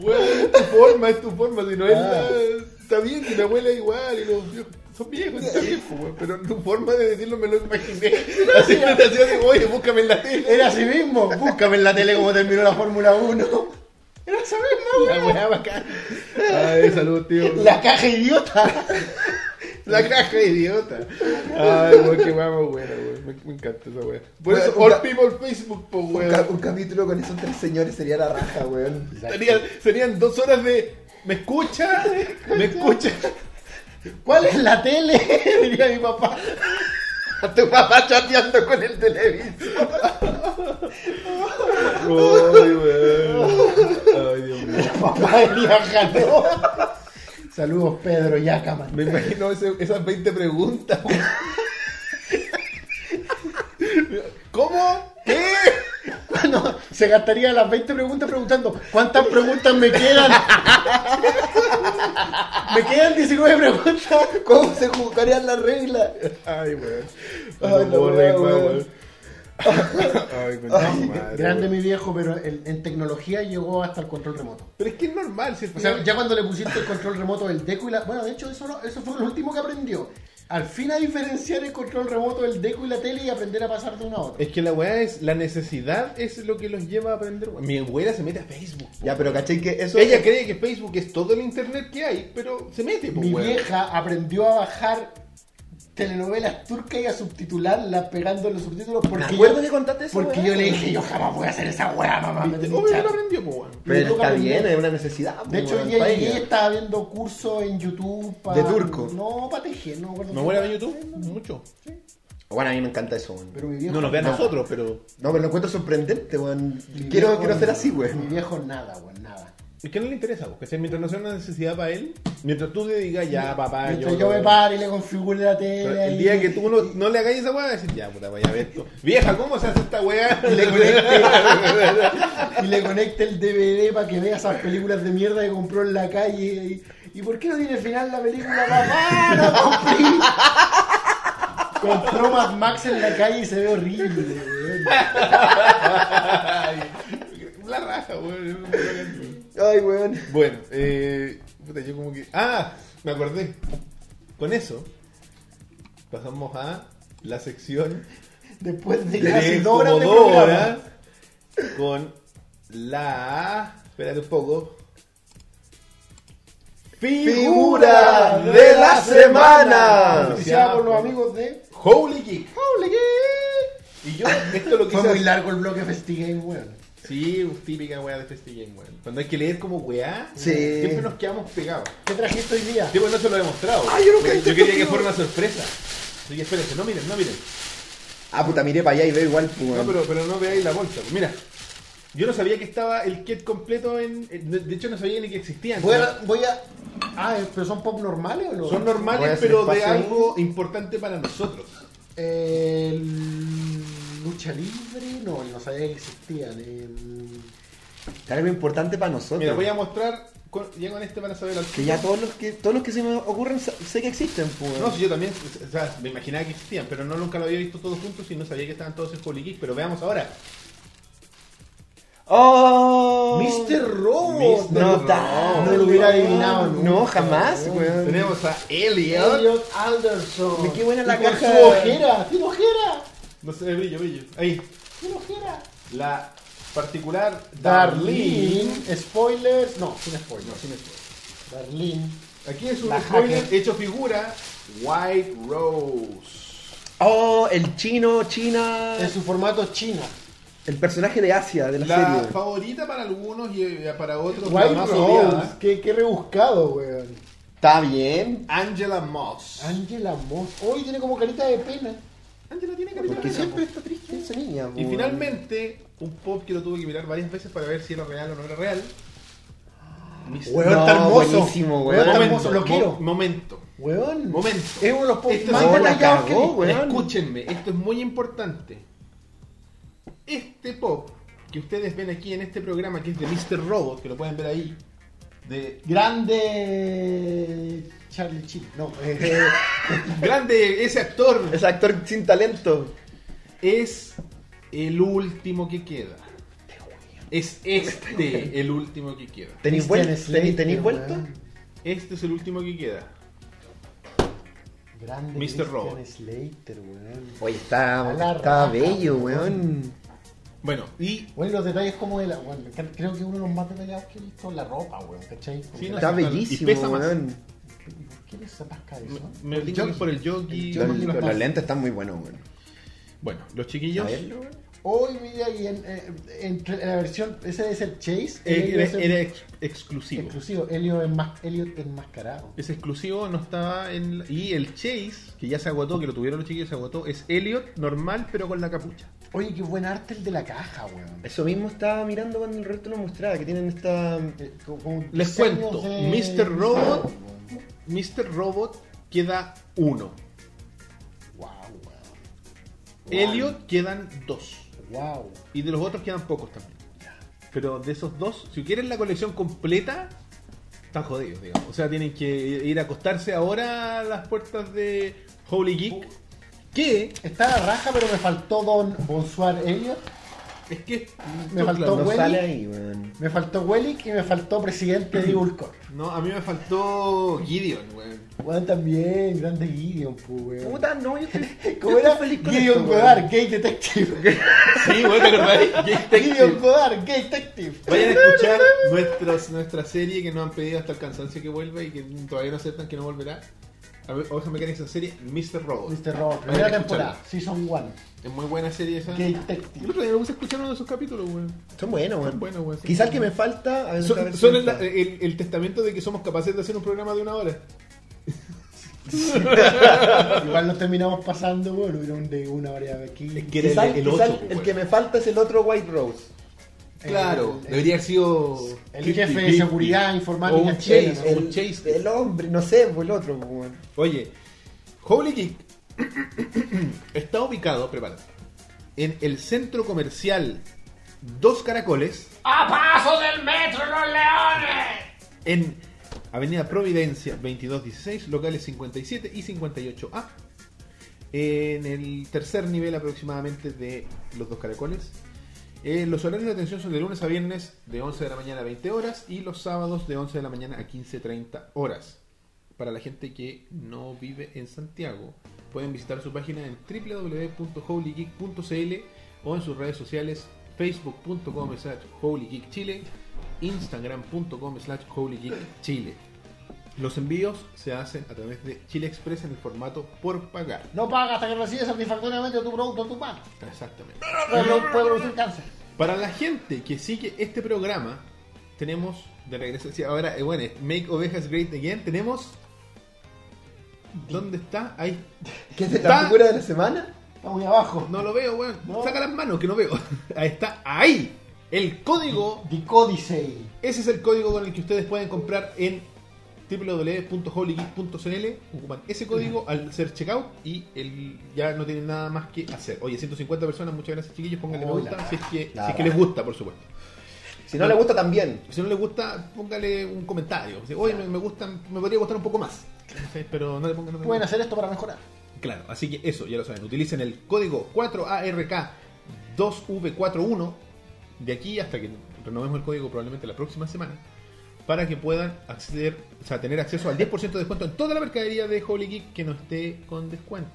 S1: Weón, es tu forma, es tu forma. Si no es
S2: Ah.
S1: la- Está bien, si mi abuela es igual, y los viejos son viejos, está bien, pues, weón, pero tu forma de decirlo me lo imaginé. Así que te hacía de, oye, búscame en la tele.
S2: Era así mismo, búscame en la tele cómo terminó la Fórmula 1.
S1: Era esa misma, La weá bacán. Ay, salud, tío.
S2: La caja idiota.
S1: La caja idiota. Ay, weón, qué weá más buena, weón. Me, me encanta esa weá. Por eso, All People Facebook, po,
S3: Un, ca-
S1: weón.
S3: un capítulo con esos tres señores sería la raja, weón.
S1: Serían, serían dos horas de. ¿Me escucha? ¿Me escucha?
S2: ¿Cuál es la tele? Diría mi papá.
S3: A tu papá chateando con el televisor.
S1: Ay, weón. Ay, Dios mío.
S2: Papá diría jaló. Saludos, Pedro Yacaman.
S1: Me imagino ese- esas 20 preguntas. ¿Cómo? ¿Qué?
S2: Bueno, se gastaría las 20 preguntas preguntando ¿Cuántas preguntas me quedan? me quedan 19 preguntas
S3: ¿Cómo se juzgarían las reglas?
S1: Ay, weón.
S3: Ay,
S1: No
S3: la
S1: puedo
S3: weá,
S1: reír más,
S3: weón.
S1: weón. Ay, concha de madre,
S2: Grande
S1: weón.
S2: mi viejo, pero en, en tecnología llegó hasta el control remoto
S1: Pero es que es normal, si el
S2: O sea, ya cuando le pusiste el control remoto del deco y la... Bueno, de hecho, eso, no- eso fue lo último que aprendió Al fin a diferenciar el control remoto del deco y la tele y aprender a pasar de una a otra
S1: Es que la weá es, la necesidad es lo que los lleva a aprender. weón. Mi abuela se mete a Facebook. po.
S3: Ya, pero caché que eso.
S1: Ella cree que Facebook es todo el internet que hay, pero se mete, po,
S2: Mi
S1: weón.
S2: vieja aprendió a bajar telenovelas turcas y a subtitularlas pegando los subtítulos porque
S3: Me acuerdo
S2: yo,
S3: que contaste eso,
S2: porque
S3: weón.
S2: yo le dije yo jamás voy a hacer esa weá, mamá.
S1: Viste,
S2: me tenés
S1: Obvio que
S2: chato.
S1: lo aprendió, po, weón.
S2: Me
S3: Pero
S2: toca
S3: está bien,
S2: aprender.
S3: es una necesidad.
S2: De hecho,
S3: weón,
S2: hoy día
S3: pa'
S2: llegué y
S3: ella.
S2: estaba viendo cursos en YouTube para...
S3: ¿De turco?
S2: No, para tejer, no me acuerdo.
S1: Mi abuela ve YouTube mucho.
S3: Bueno, a mí me encanta eso, weón.
S2: Pero mi viejo...
S1: No nos ve a
S2: nada.
S1: nosotros, pero.
S3: No, pero lo encuentro sorprendente, weón.
S2: Mi
S3: Quiero,
S2: viejo-
S3: quiero ser así,
S2: Mi
S3: weón.
S2: viejo nada, weón, nada.
S1: Es que no le interesa, porque si mientras no sea una necesidad para él, mientras tú le digas, ya, papá,
S2: Mientras yo, me paro y le configure la
S1: Pero
S2: tele.
S1: el
S2: y-
S1: día que tú no, no le hagáis esa weá, decís, ya, puta, vaya a ver esto. Vieja, ¿cómo se hace esta weá?
S2: y le conecte- y le conecte el DVD para que vea esas películas de mierda que compró en la calle. ¿Y, ¿y por qué no tiene final la película? ¡Papá, no compré! Compró Mad Max en la calle y se ve horrible. weón.
S1: La raja, weón.
S3: Ay, weón.
S1: Bueno, eh, puta, yo como que. ¡Ah! Me acordé. Con eso, pasamos a la sección
S2: Después de casi
S1: de
S2: dos horas de
S1: Comodora
S2: programa.
S1: con la. Espérate un poco.
S3: Figura de la semana.
S2: Oficiada por los amigos de
S1: Holy Geek.
S2: Holy Geek.
S1: Y yo, esto lo quise
S2: Fue muy
S1: hacer-
S2: largo el bloque Festigame, weón.
S1: Sí, típica weá de Festigame, weón. Cuando hay que leer como weá,
S3: Sí.
S1: siempre nos quedamos pegados.
S2: ¿Qué trajiste hoy día?
S1: Sí, pues no se lo he mostrado.
S3: Ah, yo nunca he visto
S1: quería
S3: esto,
S1: que
S3: tío.
S1: fuera una sorpresa. Así que espérense, no miren, no miren.
S3: Ah, puta, miré para allá y veo igual, pues,
S1: No,
S3: weón.
S1: pero, pero no veáis la bolsa. pues. Mira, yo no sabía que estaba el kit completo en. en- De hecho, no sabía ni que existían.
S2: Voy a, voy a. Ah, pero son pop normales o no?
S1: Son
S3: Voy a
S1: normales,
S3: hacer
S1: pero de
S3: espacio ahí.
S1: algo importante para nosotros.
S2: Eh, lucha libre, no, no sabía que existían. em,
S3: Está algo importante para nosotros.
S1: Mira, voy a mostrar. Con, ya con este van a saber al
S3: Que ya todos los que, todos los que se me ocurren sa- sé que existen, pues. weón.
S1: No, si yo también, o sea, me imaginaba que existían, pero no nunca lo había visto todos juntos y no sabía que estaban todos en Holy Geek, pero veamos ahora.
S3: ¡Oh!
S2: Mr. Robot.
S1: Mr.
S3: No, está.
S1: Robot.
S2: No lo hubiera adivinado nunca,
S3: No, jamás,
S2: weón.
S3: weón.
S1: Tenemos a Elliot.
S2: Elliot Alderson.
S3: Me qué buena la
S2: Y con
S3: caja.
S2: su ojera, tiene ojera,
S1: No sé, brillo, brillo. Ahí,
S2: tiene ojera.
S1: la particular Darlene.
S2: Darlene, spoilers, no, sin spoilers.
S1: No, sin spoiler.
S2: Darlene.
S1: Aquí es un
S3: La
S1: spoiler
S3: hacker.
S1: hecho figura White Rose.
S3: Oh, el chino, China.
S2: En su formato chino.
S3: El personaje de Asia de la,
S1: La
S3: serie.
S1: favorita para algunos y eh, para otros la
S2: White
S1: más
S2: Rose,
S1: odiada.
S2: qué, qué rebuscado, weón.
S3: Está bien.
S1: Angela Moss.
S2: Angela Moss. Hoy tiene como carita de pena.
S1: Angela tiene carita
S3: Porque
S1: de
S3: siempre
S1: sapo.
S3: está triste esa niña,
S1: Y
S3: weón.
S1: finalmente, un pop que lo tuve que mirar varias veces para ver si era real o no era real. Mis-
S3: Weón, está hermoso. Ah, buenísimo, weón.
S2: está
S1: momento,
S2: hermoso, lo
S1: mo-
S2: quiero.
S1: momento.
S2: Weón.
S1: Momento.
S2: Es uno de los pop
S1: Esto
S2: más
S1: es-
S3: No, la
S2: detallados que he
S3: cagó,
S2: visto.
S3: Weón.
S1: Escúchenme, esto es muy importante. Este pop que ustedes ven aquí en este programa, que es de Mr. Robot, que lo pueden ver ahí, de
S2: Grande Charlie Sheen. No, eh,
S1: grande ese actor,
S3: Ese actor sin talento.
S1: es el último que queda. Es este el último que queda.
S3: ¿Tenéis vuel-
S2: Christian
S3: teni-
S2: Slater,
S3: tenéis vuelto?
S2: weón.
S1: Este es el último que queda.
S2: Grande
S1: Mr.
S2: Christian
S1: Robot.
S2: Slater, weón.
S3: Oye, está,
S2: A la
S3: está
S2: raja,
S3: bello,
S2: weón.
S3: weón.
S1: Bueno, y
S2: Bueno, y los detalles como de la. Bueno, me encanta- creo que uno de los más detallados que he visto es la ropa, weón. ¿Cachai? Como
S1: Sí,
S2: que
S1: no,
S2: la-
S3: Está
S1: sí, claro.
S3: bellísimo,
S1: Y pesa más.
S3: weón.
S2: ¿Y ¿Por qué le sacas
S1: me-
S2: cabezón?
S1: me brinco por el jockey.
S3: Los,
S1: por las
S3: los
S1: cosas.
S3: lentes están muy buenos, weón.
S1: Bueno, los chiquillos. Eh,
S3: A verlo,
S2: Hoy mi día y en, eh, entre la versión. Ese es el Chase.
S1: eh,
S2: el
S1: Era,
S2: Elliot es el
S1: era ex- exclusivo.
S2: exclusivo. Elliot es más, Elliot enmascarado.
S1: Es exclusivo, no estaba en. Y el Chase, que ya se agotó, que lo tuvieron los chiquillos, se agotó. Es Elliot normal, pero con la capucha.
S2: Oye, qué buen arte el de la caja, weón.
S3: Eso mismo estaba mirando cuando el resto lo mostraba, que tienen esta...
S2: Eh, con- con
S1: Les
S2: diseños
S1: cuento,
S2: de-
S1: Mr. Robot.
S2: weón.
S1: Mr. Robot queda uno.
S2: Wow,
S1: Elliot quedan dos.
S2: wow. Wow.
S1: Y de los otros quedan pocos también. Pero de esos dos, si quieren la colección completa, están jodidos, digamos. O sea, tienen que ir a acostarse ahora a las puertas de Holy Geek. Que
S2: Está la raja, pero me faltó Don Bonsoir Elliot,
S1: es que.
S2: Me faltó
S1: claro,
S3: No
S2: Welly.
S3: sale ahí, weón.
S2: me faltó Wellick y me faltó Presidente de Ulcor.
S1: No, a mí me faltó Gideon, weón.
S2: Weón también, grande Gideon, pues, weón.
S3: Puta, no, yo estoy,
S2: ¿Cómo era? Gideon Godard, Gay Detective.
S1: Sí, weón, ¿te acordáis? Gay Tech
S2: Gideon
S1: Tips.
S2: Godard, Gay Detective.
S1: Vayan a escuchar nuestros, nuestra serie que nos han pedido hasta el cansancio que vuelva y que todavía no aceptan que no volverá. A ver, Oveja Mecánica en serie, Mr. Robot.
S2: Mr. Robot,
S1: Vayan a
S2: primera temporada,
S1: escucharla.
S2: Season 1,
S1: Es muy buena serie esa.
S2: Gay
S1: El
S2: Detective.
S1: otro día me puse a escuchar uno de sus capítulos, weón.
S3: Son buenos, weón.
S1: Son buenos, weón.
S3: Quizás el que me falta... A ver, a
S1: Son,
S3: ver si
S1: son
S3: me
S1: el, eh,
S3: falta.
S1: el- el testamento de que somos capaces de hacer un programa de una hora.
S2: Igual nos terminamos pasando, weón, hubieron de una hora aquí.
S1: Es que-
S3: Quizás-
S1: el- el
S3: quizás
S1: ocho,
S3: el
S1: weón.
S3: que me falta es el otro White Rose. Claro,
S2: el-
S3: debería haber sido.
S2: El
S1: Clip,
S2: jefe
S1: clip,
S2: de
S1: clip,
S2: seguridad
S1: O
S2: informática
S1: un
S2: chilena.
S1: chase,
S2: ¿no?
S1: o un chase.
S3: El hombre, no sé, pues el otro, pues, weón.
S1: Oye, Holy Geek está ubicado, prepárate, en el centro comercial Dos Caracoles. ¡A paso del metro Los Leones! En Avenida Providencia 2216, locales 57 y 58A. En el tercer nivel aproximadamente de los Dos Caracoles. Eh, los horarios de atención son de lunes a viernes de 11 de la mañana a 20 horas y los sábados de 11 de la mañana a 15.30 horas para la gente que no vive en Santiago. Pueden visitar su página en www.holygeek.cl o en sus redes sociales facebook.com slash holygeekchile, instagram.com slash holygeekchile. Los envíos se hacen a través de Chile Express en el formato por pagar.
S2: No paga hasta que recibes satisfactoriamente tu producto en tu mano.
S1: Exactamente.
S2: Puede, produ- puede producir cáncer.
S1: Para la gente que sigue este programa, tenemos de regreso. sí, ahora, eh, bueno, es Make Ovejas Great Again, tenemos. ¿Dónde está? Ahí
S3: ¿Qué es
S1: Está-
S3: la figura de la semana?
S2: Está muy abajo.
S1: No lo veo, weón.
S2: No.
S1: Saca las manos, que no veo. Ahí está, ahí. El código,
S2: Dicodicey.
S1: ese es el código con el que ustedes pueden comprar en www.holygeek.cl. Ocupan ese código al hacer checkout y el, ya no tienen nada más que hacer. Oye, 150 personas, muchas gracias chiquillos. Pónganle me
S2: Hola.
S1: gusta si es, que, si
S3: Nada.
S1: es que les gusta, por supuesto.
S3: Si no le gusta, también.
S1: Si no les gusta, póngale un comentario. Dice, Oye, me, me gustan, me podría gustar un poco más. ¿Cachai? Pero no le pongan no le
S2: Pueden
S1: pongan-
S2: hacer esto para mejorar.
S1: Claro, así que eso, ya lo saben. Utilicen el código 4ARK2V41 de aquí hasta que renovemos el código probablemente la próxima semana para que puedan acceder, o sea, tener acceso al 10% de descuento en toda la mercadería de Holy Geek que no esté con descuento.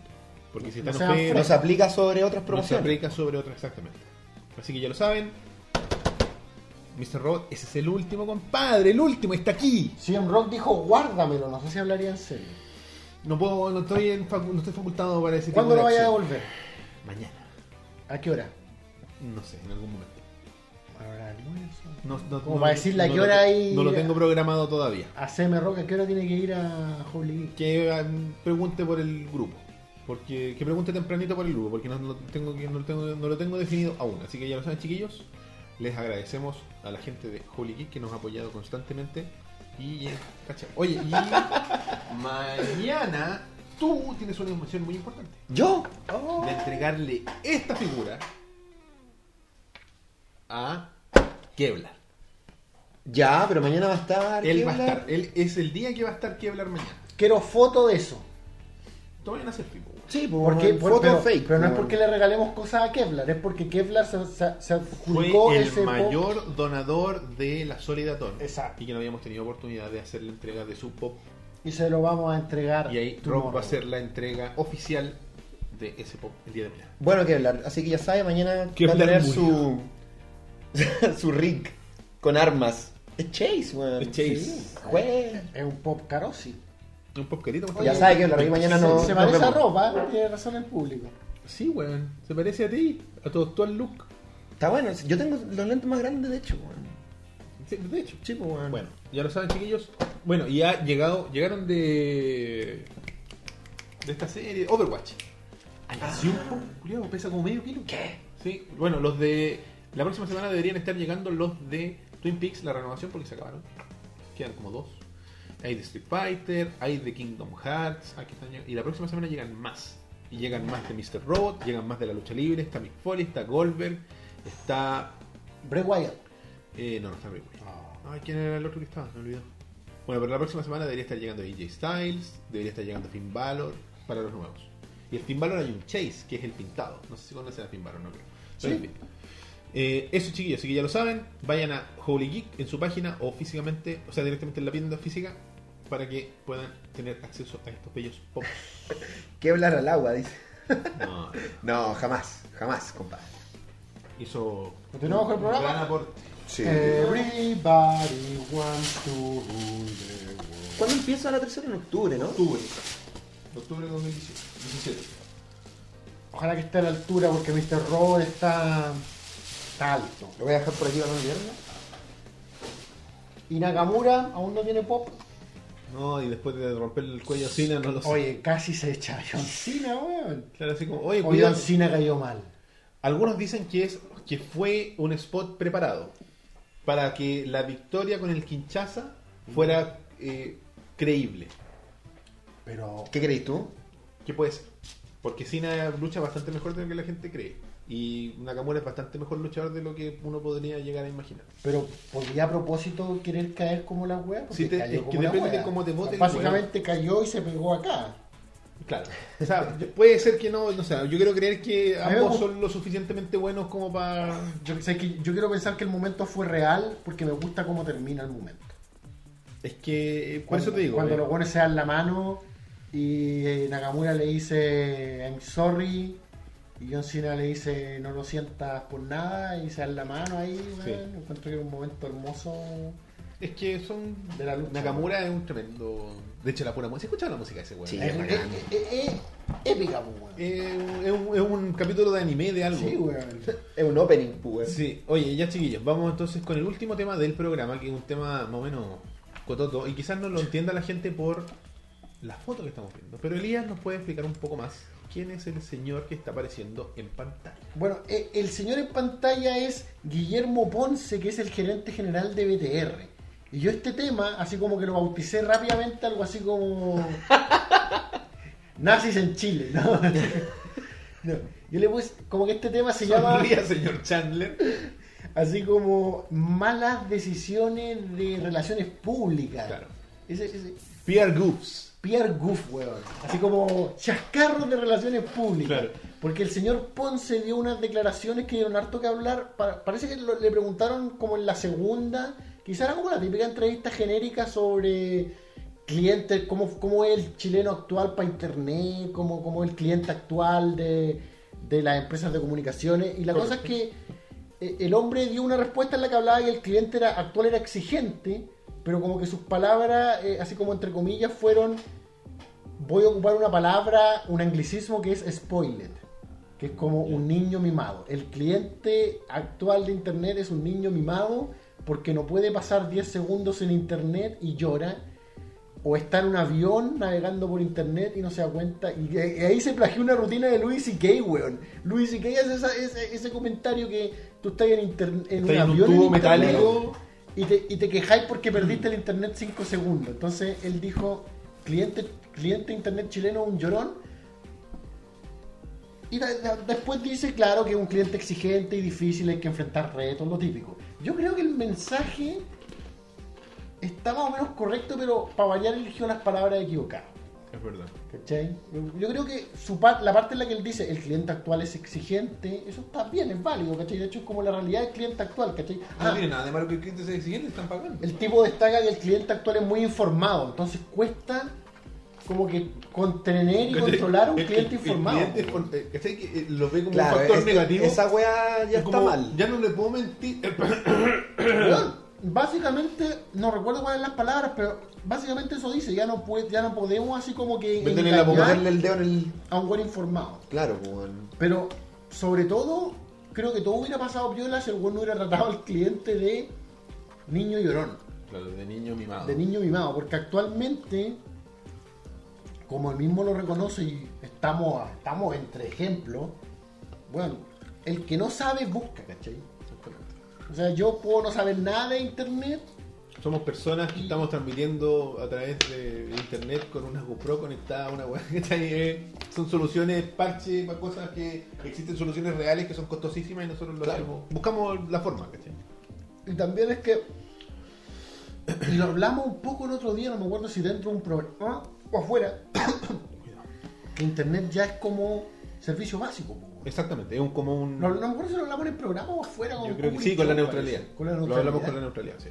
S1: Porque si
S2: No
S1: están
S2: sean
S1: ofertas,
S3: No se aplica sobre
S1: no
S3: otras
S1: se
S3: promociones.
S1: aplica sobre otra exactamente. Así que ya lo saben. Mr. Robot, ese es el último, compadre, el último, está aquí.
S2: Si en Rock dijo, guárdamelo, no sé si hablaría en serio.
S1: No puedo, no estoy, en facu- no estoy facultado para ese
S2: ¿Cuándo
S1: tipo
S2: lo
S1: de
S2: vaya a
S1: acción.
S2: devolver?
S1: Mañana,
S2: ¿A qué hora?
S1: no sé, en algún momento.
S2: A la hora del almuerzo.
S1: No, no,
S2: Como
S1: no-
S2: para decirle a
S1: no
S2: qué
S1: lo-
S2: hora hay-
S1: No lo tengo programado todavía.
S2: A CM Rock, ¿a qué hora tiene que ir a Holy
S1: Que eh, pregunte por el grupo. Porque, que pregunte tempranito por el grupo, porque no, no tengo, que- no, lo tengo, no lo tengo definido aún. Así que ya lo saben, chiquillos. Les agradecemos a la gente de Holy Geek que nos ha apoyado constantemente. Y, eh, cacha. Oye, y mañana tú tienes una emoción muy importante.
S3: ¿Yo?
S1: De entregarle esta figura a Kevlar.
S3: Ya, pero mañana va a estar.
S1: Él va a
S3: Kevlar.
S1: estar, él es el día que va a estar Kevlar mañana.
S2: Quiero foto de eso.
S1: Todavía no hace frío, weón.
S3: Sí, pues,
S2: Porque,
S3: foto
S2: pero,
S3: fake.
S2: pero no es
S3: pues.
S2: porque le regalemos cosas a Kevlar, es porque Kevlar se, se, se adjudicó
S1: Fue
S2: ese
S1: el
S2: po-
S1: mayor donador de la Solidatón.
S2: Exacto.
S1: Y que no habíamos tenido oportunidad de hacer la entrega de su pop.
S2: y se lo vamos a entregar.
S1: Y ahí
S2: tomorrow.
S1: Rob va a hacer la entrega oficial de ese pop el día de mañana.
S3: Bueno, que hablar. Así que ya sabe, mañana va a
S1: Kevlar
S3: tener su.
S1: murió.
S3: su rig con armas. Es Chase, weón.
S1: Es Chase.
S3: Sí, güey.
S2: Es un pop caro, sí.
S1: Un pop carito, por
S3: Ya
S1: favor.
S3: sabe que la mañana
S2: se,
S3: no.
S2: se
S3: nos
S2: parece a
S3: vemos.
S2: Rob, ¿ah? tiene razón el público.
S1: Sí, weón. Se parece a ti, a tu actual look.
S3: Está bueno, yo tengo los lentes más grandes, de hecho, weón.
S1: Sí, de hecho.
S3: Sí, pues, weón.
S1: Bueno, ya lo saben, chiquillos. Bueno, y ha llegado, llegaron de. de esta serie, Overwatch. Así un poco, culiao, pesa como medio kilo. ¿Qué? Sí, bueno, los de. La próxima semana deberían estar llegando los de Twin Peaks, la renovación, porque se acabaron. Quedan como dos. Hay de Street Fighter, hay de Kingdom Hearts. Aquí están llegando. Y la próxima semana llegan más. Y llegan más de Mr. Robot, llegan más de la lucha libre. Está Mick Foley, está Goldberg, está
S2: Bray Wyatt.
S1: eh, no, no está Bray Wyatt. Ay, ¿quién era el otro que estaba? Me olvidó. Bueno, pero la próxima semana debería estar llegando AJ Styles, debería estar llegando Finn Balor para los nuevos. Y el Finn Balor hay un Chase, que es el pintado. No sé si conocen a Finn Balor, no creo. Pero
S2: Sí.
S1: en fin. Eh, eso chiquillos, así que ya lo saben, vayan a Holy Geek en su página o físicamente, o sea, directamente en la tienda física para que puedan tener acceso a estos bellos pops.
S3: Que hablar al agua, dice.
S1: No,
S3: No, jamás, jamás, compadre.
S1: hizo
S2: ¿Continuamos con el
S1: un
S2: programa?
S1: gran aporte.
S3: Sí.
S2: Eh, Everybody wants to rule the world.
S3: ¿Cuándo empieza la tercera? En octubre, ¿no?
S1: Octubre. Octubre de 2017.
S2: Ojalá que esté a la altura porque Mr. Robot está, está alto.
S3: Lo voy a dejar por aquí para no olvidarlo.
S2: Y Nakamura aún no tiene pop.
S1: No, y después de romper el cuello a Cena, no lo sé.
S2: Oye, casi se echa a John Cena, weón.
S1: Claro, así como, oye,
S2: O John
S1: cuidado.
S2: Cena cayó mal.
S1: Algunos dicen que es que fue un spot preparado para que la victoria con el Kinshasa fuera eh, creíble.
S2: Pero
S3: ¿Qué crees tú?
S1: ¿Qué puede ser? Porque Cena lucha bastante mejor de lo que la gente cree. Y Nakamura es bastante mejor luchador de lo que uno podría llegar a imaginar.
S2: Pero podría a propósito querer caer como la wea. Porque
S1: Sí, te-
S2: cayó
S1: es que
S2: como la
S1: depende
S2: wea.
S1: de cómo te bote el
S2: Básicamente cayó y se pegó acá.
S1: Claro. O sea, puede ser que no, no sé, yo quiero creer que
S2: A mí me
S1: ambos
S2: gu-
S1: son lo suficientemente buenos como para...
S2: Yo, sé que yo quiero pensar que el momento fue real porque me gusta cómo termina el momento.
S1: Es que, eh, por
S2: Cuando-
S1: eso te digo,
S2: Cuando
S1: eh,
S2: los buenos se dan la mano y eh, Nakamura le dice I'm sorry y John Cena le dice no lo sientas por nada y se dan la mano ahí.
S1: Sí.
S2: weón. Encuentro que era un momento hermoso.
S1: es que son...
S2: De la lucha.
S1: Nakamura es un tremendo... De hecho, la pura música... ¿Has escuchado la música de ese weón?
S3: Sí.
S1: Eh,
S2: Es,
S3: bacán.
S2: es- es- es eh, épica, pues, weón.
S1: Es, un, es un capítulo de anime de algo.
S2: Sí, weón.
S3: Es un opening, pues.
S1: Sí, oye, ya chiquillos, vamos entonces con el último tema del programa, que es un tema más o menos cototo, y quizás no lo entienda la gente por las fotos que estamos viendo, pero Elías nos puede explicar un poco más quién es el señor que está apareciendo en pantalla.
S2: Bueno, e- el señor en pantalla es Guillermo Ponce, que es el gerente general de BTR. Y yo este tema, así como que lo bauticé rápidamente, algo así como... Nazis en Chile, ¿no? No, Yo le puse, como que este tema se llama
S1: Sonría, señor Chandler.
S2: así como malas decisiones de relaciones públicas.
S1: Claro.
S2: Ese, ese,
S1: Pierre Goofs.
S2: PR goof, weón. Así como chascarros de relaciones públicas.
S1: Claro.
S2: Porque el señor Ponce dio unas declaraciones que dieron harto que hablar. Pa- Parece que lo- le preguntaron como en la segunda, quizá era como la típica entrevista genérica sobre clientes, cómo, cómo es el chileno actual para internet, cómo, cómo es el cliente actual de, de las empresas de comunicaciones. Y la cosa es que eh, el hombre dio una respuesta en la que hablaba que el cliente era, actual era exigente, pero como que sus palabras, eh, así como entre comillas, fueron voy a ocupar una palabra, un anglicismo que es spoiled, que es como un niño mimado. El cliente actual de Internet es un niño mimado porque no puede pasar 10 segundos en Internet y llora, o está en un avión navegando por Internet y no se da cuenta. Y, y ahí se plagió una rutina de Louis C.K., weón. Louis C.K. hace esa- ese, ese comentario que tú estás en, interne- en un
S1: Está en un
S2: avión en
S1: tubo
S2: Internet
S1: metálico. Mm.
S2: y te, y te quejáis porque perdiste el internet 5 segundos. Entonces él dijo, cliente, cliente internet chileno, un llorón. Y da- da- después dice, claro, que es un cliente exigente y difícil, hay que enfrentar retos, lo típico. Yo creo que el mensaje está más o menos correcto, pero para variar eligió las palabras equivocadas.
S1: Es verdad.
S2: ¿Cachai? Yo, yo creo que su par- la parte en la que él dice el cliente actual es exigente, eso está bien, es válido, ¿cachai? De hecho, es como la realidad del cliente actual, ¿cachai?
S1: No
S2: Ah,
S1: tiene nada de malo que el cliente sea exigente, están pagando.
S2: el tipo destaca que el cliente actual es muy informado, entonces cuesta como que contener y controlar a un
S1: El- el-
S2: cliente
S1: el
S2: informado.
S1: cliente es por- eh, ¿cachai? Que, eh, lo ve como
S3: Claro,
S1: un factor
S3: es-
S1: negativo.
S3: esa weá ya
S1: Es
S3: está
S1: como,
S3: mal.
S1: Ya no le puedo mentir.
S2: Weón, Básicamente, no recuerdo cuáles son las palabras, pero básicamente eso dice, ya no puede, ya no podemos así como que
S1: Meterle la
S2: engañar
S1: boca,
S3: Ponerle el dedo en el.
S2: a un buen informado.
S3: Claro, pues. weón.
S2: Pero sobre todo, creo que todo hubiera pasado piola si el weón no hubiera tratado al cliente de niño llorón.
S1: Claro, de niño mimado.
S2: de niño mimado, porque actualmente, como él mismo lo reconoce y estamos, estamos entre ejemplos, bueno, el que no sabe busca, ¿cachai?
S1: Exactamente.
S2: O sea, yo puedo no saber nada de internet,
S1: Somos personas que estamos transmitiendo a través de internet con una GoPro conectada a una web. Eh, Son soluciones parche para cosas que existen soluciones reales que son costosísimas y nosotros lo
S3: Claro.
S1: hacemos. Buscamos la forma, ¿cachai?
S2: y también es que, y lo hablamos un poco el otro día, no me acuerdo si dentro de un programa o afuera, que internet ya es como servicio básico. po.
S1: Exactamente, es un, como un.
S2: No, no me acuerdo si lo hablamos en el programa o afuera.
S1: yo
S2: con-
S1: creo que sí,
S2: Cristian,
S1: con la
S2: me
S1: neutralidad.
S2: parece. Con la
S1: Lo
S2: neutralidad.
S1: hablamos con la neutralidad, sí.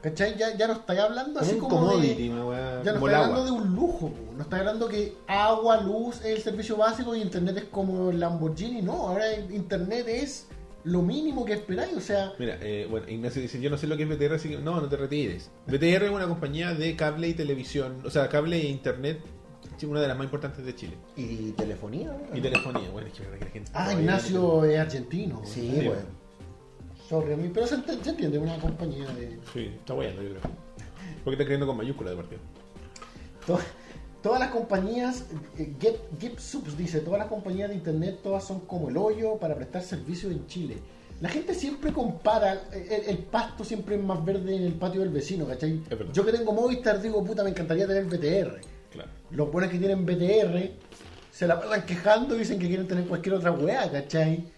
S2: ¿Cachai? Ya, ya no estáis hablando
S1: Como
S2: así
S1: un
S2: como
S1: commodity,
S2: de,
S1: una weá,
S2: Ya no
S1: como el
S2: estáis
S1: agua.
S2: hablando de un lujo, po. no estáis hablando que agua, luz es el servicio básico y internet es como el Lamborghini, no, ahora el internet es lo mínimo que esperáis, o sea,
S1: Mira, eh, bueno, Ignacio dice, yo no sé lo que es BTR, así que no, no te retires. BTR es una compañía de cable y televisión, o sea, cable e internet, una de las más importantes de Chile.
S3: Y telefonía, weón.
S1: Y telefonía, bueno, es que, verdad que la gente...
S2: ah,
S1: todavía no
S2: Ignacio es argentino,
S3: Sí,
S1: Sí.
S3: weón.
S2: sorry a mí, pero se ent- se entiende, una compañía de...
S1: tiene- Sí, está guayando, yo creo. Porque está creyendo con mayúscula de partido.
S2: to- todas las compañías, eh, Get, Get Subs dice, todas las compañías de internet, todas son como el hoyo para prestar servicio en Chile. La gente siempre compara, eh, el, el pasto siempre es más verde en el patio del vecino, ¿cachai?
S1: Es verdad.
S2: Yo que tengo Movistar digo, puta, me encantaría tener BTR.
S1: Claro.
S2: Los buenos que tienen BTR se la pasan quejando y dicen que quieren tener cualquier otra weá, ¿cachai?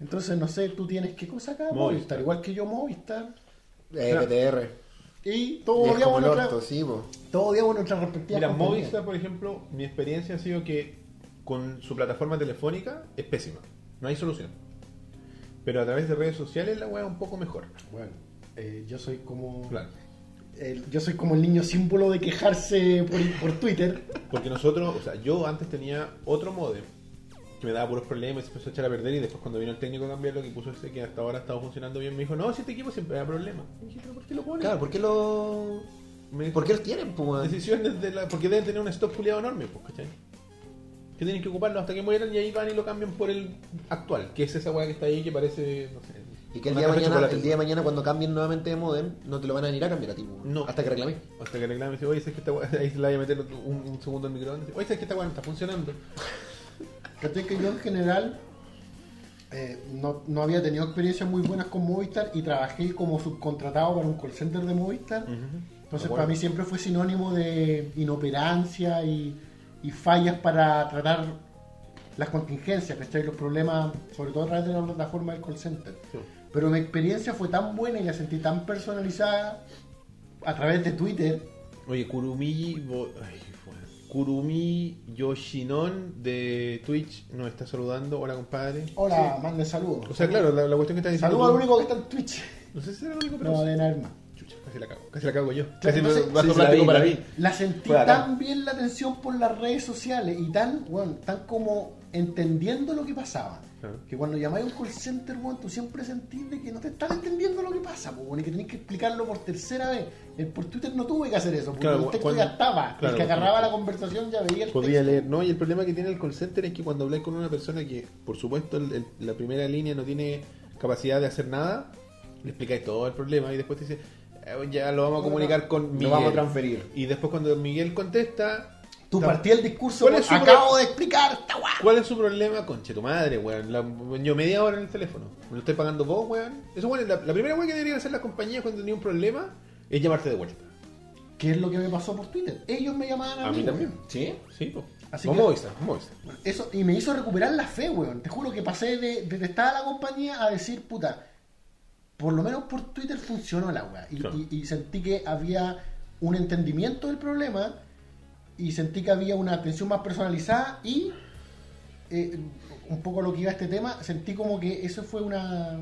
S2: Entonces, no sé, tú tienes qué cosa acá, Movistar,
S1: Movistar.
S2: igual que yo Movistar.
S4: Eh,
S3: E
S4: BTR.
S2: Y
S4: Y
S2: todos
S4: es como
S2: odiamos
S4: el
S2: nuestra,
S4: orto, sí, po.
S2: todos odiamos nuestras respectivas
S1: Mira,
S2: compañías.
S1: Movistar, por ejemplo, mi experiencia ha sido que con su plataforma telefónica es pésima. No hay solución. Pero a través de redes sociales la weá es un poco mejor.
S2: Bueno, eh, yo soy como...
S1: Claro.
S2: el- yo soy como el niño símbolo de quejarse por, por Twitter.
S1: Porque nosotros, o sea, yo antes tenía otro modem que me daba puros problemas y se empezó a echar a perder. Y después, cuando vino el técnico a cambiarlo, que puso ese que hasta ahora ha estado funcionando bien, me dijo: No, si este equipo siempre da problemas. Y dije: ¿Pero por qué lo ponen?
S4: Claro, ¿por qué lo.
S1: Me dijo,
S4: ¿Por qué los tienen, po, weón?
S1: Decisiones de la. Porque deben tener un stock culiado enorme, pues, ¿cachai? Que tienen que ocuparlo hasta que mueran y ahí van y lo cambian por el actual, que es esa weá que está ahí que parece. No sé.
S4: Y que el
S1: una
S4: día, de
S1: caja
S4: mañana,
S1: chocolate.
S4: el día de mañana cuando cambien nuevamente de modem, no te lo van a venir a cambiar a ti, po, weón.
S1: No.
S4: Hasta que reclames.
S1: Hasta que reclame y dice, oye, ¿sabes que esta weá? Ahí se la voy a meter otro- un, un segundo al microondas. Oye, ¿sabes que esta weá no está funcionando?
S2: Fíjate que yo en general eh, no, no había tenido experiencias muy buenas con Movistar y trabajé como subcontratado para un call center de Movistar. Entonces
S1: Bueno.
S2: para mí siempre fue sinónimo de inoperancia y, y fallas para tratar las contingencias, ¿cachai? Los problemas, sobre todo a través de la plataforma del call center.
S1: Sí.
S2: Pero mi experiencia fue tan buena y la sentí tan personalizada a través de Twitter.
S1: Oye, Kurumi. Bo- Ay, fue. Kurumi Yoshinon de Twitch nos está saludando. Hola, compadre.
S2: Hola,
S1: Sí.
S2: mande saludos.
S1: O sea, claro, la, la cuestión que está diciendo.
S2: saludos al
S1: tú-
S2: único que está en Twitch.
S1: No sé si era el único, pero.
S2: No, deben haber más.
S1: Chucha, casi la cago. Casi la cago yo. Casi me
S2: entonces-
S1: va a
S4: Sí, sí, la
S1: plástico
S4: vi,
S1: para
S4: la
S1: mí.
S4: vi.
S2: La sentí
S4: Fue bacán.
S2: tan bien la atención por las redes sociales y tan, bueno, tan como entendiendo lo que pasaba.
S1: Claro.
S2: Que cuando llamáis a un call center, bueno, tú siempre sentís de que no te están entendiendo lo que pasa, pues, bueno, y que tenés que explicarlo por tercera vez. El, por Twitter no tuve que hacer eso, porque
S1: Claro,
S2: el texto
S1: cuando-
S2: ya estaba.
S1: claro,
S2: el que agarraba
S1: cuando-
S2: la conversación ya veía el
S1: Podría
S2: texto.
S1: leer, ¿no? Y el problema que tiene el call center es que cuando habláis con una persona que, por supuesto, el- el- la primera línea no tiene capacidad de hacer nada, le explicáis todo el problema y después te dice, "Eh, ya lo vamos a comunicar con Miguel.
S4: Lo vamos a transferir.
S1: Y después cuando Miguel contesta,
S2: Tú
S1: Está-
S2: partí el discurso,
S1: ¿Cuál
S2: por,
S1: es su
S2: acabo de explicar, esta weá".
S1: ¿cuál es su problema? Conche tu madre, weón. La- yo media hora en el teléfono. ¿Me lo estoy pagando vos, weón? Eso, weón, la, la primera weón que debería hacer la compañía cuando tenía un problema es llamarte de vuelta.
S2: ¿Qué es lo que me pasó por Twitter? Ellos me llamaban a,
S1: A mí
S2: weón.
S1: también.
S4: ¿Sí?
S1: Sí, po.
S2: Así
S1: Con
S2: que-
S1: Movistar, con Movistar.
S2: Eso, y me hizo recuperar la fe, weón. Te juro que pasé de detestar a la compañía a decir, puta, por lo menos por Twitter funcionó la weá. Y,
S1: Claro.
S2: y- y sentí que había un entendimiento del problema y sentí que había una atención más personalizada y eh, un poco lo que iba a este tema, sentí como que eso fue una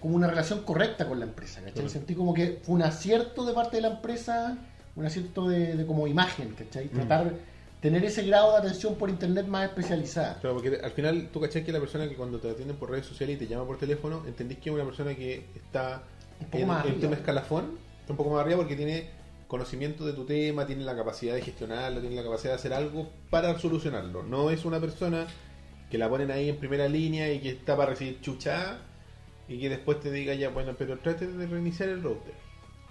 S2: como una relación correcta con la empresa, ¿cachai?
S1: Correcto.
S2: Sentí como que fue un acierto de parte de la empresa, un acierto de, de como imagen, ¿cachai? Tratar, tener ese grado de atención por internet más especializada.
S1: Claro, porque al final tú cachás que la persona que cuando te atienden por redes sociales y te llama por teléfono, entendís que es una persona que está
S2: Un poco
S1: en,
S2: más
S1: en
S2: arriba.
S1: tu escalafón, está un poco más arriba porque tiene conocimiento de tu tema, tiene la capacidad de gestionarlo, tiene la capacidad de hacer algo para solucionarlo. No es una persona que la ponen ahí en primera línea y que está para recibir chucha y que después te diga ya, bueno, pero trate de reiniciar el router.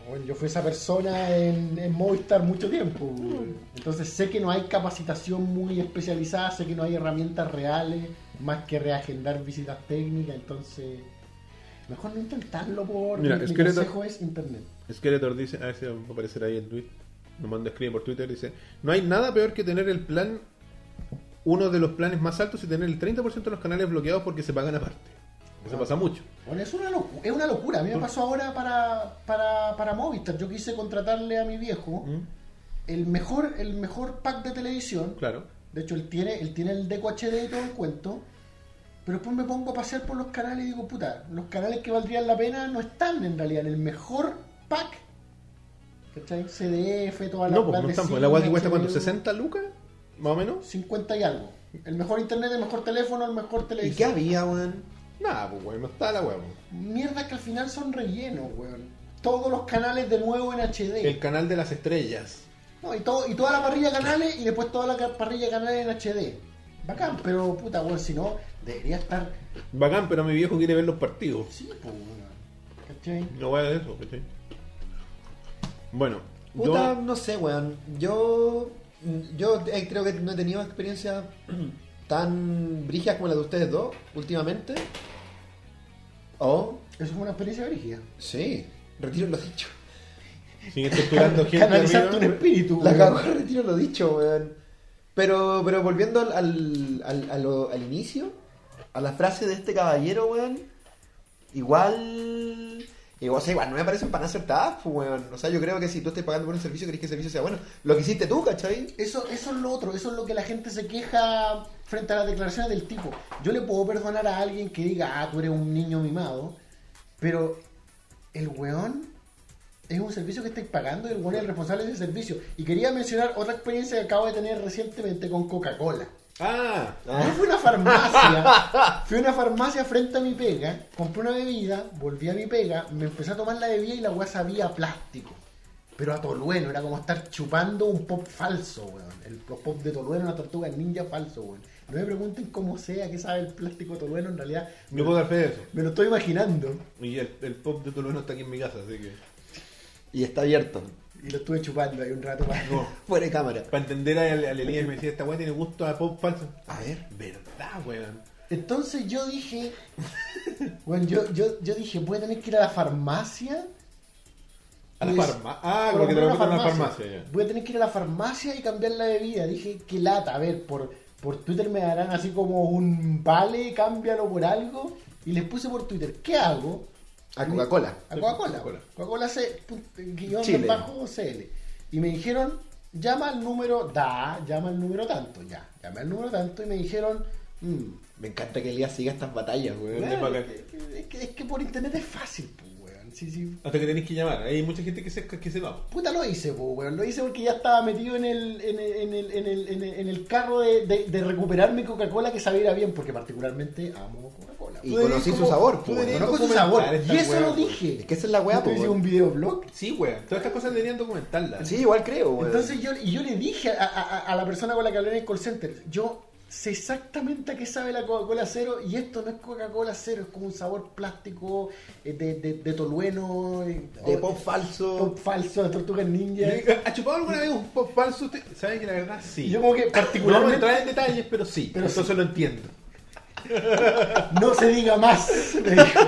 S2: Bueno, yo fui esa persona en, en Movistar mucho tiempo.
S1: Mm.
S2: güey. Entonces sé que no hay capacitación muy especializada, sé que no hay herramientas reales, más que reagendar visitas técnicas, entonces mejor no intentarlo por
S1: Mira,
S2: mi, mi
S1: Skeletor-
S2: consejo es internet.
S1: Skeletor dice, a ver si va a aparecer ahí el tweet, nos manda escribe por Twitter, dice, no hay nada peor que tener el plan, uno de los planes más altos y tener el 30% de los canales bloqueados porque se pagan aparte. Eso
S2: Ah.
S1: pasa mucho.
S2: Bueno, es una, locu- es una locura.
S1: Mm.
S2: A mí me pasó ahora para, para, para Movistar. Yo quise contratarle a mi viejo
S1: ¿Mm?
S2: el mejor, el mejor pack de televisión.
S1: Claro.
S2: De hecho, él tiene, él tiene el Deco HD y todo el cuento. Pero después me pongo a pasear por los canales y digo, puta, los canales que valdrían la pena no están en realidad en el mejor pack. ¿Cachai? CDF, todas las
S1: No, pues no están, pues, la guay
S2: guay
S1: que cuesta cuánto, 60 lucas, más o menos.
S2: 50 y algo. El mejor internet, el mejor teléfono, el mejor
S4: ¿Y qué
S2: televisión.
S4: había, weón?
S1: Nada, pues weón, no está la huevo.
S2: Mierda que al final son rellenos, weón. Todos los canales de nuevo en HD.
S1: El canal de las estrellas.
S2: No, y, todo, y toda la parrilla de canales y después toda la ca- parrilla de canales en HD. Bacán, pero puta, weón, si no, debería estar.
S1: Bacán, pero mi viejo quiere ver los partidos.
S2: Sí, pues, weón. ¿Cachai?
S1: No voy a ver eso, ¿cachai? Bueno,
S4: Puta,
S1: yo-
S4: no sé, weón. Yo. Yo eh, creo que no he tenido experiencias tan brigas como la de ustedes dos últimamente. Oh,
S2: Eso fue una experiencia brígida.
S4: sí. Retiro lo dicho.
S1: Siguen torturando gente.
S2: Canalizando un
S1: weón.
S2: espíritu.
S4: La
S2: weón.
S4: cagó, retiro lo dicho, weón. Pero, pero volviendo al, al, al, a lo- al inicio, a la frase de este caballero, weón. Igual. Igual, o sea, igual no me parecen para acertadas, pues, weón. O sea, yo creo que si tú estás pagando por un servicio, querés que el servicio sea bueno. Lo que hiciste tú, ¿cachai?
S2: Eso, eso es lo otro, eso es lo que la gente se queja frente a las declaraciones del tipo. Yo le puedo perdonar a alguien que diga, ah, tú eres un niño mimado, pero el weón es un servicio que estáis pagando y el weón es el responsable de ese servicio. Y quería mencionar otra experiencia que acabo de tener recientemente con Coca-Cola.
S1: Ah,
S2: Yo fui a una farmacia, fui a una farmacia frente a mi pega, compré una bebida, volví a mi pega, me empecé a tomar la bebida y la weá sabía a plástico. Pero a tolueno, era como estar chupando un pop falso, weón. El pop de tolueno, una tortuga ninja falso, weón. No me pregunten cómo sea, qué sabe el plástico tolueno, en realidad
S1: yo puedo dar fe de eso.
S2: me lo estoy imaginando.
S1: Y el, el pop de Tolueno está aquí en mi casa, así que.
S4: Y está abierto.
S2: Y lo estuve chupando ahí un rato más.
S1: No.
S4: Fuera de cámara.
S1: Para entender al, al Elías me decía, esta weá tiene gusto a pop falso.
S4: A ver.
S1: Verdad, weón.
S2: Entonces yo dije, bueno, yo, yo, yo dije, voy a tener que ir a la farmacia
S1: A la
S2: Pues,
S1: farmacia. Ah,
S2: Por
S1: porque te lo
S2: comprar
S1: meto en la farmacia ya.
S2: Voy a tener que ir a la farmacia y cambiar la bebida. Dije, qué lata. A ver, por, por Twitter me darán así como un vale, cámbialo por algo. Y les puse por Twitter, ¿qué hago?
S4: A Coca-Cola.
S2: A Coca-Cola.
S1: Coca-Cola.
S2: Coca-Cola C, pun- guión
S4: Chile.
S2: del bajo CL. Y me dijeron, llama al número, da, llama al número tanto, ya. Llamé al número tanto y me dijeron, mm,
S4: Me encanta que Elías siga estas batallas, weón.
S1: Bueno.
S2: weón,
S1: para
S2: es,
S1: acá.
S2: que, es que- es que por internet es fácil, pues, weón. Sí, sí,
S1: Hasta que tenéis que llamar. Hay mucha gente que se, que se va.
S2: Puta, lo hice, po, weón. Lo hice porque ya estaba metido en el, en el, en el, en el, en el- en el carro de, de, de recuperar mi Coca-Cola que sabiera bien, porque particularmente amo Coca-Cola.
S4: Y
S2: Tú
S4: conocí
S2: deberías
S4: su
S2: como-
S4: sabor,
S2: tú
S4: po,
S2: deberías
S4: weón.
S2: conocer su
S1: Conozco
S2: sabor.
S1: esta
S2: Y eso
S1: weá,
S2: lo
S1: weón.
S2: dije.
S4: Es que esa es la weá,
S2: Yo
S4: po,
S2: hice
S4: weón.
S2: un videoblog.
S1: Sí, weón. Todas estas cosas deberían documentarlas.
S4: Sí, igual creo, weón.
S2: Entonces yo, y yo le dije a, a- a- a la persona con la que hablé en el call center, yo sé exactamente a qué sabe la Coca-Cola cero y esto no es Coca-Cola cero, es como un sabor plástico eh, de, de, de tolueno, eh,
S4: De
S2: o-
S4: pop falso.
S2: pop falso, de tortugas ninja.
S1: ¿Ha chupado alguna vez un pop falso? usted? ¿Sabe que la verdad sí?
S2: Y yo como que
S1: no vamos a
S2: particularmente...
S1: entrar en detalles, pero sí.
S2: Pero
S1: Entonces lo entiendo.
S2: no se diga más. me dijo.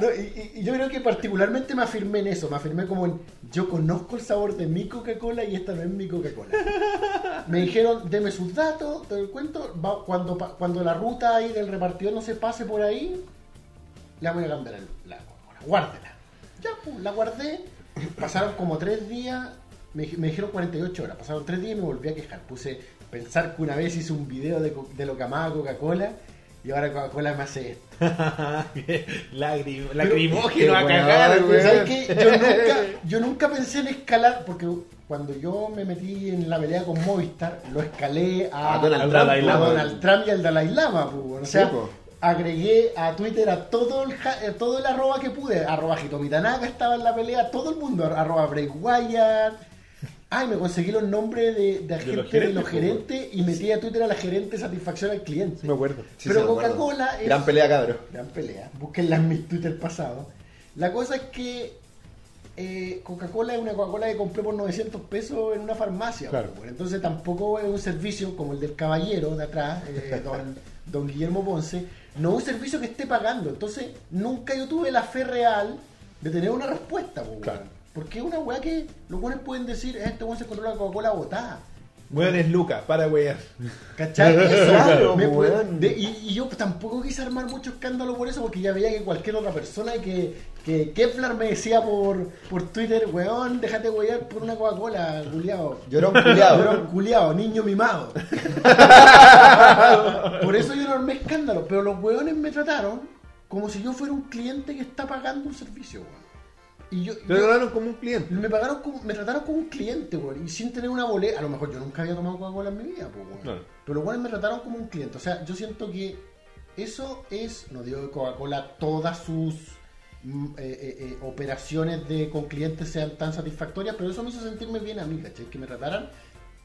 S2: No, y, y- y yo creo que particularmente me afirmé en eso, me afirmé como en, yo conozco el sabor de mi Coca-Cola y esta no es mi Coca-Cola. Me dijeron, deme sus datos, te doy el cuento, va- cuando, pa- cuando la ruta ahí del repartidor no se pase por ahí, la voy a cambiar el- la Coca-Cola, guárdela. Ya, pues, la guardé, pasaron como tres días, me, dij- me dijeron 48 horas, pasaron tres días y me volví a quejar. Puse, pensar que una vez hice un video de, co- de lo que amaba Coca-Cola y ahora Coca-Cola me hace esto.
S1: Lagrim,
S4: Qué
S1: lacrimógeno a
S4: weón,
S1: cagar,
S4: weón.
S2: Pero
S1: weón.
S2: ¿sabes qué? Yo nunca, yo nunca pensé en escalar, porque cuando yo me metí en la pelea con Movistar, lo escalé a,
S4: A Donald
S1: Al
S4: Trump,
S1: Dalai
S2: a
S1: Lama.
S2: Donald Trump y al Dalai Lama. pues, bueno. O sea,
S4: Sí, po.
S2: agregué a Twitter a todo el, ja- eh, todo el arroba que pude. Arroba Jitomitanaka estaba en la pelea, todo el mundo. Arroba Bray Wyatt. Ay, me conseguí los nombres de, de gente
S1: los
S2: de
S1: gerentes,
S2: los
S1: po, bueno.
S2: gerentes y metí a Twitter a la gerente satisfacción al cliente.
S1: acuerdo.
S4: Sí,
S2: Pero
S4: sí, me acuerdo.
S2: Coca-Cola es-
S4: Gran pelea, cabrón.
S2: Gran pelea. Búsquenla en mi Twitter pasado. La cosa es que eh, Coca-Cola es una Coca-Cola que compré por 900 pesos en una farmacia.
S1: Claro.
S2: pues, bueno. entonces tampoco es un servicio como el del caballero de atrás, eh, don, don Guillermo Ponce. No es un servicio que esté pagando. Entonces nunca yo tuve la fe real de tener una respuesta. pues,
S1: Claro.
S2: bueno. Porque es una weá que los buenos pueden decir, este weón se encontró la Coca-Cola botada.
S1: Weón es Lucas, para weón.
S2: ¿Cachai? Eso,
S4: Claro, pues,
S2: me puede-
S4: weón.
S2: de- y, y yo tampoco quise armar mucho escándalo por eso, porque ya veía que cualquier otra persona que, que Kepler me decía por, por Twitter, weón, déjate huear por una Coca-Cola, culiao.
S4: Llorón culiao.
S2: Llorón culiao, niño mimado. por eso yo no armé escándalo, pero los weones me trataron como si yo fuera un cliente que está pagando un servicio, weón. Y yo,
S1: Te
S2: yo-
S1: lo ganaron como un cliente.
S2: me pagaron como- me trataron como un cliente, weón, y sin tener una boleta. A lo mejor yo nunca había tomado Coca-Cola en mi vida, pues, weón.
S1: Claro.
S2: Pero los weones me trataron como un cliente. O sea, yo siento que eso es, no digo que Coca-Cola todas sus mm, eh, eh, eh, operaciones de, con clientes sean tan satisfactorias, pero eso me hizo sentirme bien a mí, ¿cachai? Que me trataran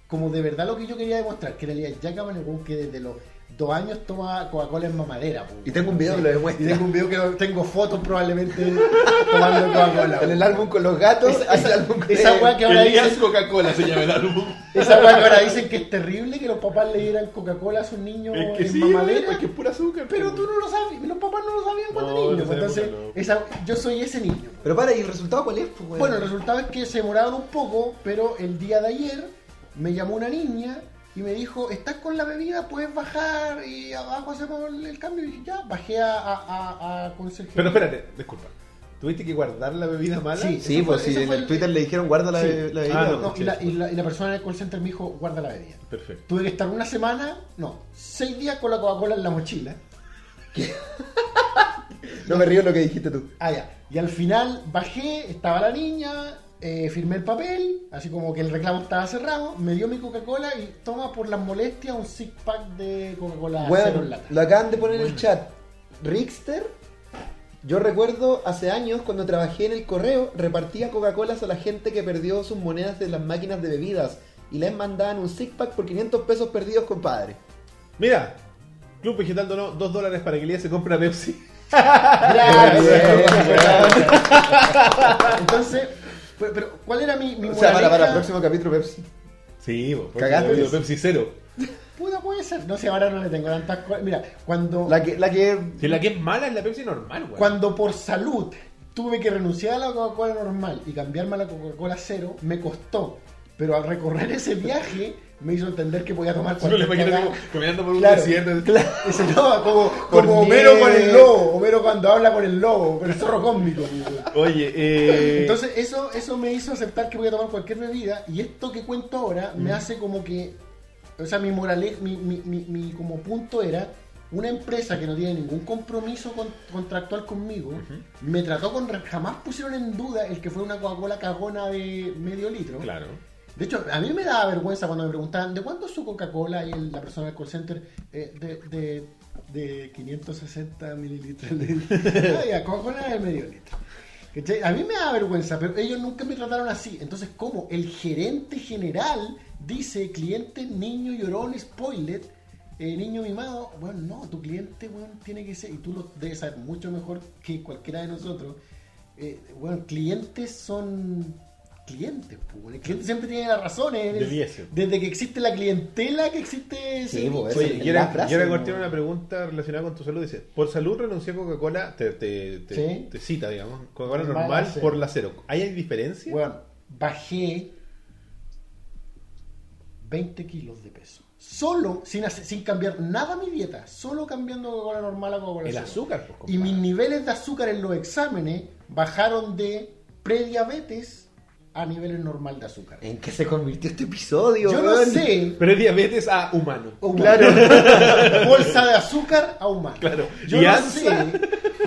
S2: como de verdad lo que yo quería demostrar, que en realidad Jack Amanegún, que desde los dos años toma Coca-Cola en mamadera, pues,
S4: Y
S2: weón.
S4: tengo un video que lo demuestra.
S2: Y tengo un video que lo- tengo fotos probablemente tomando Coca-Cola.
S4: En
S2: weón.
S4: el álbum con los gatos,
S2: Esa-
S4: hay el
S2: esa-
S4: álbum con-
S2: esa weá que ahora
S1: Elías
S2: dicen-
S1: Coca-Cola se llama el álbum.
S2: Esa weá que ahora dicen que es terrible que los papás le dieran Coca-Cola a sus niños
S1: Es que
S2: en
S1: sí,
S2: mamalera.
S1: es que es pura azúcar.
S2: Pero tú no lo sabes, los papás no lo sabían cuando
S1: No, en
S2: niños.
S1: esa
S2: Entonces,
S1: época no.
S2: esa- yo soy ese niño.
S4: Pero para, ¿y el resultado cuál es? pues, weón?
S2: Bueno, el resultado es que se demoraron un poco, pero el día de ayer me llamó una niña y me dijo, estás con la bebida, puedes bajar y abajo hacemos el el cambio. Y dije, ya, bajé a, a, a, a conserjería.
S1: Pero espérate, disculpa. ¿Tuviste que guardar la bebida mala?
S2: Sí.
S4: Sí,
S2: eso
S4: pues
S2: fue-
S4: sí,
S2: eso
S4: en
S2: fue
S4: el
S2: el-
S4: Twitter le dijeron guarda la,
S1: Sí.
S4: la
S1: Ah,
S4: bebida.
S1: no.
S2: No, y, la, y la- y la persona en el call center me dijo, guarda la bebida.
S1: Perfecto.
S2: Tuve que estar una semana, no, seis días con la Coca-Cola en la mochila.
S4: No me río lo que dijiste tú.
S2: Ah, ya. Y al final bajé, estaba la niña, eh, firmé el papel, así como que el reclamo estaba cerrado, me dio mi Coca-Cola y toma por las molestias un six pack de Coca-Cola Ah, cero
S4: Bueno,
S2: en lata.
S4: lo acaban de poner en el chat. Rickster, yo recuerdo hace años cuando trabajé en el correo, repartía Coca-Colas a la gente que perdió sus monedas de las máquinas de bebidas y les mandaban un six pack por 500 pesos perdidos, compadre.
S1: Mira, Club Vegetal donó 2 dólares para que Elías se compre una Pepsi.
S2: Gracias.
S4: Bien,
S2: Entonces, pero, pero, ¿cuál era mi, mi
S4: O sea, para, para el
S2: moraleja?
S4: próximo capítulo, Pepsi.
S1: Sí, vos, porque
S4: Cagaste.
S1: ha habido Pepsi cero.
S2: Puta, puede ser. No sé, ahora no le tengo tantas cosas. Mira, cuando,
S4: La que, la que
S1: Si la que es mala es la Pepsi normal, güey.
S2: cuando por salud tuve que renunciar a la Coca-Cola normal y cambiarme a la Coca-Cola cero, me costó. Pero al recorrer ese viaje, me hizo entender que podía tomar
S1: Uno le
S2: cualquier
S1: imagino
S2: cagada.
S1: como caminando por un
S2: Claro,
S1: desierto.
S2: Ese no, como,
S4: Con
S2: como Homero
S4: nieve.
S2: con el lobo. Homero cuando habla con el lobo, con el zorro cósmico.
S1: Oye, eh.
S2: Entonces, eso, eso me hizo aceptar que voy a tomar cualquier bebida. Y esto que cuento ahora
S4: Mm.
S2: me hace como que. O sea, mi morale, mi, mi, mi- mi como punto era. Una empresa que no tiene ningún compromiso con- contractual conmigo me trató con. re- Jamás pusieron en duda el que fue una Coca-Cola cagona de medio litro.
S1: Claro.
S2: De hecho, a mí me daba vergüenza cuando me preguntaban de cuánto es su Coca-Cola y el- la persona del call center eh, de, de, de 560 mililitros. De, Ah, ya, Coca-Cola de medio litro. ¿Cachai? A mí me da vergüenza, pero ellos nunca me trataron así. Entonces, ¿cómo? El gerente general dice cliente, niño llorón, spoiler, eh, niño mimado. Bueno, no, tu cliente bueno, tiene que ser, y tú lo debes saber mucho mejor que cualquiera de nosotros. eh, bueno, clientes son clientes. pues, bueno, El cliente siempre tiene las razones.
S1: Debiese.
S2: Desde que existe la clientela, que existe... ese-
S4: Sí, pues,
S1: Oye,
S4: es
S1: quiero,
S4: la frase,
S1: quiero
S4: ¿no?
S1: cortar una pregunta relacionada con tu salud. Dice, por salud renuncié a Coca-Cola, te, te- te-
S2: Sí.
S1: te cita, digamos, Coca-Cola
S2: Mala
S1: normal
S2: cero.
S1: por la cero. ¿Hay diferencia?
S2: Bueno, bajé 20 kilos de peso. Solo, sin, hacer- sin cambiar nada mi dieta, solo cambiando Coca-Cola normal a Coca-Cola
S1: el
S2: cero.
S1: azúcar, pues, por
S2: Y mis niveles de azúcar en los exámenes bajaron de prediabetes a niveles normal
S3: Eh,
S2: de azúcar.
S4: ¿En qué se convirtió este episodio?
S2: Yo no
S4: weón?
S2: sé.
S1: Pero es diabetes a humano.
S2: Claro. Bolsa de azúcar a humano.
S1: Claro.
S2: Yo
S1: ¿Y
S2: no
S1: ansia?
S2: sé.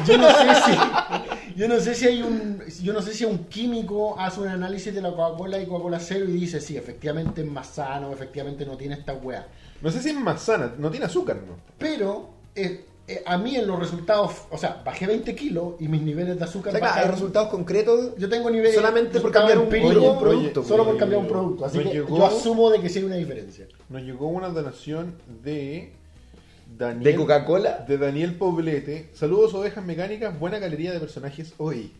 S2: Yo no sé si. Yo no sé si hay un. Yo no sé si un químico hace un análisis de la Coca-Cola y Coca-Cola cero y dice, sí, efectivamente es más sano, efectivamente no tiene esta weá.
S1: No sé si es más sana, no tiene azúcar, ¿no?
S2: Pero eh, eh, a mí en los resultados, o sea, bajé 20 kilos y mis niveles de
S4: O
S2: azúcar
S4: sea, claro, hay
S2: bajaron.
S4: resultados concretos.
S2: Yo tengo niveles
S4: Solamente por
S2: resultados
S4: cambiar un-
S2: empíricos,
S4: oye, un producto, pues,
S2: solo por
S1: oye,
S2: cambiar un producto. Así
S1: me
S2: que
S1: llegó-
S2: yo asumo de que sí hay una diferencia.
S1: Nos llegó una donación de Daniel,
S4: ¿De Coca-Cola?
S1: de Daniel Poblete. Saludos, ovejas mecánicas. Buena galería de personajes hoy.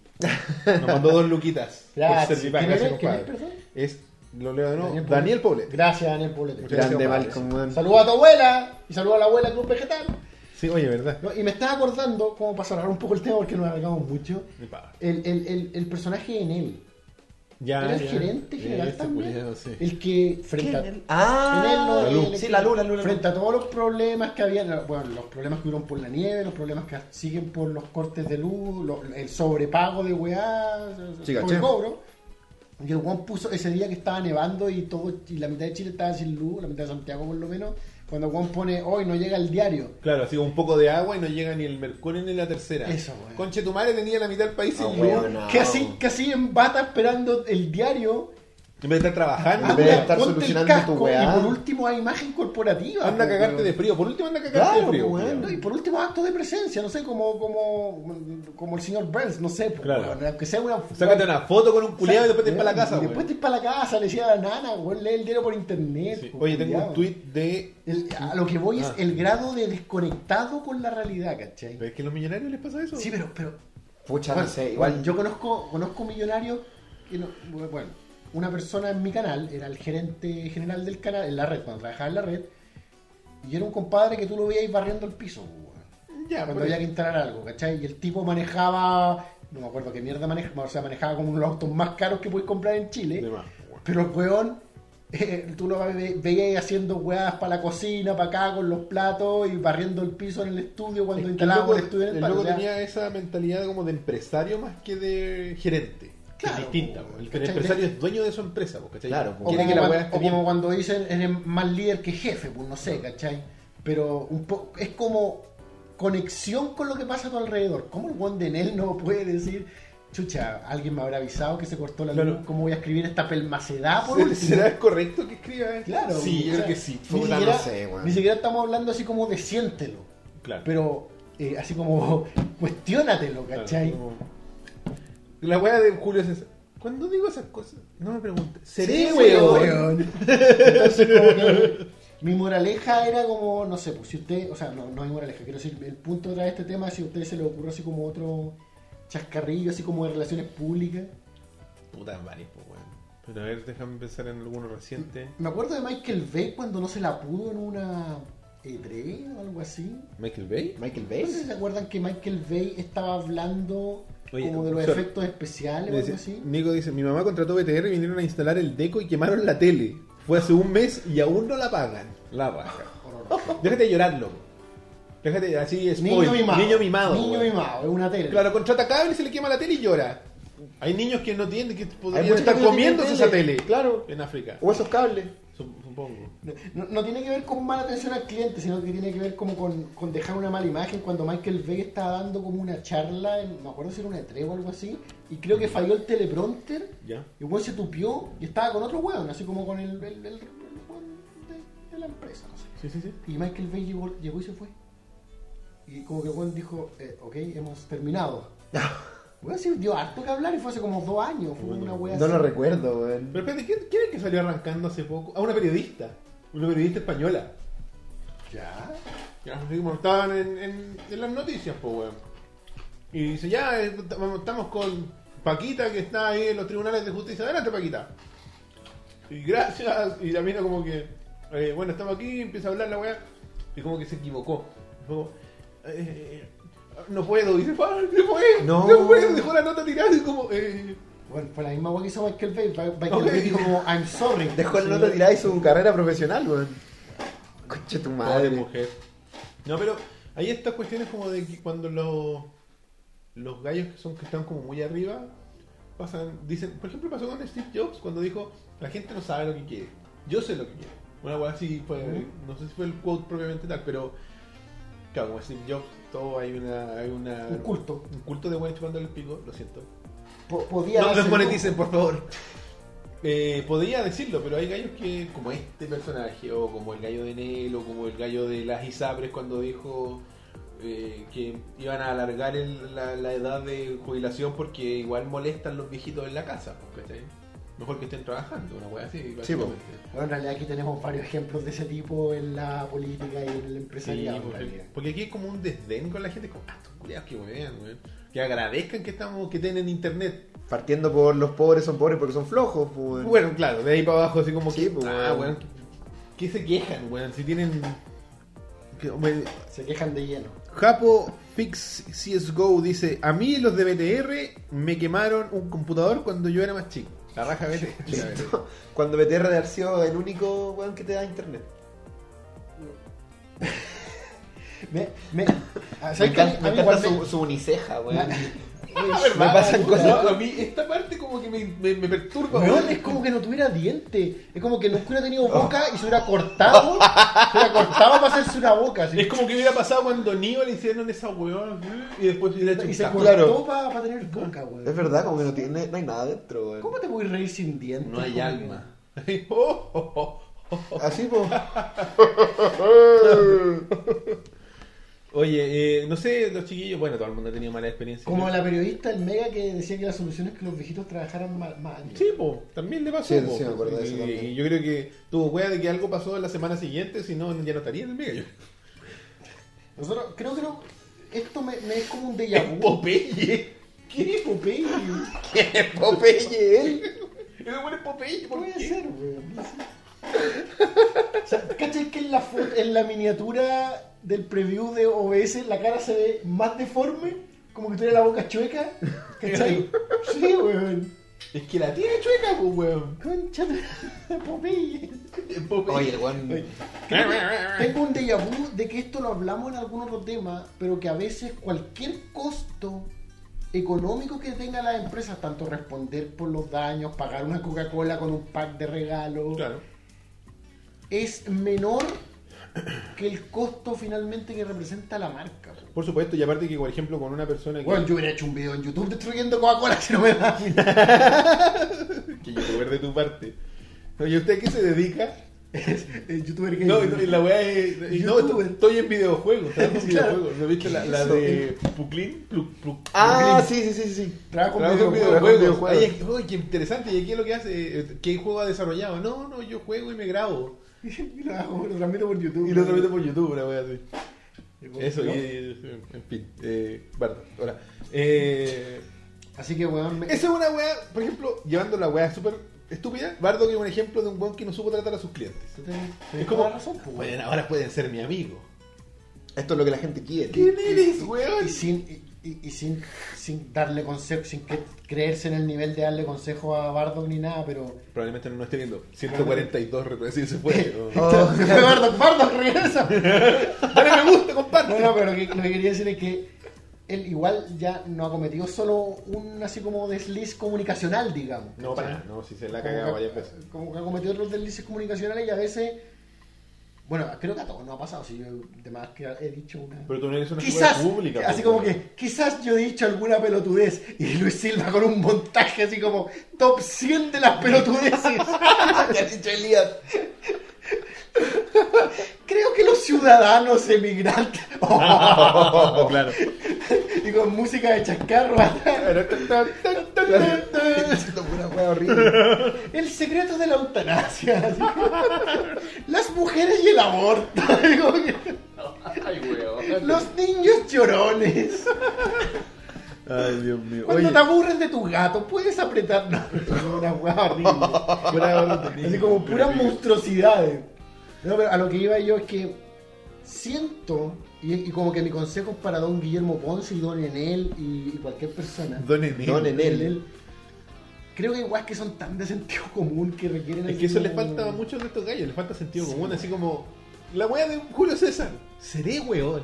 S1: Nos mandó dos luquitas. por
S2: Gracias.
S1: Servipack.
S2: ¿Quién eres?
S1: Gracias, compadre.
S2: ¿Quién eres, perdón?
S1: Es, lo leo de nuevo.
S2: Daniel
S1: Daniel,
S2: Poblete.
S1: Poblete.
S2: Gracias, Daniel Poblete.
S1: Muchas gracias,
S4: Grande,
S1: compadre.
S4: Malcolm, weón.
S2: Saludos a tu abuela y saludos a la abuela del Club Vegetal.
S1: Sí, oye, ¿verdad?
S2: No, y me estaba acordando, como para cerrar un poco el tema porque nos alargamos mucho,
S1: Mi padre.
S2: el, el, el, el personaje en él.
S1: Ya,
S2: Era el
S1: Ah, ya.
S2: gerente general
S1: Ese
S2: también.
S1: culiao, sí.
S2: El que frente a,
S4: Ah,
S2: en él no- en el-
S4: Sí, la luz, la luz. la luz.
S2: frente a todos los problemas que había, bueno, los problemas que hubieron por la nieve, los problemas que siguen por los cortes de luz, lo- el sobrepago de weá,
S4: Sí,
S2: por
S4: caché.
S2: el cobro. Y el Juan puso ese día que estaba nevando y todo y la mitad de Chile estaba sin luz, la mitad de Santiago por lo menos. Cuando Juan pone hoy no llega el diario,
S1: Claro, así como un poco de agua y no llega ni el mercurio ni la tercera.
S2: Eso, weón.
S1: Conche tu madre tenía la mitad del país sin
S4: Ah,
S1: luz.
S4: weón. No.
S2: casi, casi en bata esperando el diario.
S1: En vez de estar trabajando.
S4: En vez de
S2: Anda,
S4: estar
S2: ponte el
S4: solucionando
S2: casco
S4: tu weá.
S2: y por último hay imagen corporativa.
S1: Anda a
S2: po,
S1: cagarte
S2: weón.
S1: de frío. Por último, anda a cagarte
S4: Claro,
S1: de frío.
S4: weón.
S1: culiao.
S2: No, y por último acto de presencia, no sé, como como, como el señor Burns, no sé, po,
S1: Claro.
S2: weón, aunque sea una
S1: Sácate una foto con un culiado y después te vas para la casa,
S2: Y
S1: weón.
S2: después te vas para la casa, le decía a la nana, weón, lee el diario por internet.
S1: Sí.
S2: po,
S1: Oye, tengo
S2: culiao.
S1: un tweet de.
S2: El- a lo que voy es
S1: Ah.
S2: el grado de desconectado con la realidad, ¿cachai?
S1: ¿Ves que a los millonarios les pasa eso?
S2: Sí, pero, pero
S4: Pucha, no
S2: Bueno,
S4: sé.
S2: igual
S4: Igual
S2: yo conozco, conozco millonarios que no, bueno, una persona en mi canal, era el gerente general del canal, en la red, cuando trabajaba en la red, y era un compadre que tú lo veías barriendo el piso, weón.
S1: Ya,
S2: cuando
S1: pero-
S2: había que instalar algo, ¿cachai? Y el tipo manejaba, no me acuerdo qué mierda manejaba, o sea, manejaba como uno de los autos más caros que puedes comprar en Chile.
S1: De más, weón.
S2: Pero el weón, eh, tú lo ve- veías haciendo weas para la cocina, para acá con los platos y barriendo el piso en el estudio cuando
S1: Es que el
S2: instalábamos
S1: loco,
S2: el estudio en el,
S1: el
S2: patio,
S1: loco
S2: o sea,
S1: tenía esa mentalidad como de empresario más que de gerente. que
S2: Claro,
S1: es distinta,
S2: po,
S1: po. el, el
S2: ¿cachai?
S1: empresario es dueño de su empresa, po, ¿cachai?
S3: Claro, po.
S2: O,
S1: quiere
S2: como
S1: que la
S2: cuan-
S1: weá esté
S2: o como
S1: bien.
S2: cuando dicen, eres más líder que jefe, pues no sé, ¿cachai? Pero un po- es como conexión con lo que pasa a tu alrededor. ¿Cómo el Juan de Nel no puede decir, chucha, alguien me habrá avisado que se cortó la luz?
S1: Claro.
S2: ¿Cómo voy a escribir esta pelmacedad por
S1: ¿Será-
S2: último?
S1: ¿Será correcto que escriba esto?
S2: Claro.
S1: Sí, yo
S2: o
S1: creo
S2: sea,
S1: que sí.
S2: Ni
S3: Puta,
S2: siquiera,
S3: no sé, weón.
S2: ni siquiera estamos hablando así como de siéntelo,
S1: Claro.
S2: pero eh, así como cuestiónatelo,
S1: Claro,
S2: ¿cachai?
S1: como- La weá de Julio César. Cuando digo esas cosas, no me preguntes. ¿Seré
S2: Sí,
S1: weón?
S2: weón. Entonces, como que mi moraleja era como, no sé, pues si usted, o sea, no, no hay moraleja, quiero decir, el punto de traer este tema es si a usted se le ocurre así como otro chascarrillo, así como de relaciones públicas.
S1: Putas varias, po, weón. Pero a ver, déjame pensar en alguno reciente.
S2: Me acuerdo de Michael Bay cuando no se la pudo en una E3 o algo así.
S1: ¿Michael Bay?
S3: Michael
S2: No
S3: Bay.
S2: sé si se acuerdan que Michael Bay estaba hablando
S1: Oye,
S2: como de los
S1: sorry.
S2: efectos especiales o algo así.
S1: Nico dice, mi mamá contrató BTR y vinieron a instalar el deco y quemaron la tele. Fue hace un mes y aún no la pagan. La pagan.
S2: Horroroso.
S1: Déjate de llorar, loco. Déjate así, spoil.
S2: Niño mimado.
S1: Niño mimado.
S2: Niño
S1: weón.
S2: mimado, es una tele.
S1: Claro, contrata cable y se le quema la tele y llora. Hay niños que no tienen, que podrían
S3: mucha
S1: estar
S3: gente que tiene
S1: comiéndose esa
S3: tele.
S1: tele. Uh.
S3: Claro.
S1: En África.
S3: O esos cables.
S1: Sup- Supongo.
S2: No, no tiene que ver con mala atención al cliente, sino que tiene que ver como con, con dejar una mala imagen cuando Michael Bay estaba dando como una charla, en- me acuerdo si era una E3 o algo así, y creo que falló el teleprompter,
S1: Ya.
S2: y el weón se tupió y estaba con otro weón, así como con el, el, el- el weón de, de la empresa, no sé.
S1: Sí, sí, sí.
S2: Y Michael Bay llegó, llegó y se fue. Y como que el weón dijo, eh, ok, hemos terminado. Weón sí dio harto que hablar y fue hace como dos años, fue una wea
S4: No
S2: así.
S4: lo recuerdo, weón.
S1: Pero espérate, ¿quién, quién es que salió arrancando hace poco? A una periodista. Una periodista española.
S2: Ya.
S1: Ya, así como estaban en, en- en las noticias, pues, weón. Y dice, ya, eh, estamos estamos con Paquita que está ahí en los tribunales de justicia. Adelante, Paquita. Y gracias. Y la mina como que, eh, bueno, estamos aquí, empieza a hablar la weá. Y como que se equivocó. Fue como, eh, no puedo. Y se fue, se fue.
S4: No.
S1: se fue, dejó la nota tirada y como, eh,
S2: Bueno, fue la misma hueá que hizo Michael Bay. Ba- Michael
S1: Ok.
S2: Bay dijo como, I'm sorry.
S4: Dejó el
S2: Sí.
S4: nota tirada y su carrera profesional, weón. Conche tu
S1: Madre
S4: madre.
S1: mujer. No, pero hay estas cuestiones como de que cuando los los gallos que son que están como muy arriba pasan, dicen, por ejemplo pasó con Steve Jobs cuando dijo la gente no sabe lo que quiere, yo sé lo que quiero. Una weá así fue, no sé si fue el quote propiamente tal, pero claro, como Steve Jobs, todo hay una, hay una
S2: Un culto.
S1: un culto de weones chupando el pico, lo siento.
S2: Po- podía
S1: No
S2: darse-
S1: desmoneticen, por favor. Eh, podría decirlo, pero hay gallos que, como este personaje, o como el gallo de Nel, o como el gallo de las Isabres cuando dijo eh, que iban a alargar el- la, la edad de jubilación porque igual molestan los viejitos en la casa, pues, ¿cachai? Mejor que estén trabajando, una wea así, básicamente.
S2: Bueno, en realidad aquí tenemos varios ejemplos de ese tipo en la política y en el
S1: Sí,
S2: empresariado. en
S4: pues,
S1: porque,
S2: realidad.
S1: porque aquí es como un desdén con la gente, como, ah, estos culiados que weón, weón. Que agradezcan que estamos, que tienen internet,
S4: Partiendo por los pobres son pobres porque son flojos, weón.
S1: Bueno, claro, de ahí para abajo, así como
S4: Sí,
S1: que.
S4: pues,
S1: ah,
S4: weón.
S1: weón. ¿qué- ¿Qué se quejan, weón? Si tienen. que- weón,
S2: Se quejan de lleno.
S1: Japo Fix CSGO dice: A mí los de BTR me quemaron un computador cuando yo era más chico. La raja BTR. la BTR.
S4: Cuando BTR de sido el único weón que te da internet.
S2: Me, me, ah, ¿sabes
S4: Me
S2: qué? A
S4: encanta,
S2: mí-
S4: me
S2: a mí
S4: encanta
S2: igual me-
S4: su, su uniceja, weón.
S1: La verdad,
S4: Me pasan
S1: puta,
S4: cosas-
S1: no, A mí esta parte como que me, me, me perturba,
S2: Weón,
S1: weón.
S2: es como que no tuviera diente. Es como que nunca hubiera tenido
S4: Oh.
S2: boca y se hubiera cortado. Se hubiera cortado para hacerse una boca. así.
S1: Es como que hubiera pasado cuando Nio le hicieron esa weón y después hubiera hecho
S2: Y
S1: un
S2: se
S1: tajo.
S2: cortó
S4: Claro.
S2: para, tener boca, weón.
S4: Es verdad, como que no, tiene, no hay nada dentro, weón.
S2: ¿Cómo te voy a reír sin dientes?
S1: No hay
S2: Como
S1: alma. Oh, oh, oh.
S4: Así, pues.
S1: Oye, eh, no sé, los chiquillos, bueno, todo el mundo ha tenido mala experiencia.
S2: Como la periodista, el mega, que decía que la solución es que los viejitos trabajaran más, más años.
S1: Sí, po, también le pasó.
S4: Sí,
S1: po.
S4: sí, me acuerdo de eso
S1: Y-
S4: también.
S1: Y yo creo que tuvo wea de que algo pasó en la semana siguiente, si no, ya no estaría en el mega. Yo.
S2: Nosotros, creo que no- esto me, me es como un déjà vu.
S1: Popeye.
S2: ¿Qué es Popeye?
S4: Popeye, él.
S1: Ese weón es Popeye, ¿por
S2: Puede
S1: qué?
S2: ser, weón. O sea, ¿cachai que en la, fo- en la miniatura del preview de OBS la cara se ve más deforme? Como que tuviera la boca chueca. ¿Cachai? Sí, weón.
S1: Es que la tiene chueca, pues, weón.
S2: Concha de Popeye.
S4: Oye, el weón.
S2: Tengo un déjà vu de que esto lo hablamos en algún otro tema, pero que a veces cualquier costo económico que tenga las empresas, tanto responder por los daños, pagar una Coca-Cola con un pack de regalo,
S1: Claro.
S2: es menor que el costo finalmente que representa la marca. po.
S1: Por supuesto, y aparte que, por ejemplo, con una persona que,
S2: Bueno, yo hubiera hecho un video en YouTube destruyendo Coca-Cola si no me da.
S1: que youtuber de tu parte. Oye, ¿usted a qué se dedica?
S2: El youtuber
S4: Eh,
S2: que
S1: No, y la weá es. y no,
S2: Youtuber.
S1: estoy en videojuegos, trabajo en
S2: Claro.
S1: videojuegos. ¿No viste la,
S2: ¿Qué
S1: la
S2: es
S1: de Puclin? Plu- plu-
S4: Ah,
S1: Pluclin.
S4: sí, sí, sí, sí, sí.
S2: trabaja con
S1: Trabajo en
S2: videojuegos.
S1: videojuegos.
S4: videojuegos.
S1: Oye, es- uy, qué interesante. ¿Y qué es lo que hace? Eh, ¿Qué juego ha desarrollado? No, no, yo juego y me grabo.
S2: Y lo hago, lo transmito por YouTube. pues,
S1: Y lo transmito por YouTube, una wea así. Eso, y,
S2: ¿No?
S1: y- en fin. Eh, Bardo, ahora. Eh,
S2: Así que, weón, me-
S1: esa es una wea, por ejemplo, llevando la wea súper estúpida. Bardo que es un ejemplo de un weón que no supo tratar a sus clientes.
S2: Tú tenés-
S1: Es
S2: tenés
S1: como,
S2: toda la razón, po, weón.
S1: bueno, ahora pueden ser mi amigo.
S4: Esto es lo que la gente quiere.
S1: ¿Quién eres, weón?
S2: y sin, y, y- y sin, sin darle consejos, sin que- creerse en el nivel de darle consejos a Bardock ni nada, pero.
S1: Probablemente Ah, no lo esté viendo. 142 reproducciones se fue. weón.
S4: Oh.
S2: Bardock, Bardock, regresa.
S1: Dale me gusta, comparte.
S2: No, no, pero que- lo que quería decir es que él igual ya no ha cometido solo un así como desliz comunicacional, digamos.
S1: No, para nada, no, si se la ha cagado varias veces.
S2: Como que ha cometido otros deslices comunicacionales y a veces. Bueno, creo que a todos no ha pasado, si yo de más que he dicho una.
S1: Pero tú no eres una
S2: Quizás,
S1: figura pública.
S2: así
S1: pues,
S2: como
S1: weón.
S2: que, quizás yo he dicho alguna pelotudez y Luis Silva con un montaje así como top 100 de las pelotudeces.
S4: ha dicho Elías.
S2: Creo que los ciudadanos emigrantes. oh,
S1: claro.
S2: y con música de chascarro atrás.
S4: Esto fue una wea horrible.
S2: El secreto de la eutanasia. así como, Las mujeres y el aborto. así como que,
S1: Ay, weón.
S2: Los niños llorones.
S1: Ay, Dios mío.
S2: Cuando te aburres de tu gato, puedes apretar. No, es una hueá horrible. Así como puras monstruosidades. No, pero a lo que iba yo es que siento, y, y como que mi consejo es para don Guillermo Ponce y don Enel y, y cualquier persona.
S1: Don Enel.
S4: Don Enel.
S2: Creo que igual que son tan de sentido común que requieren.
S1: Es
S2: así
S1: que eso
S2: como-
S1: le falta a muchos de estos gallos, le falta sentido común, así como la wea de Julio César. Seré weón.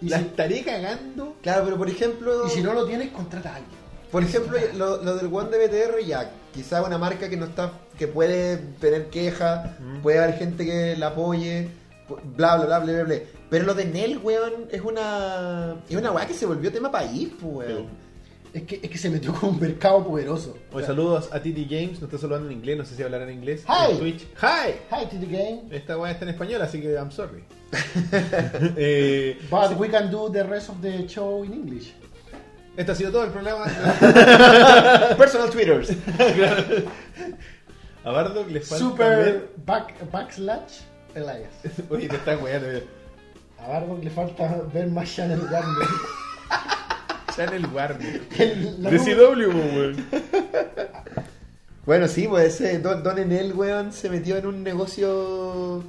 S2: Y
S1: la
S2: si-
S1: estaré cagando.
S4: Claro, pero por ejemplo.
S2: Y si no lo tienes, contrata a alguien.
S4: Por ejemplo, lo, lo del One de BTR ya, quizá una marca que no está, que puede tener quejas,
S1: Mm.
S4: puede haber gente que la apoye, pu- bla bla bla bla bla. bla. Pero lo de Nel, weón, es una. Es una weá que se volvió tema país, pues, weón.
S2: Es que, es que se metió con un mercado poderoso.
S1: Oye, saludos a Titi Games, nos está saludando en inglés, no sé si hablará en inglés.
S2: Hi.
S1: En Twitch. ¡Hi!
S2: Hi to the game.
S1: Esta weá está en español, así que I'm sorry. Eh,
S2: But we can do the rest of the show in English.
S1: esto ha sido todo el programa.
S4: Personal Twitters.
S1: A Bardo le falta.
S2: Super
S1: ver-
S2: back, backslash Elias.
S1: Oye, te estás weando. mira.
S2: A Bardo le falta ver más Channel Warner.
S1: Channel Warner.
S2: El- la
S1: De
S2: nube-
S1: CW, weón.
S4: bueno, sí, pues ese Don, Don Enel, weón, se metió en un negocio.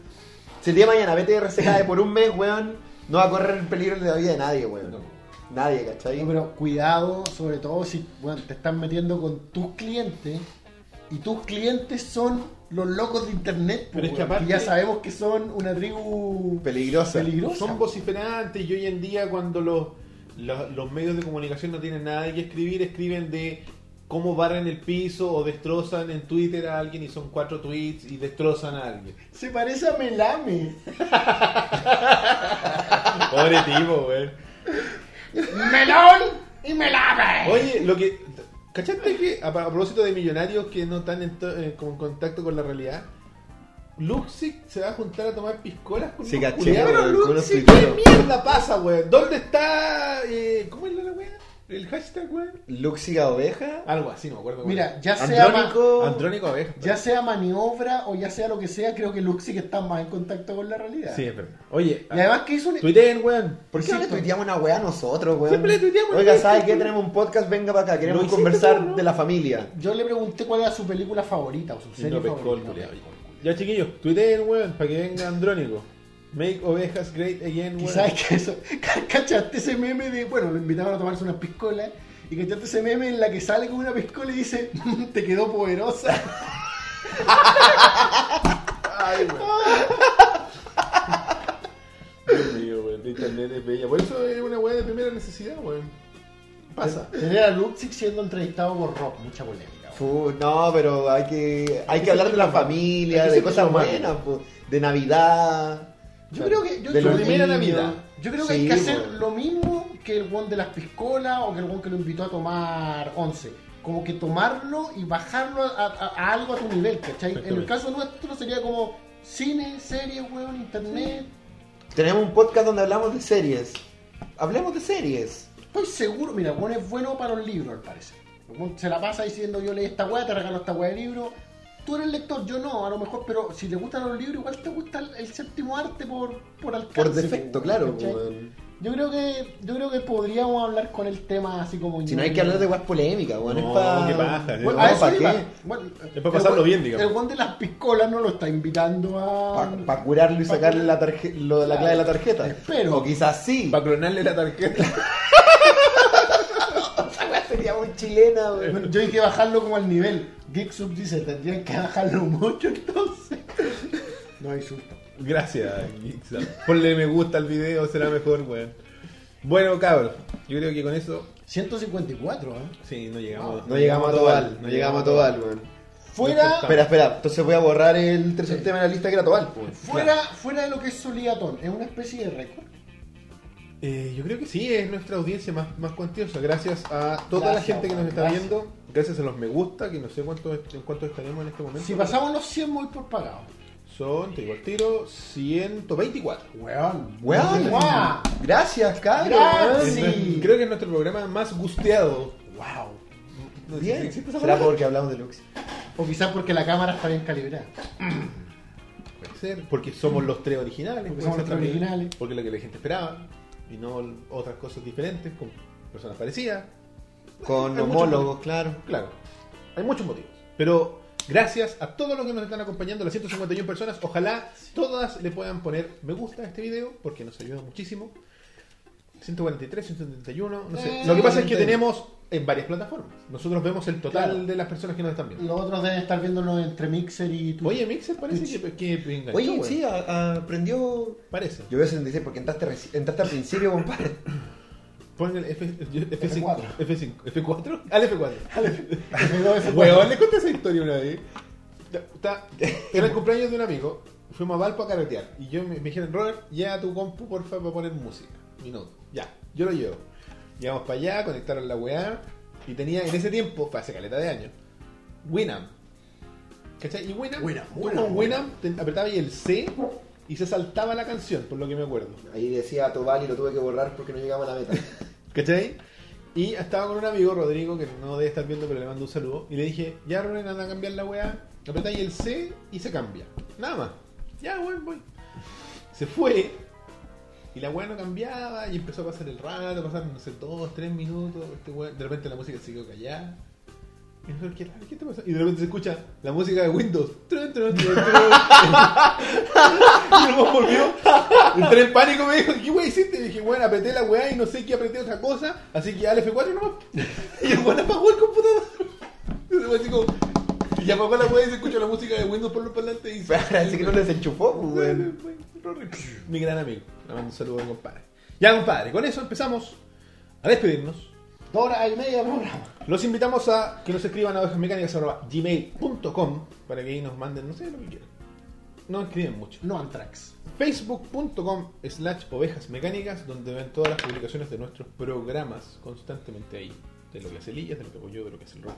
S4: Si el día de mañana BTR se cae por un mes, weón, no va a correr el peligro de la vida de nadie, weón. Nadie, ¿cachai?
S2: No, pero cuidado, sobre todo si bueno, te estás metiendo con tus clientes y tus clientes son los locos de internet.
S1: Pero es
S2: pues,
S1: que aparte-
S2: ya sabemos que son una tribu
S4: Peligrosa.
S2: peligrosa.
S1: Son vociferantes y hoy en día, cuando los, los, los medios de comunicación no tienen nada que escribir, escriben de cómo barren el piso o destrozan en Twitter a alguien y son cuatro tweets y destrozan a alguien.
S2: Se parece a Melame.
S1: Pobre tipo, weón.
S2: ¡Melón y Melame!
S1: Oye, lo que. ¿Cachaste que a, a propósito de millonarios que no están en, to- eh, como en contacto con la realidad? Luxic se va a juntar a tomar piscolas con
S4: Sí,
S1: unos
S4: caché,
S1: culiados.
S4: weón,
S1: Pero
S4: con unos
S1: Luxic, ¿qué
S4: culiados.
S1: mierda pasa, weón? ¿Dónde está. eh, ¿Cómo es la weá? el hashtag, weón?
S4: Luxiga oveja.
S1: Algo así, no me acuerdo. weón.
S2: Mira, ya sea, ma-
S4: Andrónico.
S1: Andrónico Abeja.
S2: ya sea maniobra o ya sea lo que sea, creo que Luxi que está más en contacto con la realidad.
S1: Sí, es verdad. Oye, ah,
S2: Y además que hizo un...
S1: tuiteen, weón.
S4: ¿Por qué no le tuiteamos una weá a nosotros, weón?
S1: Siempre le tuiteamos una
S4: Oiga,
S1: weá.
S4: ¿sabes qué? Tenemos un podcast, venga para acá. Queremos
S1: Lo hiciste,
S4: conversar
S1: pero no.
S4: de la familia.
S2: Yo le pregunté cuál era su película favorita o su
S1: Y
S2: serie
S1: no pescó el
S2: favorita.
S1: culiao. Ya, chiquillos, tuiteen, weón, para que venga Andrónico. Make ovejas great again,
S2: Y
S1: weón.
S2: sabes que eso, ca- cachaste ese meme de, bueno, lo invitaban a tomarse unas piscolas y cachaste ese meme en la que sale con una piscola y dice, te quedó poderosa.
S1: Ay, weón. Dios mío, weón. de Internet es bella. Por eso es una weá de primera necesidad, weón.
S2: Pasa. Tener a Luxic siendo entrevistado por Rock, mucha polémica. weón.
S4: Fu, no, pero hay que, hay que hablar de la familia,
S2: hay que
S4: de
S2: ser
S4: cosas
S2: humano.
S4: buenas, fu, de Navidad.
S2: Yo creo que yo,
S4: De
S2: yo-
S4: los
S2: primera
S4: niños.
S2: Navidad. Yo creo que hay que
S4: Sí,
S2: hacer
S4: weón.
S2: lo mismo que el guan de las piscolas o que el guan que lo invitó a tomar once. Como que tomarlo y bajarlo a, a- a algo a tu nivel, ¿cachai? En el
S1: Exactamente.
S2: caso nuestro sería como cine, serie, weón, internet.
S4: Tenemos un podcast donde hablamos de series. Hablemos de series.
S2: Estoy seguro, mira, Juan es bueno para los libros, al parecer. El weón Se la pasa diciendo yo leí esta weá, te regalo esta weá de libro. Tú eres lector, yo no, a lo mejor, pero si te gustan los libros, igual te gusta el, el séptimo arte por, por alcance.
S4: Por defecto,
S2: weón,
S4: claro.
S2: ¿cachai?
S4: weón.
S2: Yo creo que yo creo que podríamos hablar con el tema así como
S4: Si no hay que hablar de weas polémicas, weón.
S1: No,
S4: es pa-
S1: qué paja,
S2: bueno,
S4: no,
S2: a eso
S4: ¿pa'
S2: iba.
S4: qué?
S2: Bueno,
S1: para
S2: el
S1: pasarlo
S2: weón-
S1: bien, digamos.
S2: El Juan de las piscolas no lo está invitando a
S4: Para curarlo y
S2: pa'
S4: sacarle
S2: curar.
S4: la, tarje- lo de la clave de la tarjeta.
S2: Espero.
S4: O quizás sí.
S1: Para clonarle la tarjeta.
S4: Esa wea sería muy chilena, weón.
S2: Bueno, yo hay que bajarlo como al nivel. Geeksub dice, tendrían que bajarlo mucho entonces. No insulto.
S1: Gracias, Gixa. Ponle me gusta al video, será mejor, weón. Bueno, cabros, yo creo que con eso.
S2: 154, ¿eh?
S1: Sí, no llegamos.
S4: No llegamos a Tobal, no llegamos a Tobal, weón.
S2: Fuera,
S1: Perfecto.
S4: Espera, espera, entonces voy a borrar el tercer tema de la lista que era Tobal, pues. weón.
S2: fuera, fuera de lo que es Solidatón. Es una especie de récord.
S1: Eh, yo creo que sí, es nuestra audiencia más, más cuantiosa. Gracias a toda la
S2: Gracias,
S1: gente que nos
S2: weón,
S1: está
S2: gracias.
S1: viendo. Gracias a los me gusta, que no sé cuánto, en cuánto estaremos en este momento.
S2: Si pasamos los 100 muy por pagado.
S1: Son, te digo al tiro, 124.
S2: Weón.
S4: Weón,
S2: Guau.
S4: gracias, cabrón.
S2: Gracias.
S1: Es nuestro- Creo que es nuestro programa más gusteado.
S2: Wow.
S1: No sé si
S4: Bien.
S1: existe esa
S4: Será
S1: palabra.
S4: porque hablamos de Lux.
S2: O quizás porque la cámara está bien calibrada.
S1: Puede ser, porque somos los tres originales.
S2: Porque
S1: puede
S2: somos
S1: ser
S2: los tres
S1: también,
S2: originales.
S1: Porque lo que la gente esperaba. Y no l- otras cosas diferentes con personas parecidas.
S4: Con
S1: Hay mucho
S4: homólogos, claro.
S1: Claro, hay muchos motivos. Pero gracias a todos los que nos están acompañando, las 151 personas. Ojalá todas le puedan poner me gusta a este video porque nos ayuda muchísimo. 143, 171, no sé.
S2: Eh,
S1: Lo que pasa es que
S4: 141.
S1: tenemos en varias plataformas. Nosotros vemos el total
S2: Claro.
S1: de las personas que nos están viendo.
S2: Los otros deben estar viéndonos entre Mixer y Twitch.
S1: Oye, Mixer parece que, que enganchó,
S4: Oye,
S1: weón.
S4: sí, a- aprendió.
S1: Parece.
S4: Yo veo 66 porque entraste, reci- entraste al principio, compadre.
S1: Pon el F, F5,
S2: F4.
S1: F5, F4, al F4.
S2: F2,
S1: Weón, les conté esa historia una vez. Está- era el cumpleaños de un amigo, fuimos a Valpo a carretear. Y yo me, me dijeron, Robert, lleva tu compu, por favor, para poner música. Minuto. Ya, yo lo llevo. Llegamos para allá, conectaron la weá. Y tenía en ese tiempo, fue hace caleta de años, Winamp. ¿Cachai? Y Winamp,
S2: Winamp,
S1: tú
S2: Winamp,
S1: con Winamp te- apretaba ahí el C y se saltaba la canción, por lo que me acuerdo.
S4: Ahí decía Tobal y lo tuve que borrar porque no llegaba a la meta.
S1: ¿Cachai? Y estaba con un amigo, Rodrigo, que no debe estar viendo, pero le mando un saludo. Y le dije, ya Rubén, anda a cambiar la weá. Apretáis el C y se cambia. Nada más. Ya, weón, voy. Se fue. Y la weá no cambiaba. Y empezó a pasar el rato, pasaron, no sé, dos, tres minutos. Este weón- de repente la música se quedó callada. Y nosotros, ¿qué, ¿qué está pasando? Y de repente se escucha la música de Windows. Trun, trun, trun, trun. Y el weón volvió. Entré en pánico, me dijo, ¿qué weá hiciste? Y dije, bueno, apreté la weá y no sé qué apreté otra cosa, así que al F4 nomás. Y el weón apagó el computador. Y el weón así como, y apagó la weá y se escucha la música de Windows por los parlantes y dice,
S4: Parece que no les enchufó, weón.
S1: Mi gran amigo. Le mando un saludo a mi compadre. Ya, compadre, con eso empezamos a despedirnos.
S2: Dos horas y media de programa.
S1: Los invitamos a que nos escriban a ovejasmecánicas.gmail.com para que ahí nos manden, no sé, lo que quieran. No escriben mucho.
S2: No Antrax.
S1: facebook.com slash ovejas mecánicas donde ven todas las publicaciones de nuestros programas constantemente ahí de lo que hace Lillas, de lo que hago yo, de lo que hace el robo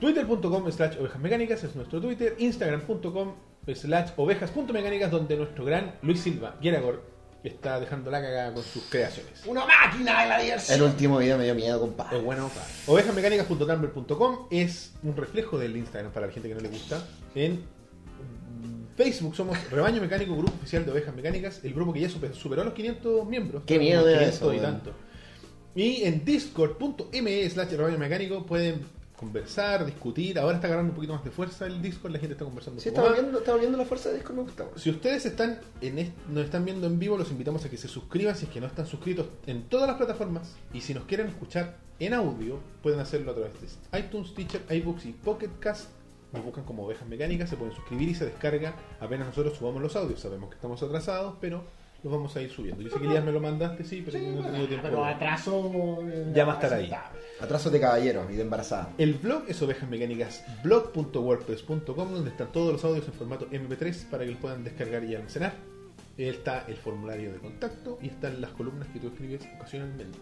S1: twitter.com slash ovejas mecánicas es nuestro twitter instagram.com slash ovejas.mecánicas donde nuestro gran Luis Silva Gueragor está dejando la cagada con sus creaciones.
S2: Una máquina de la diversión.
S4: El último video me dio miedo, compadre.
S1: Es bueno, para. Ovejamecánicas.tumblr.com es un reflejo del Instagram para la gente que no le gusta. En Facebook somos Rebaño Mecánico, grupo oficial de Ovejas Mecánicas, el grupo que ya super- superó los 500 miembros.
S4: Qué miedo
S1: Unos
S4: era
S1: 500
S4: eso,
S1: y
S4: weón.
S1: tanto. Y en discord.me e slash Rebaño Mecánico pueden conversar, discutir. Ahora está agarrando un poquito más de fuerza el Discord, la gente está conversando. un
S4: Sí,
S1: poco
S4: estaba
S1: más.
S4: viendo, estaba viendo la fuerza de disco, me gusta.
S1: Si ustedes están en est- nos están viendo en vivo, los invitamos a que se suscriban si es que no están suscritos en todas las plataformas. Y si nos quieren escuchar en audio, pueden hacerlo a través de iTunes, Teacher, iBooks y Pocket Cast. Nos buscan como ovejas mecánicas, se pueden suscribir y se descarga apenas nosotros subamos los audios. Sabemos que estamos atrasados, pero los vamos a ir subiendo. Yo sé que ya me lo mandaste, sí, pero no he tenido tiempo.
S2: Pero atraso. eh,
S1: Ya va a estar ahí.
S2: aceptable.
S4: Atrasos de caballero y de embarazada.
S1: El blog es ovejasmecánicasblog.wordpress.com donde están todos los audios en formato MP3 para que los puedan descargar y almacenar. Está el formulario de contacto y están las columnas que tú escribes ocasionalmente.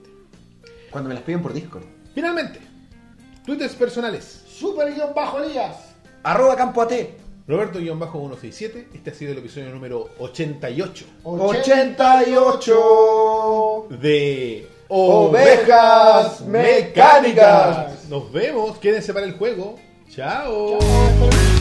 S4: Cuando me las piden por Discord.
S1: Finalmente, twitters personales.
S2: Super guión bajo Elías.
S4: Arroba campo AT.
S1: Roberto-167, este ha sido el episodio número 88
S4: 88
S1: de
S4: Ovejas Mecánicas.
S1: Nos vemos, quédense para el juego. Chao.
S2: Chao.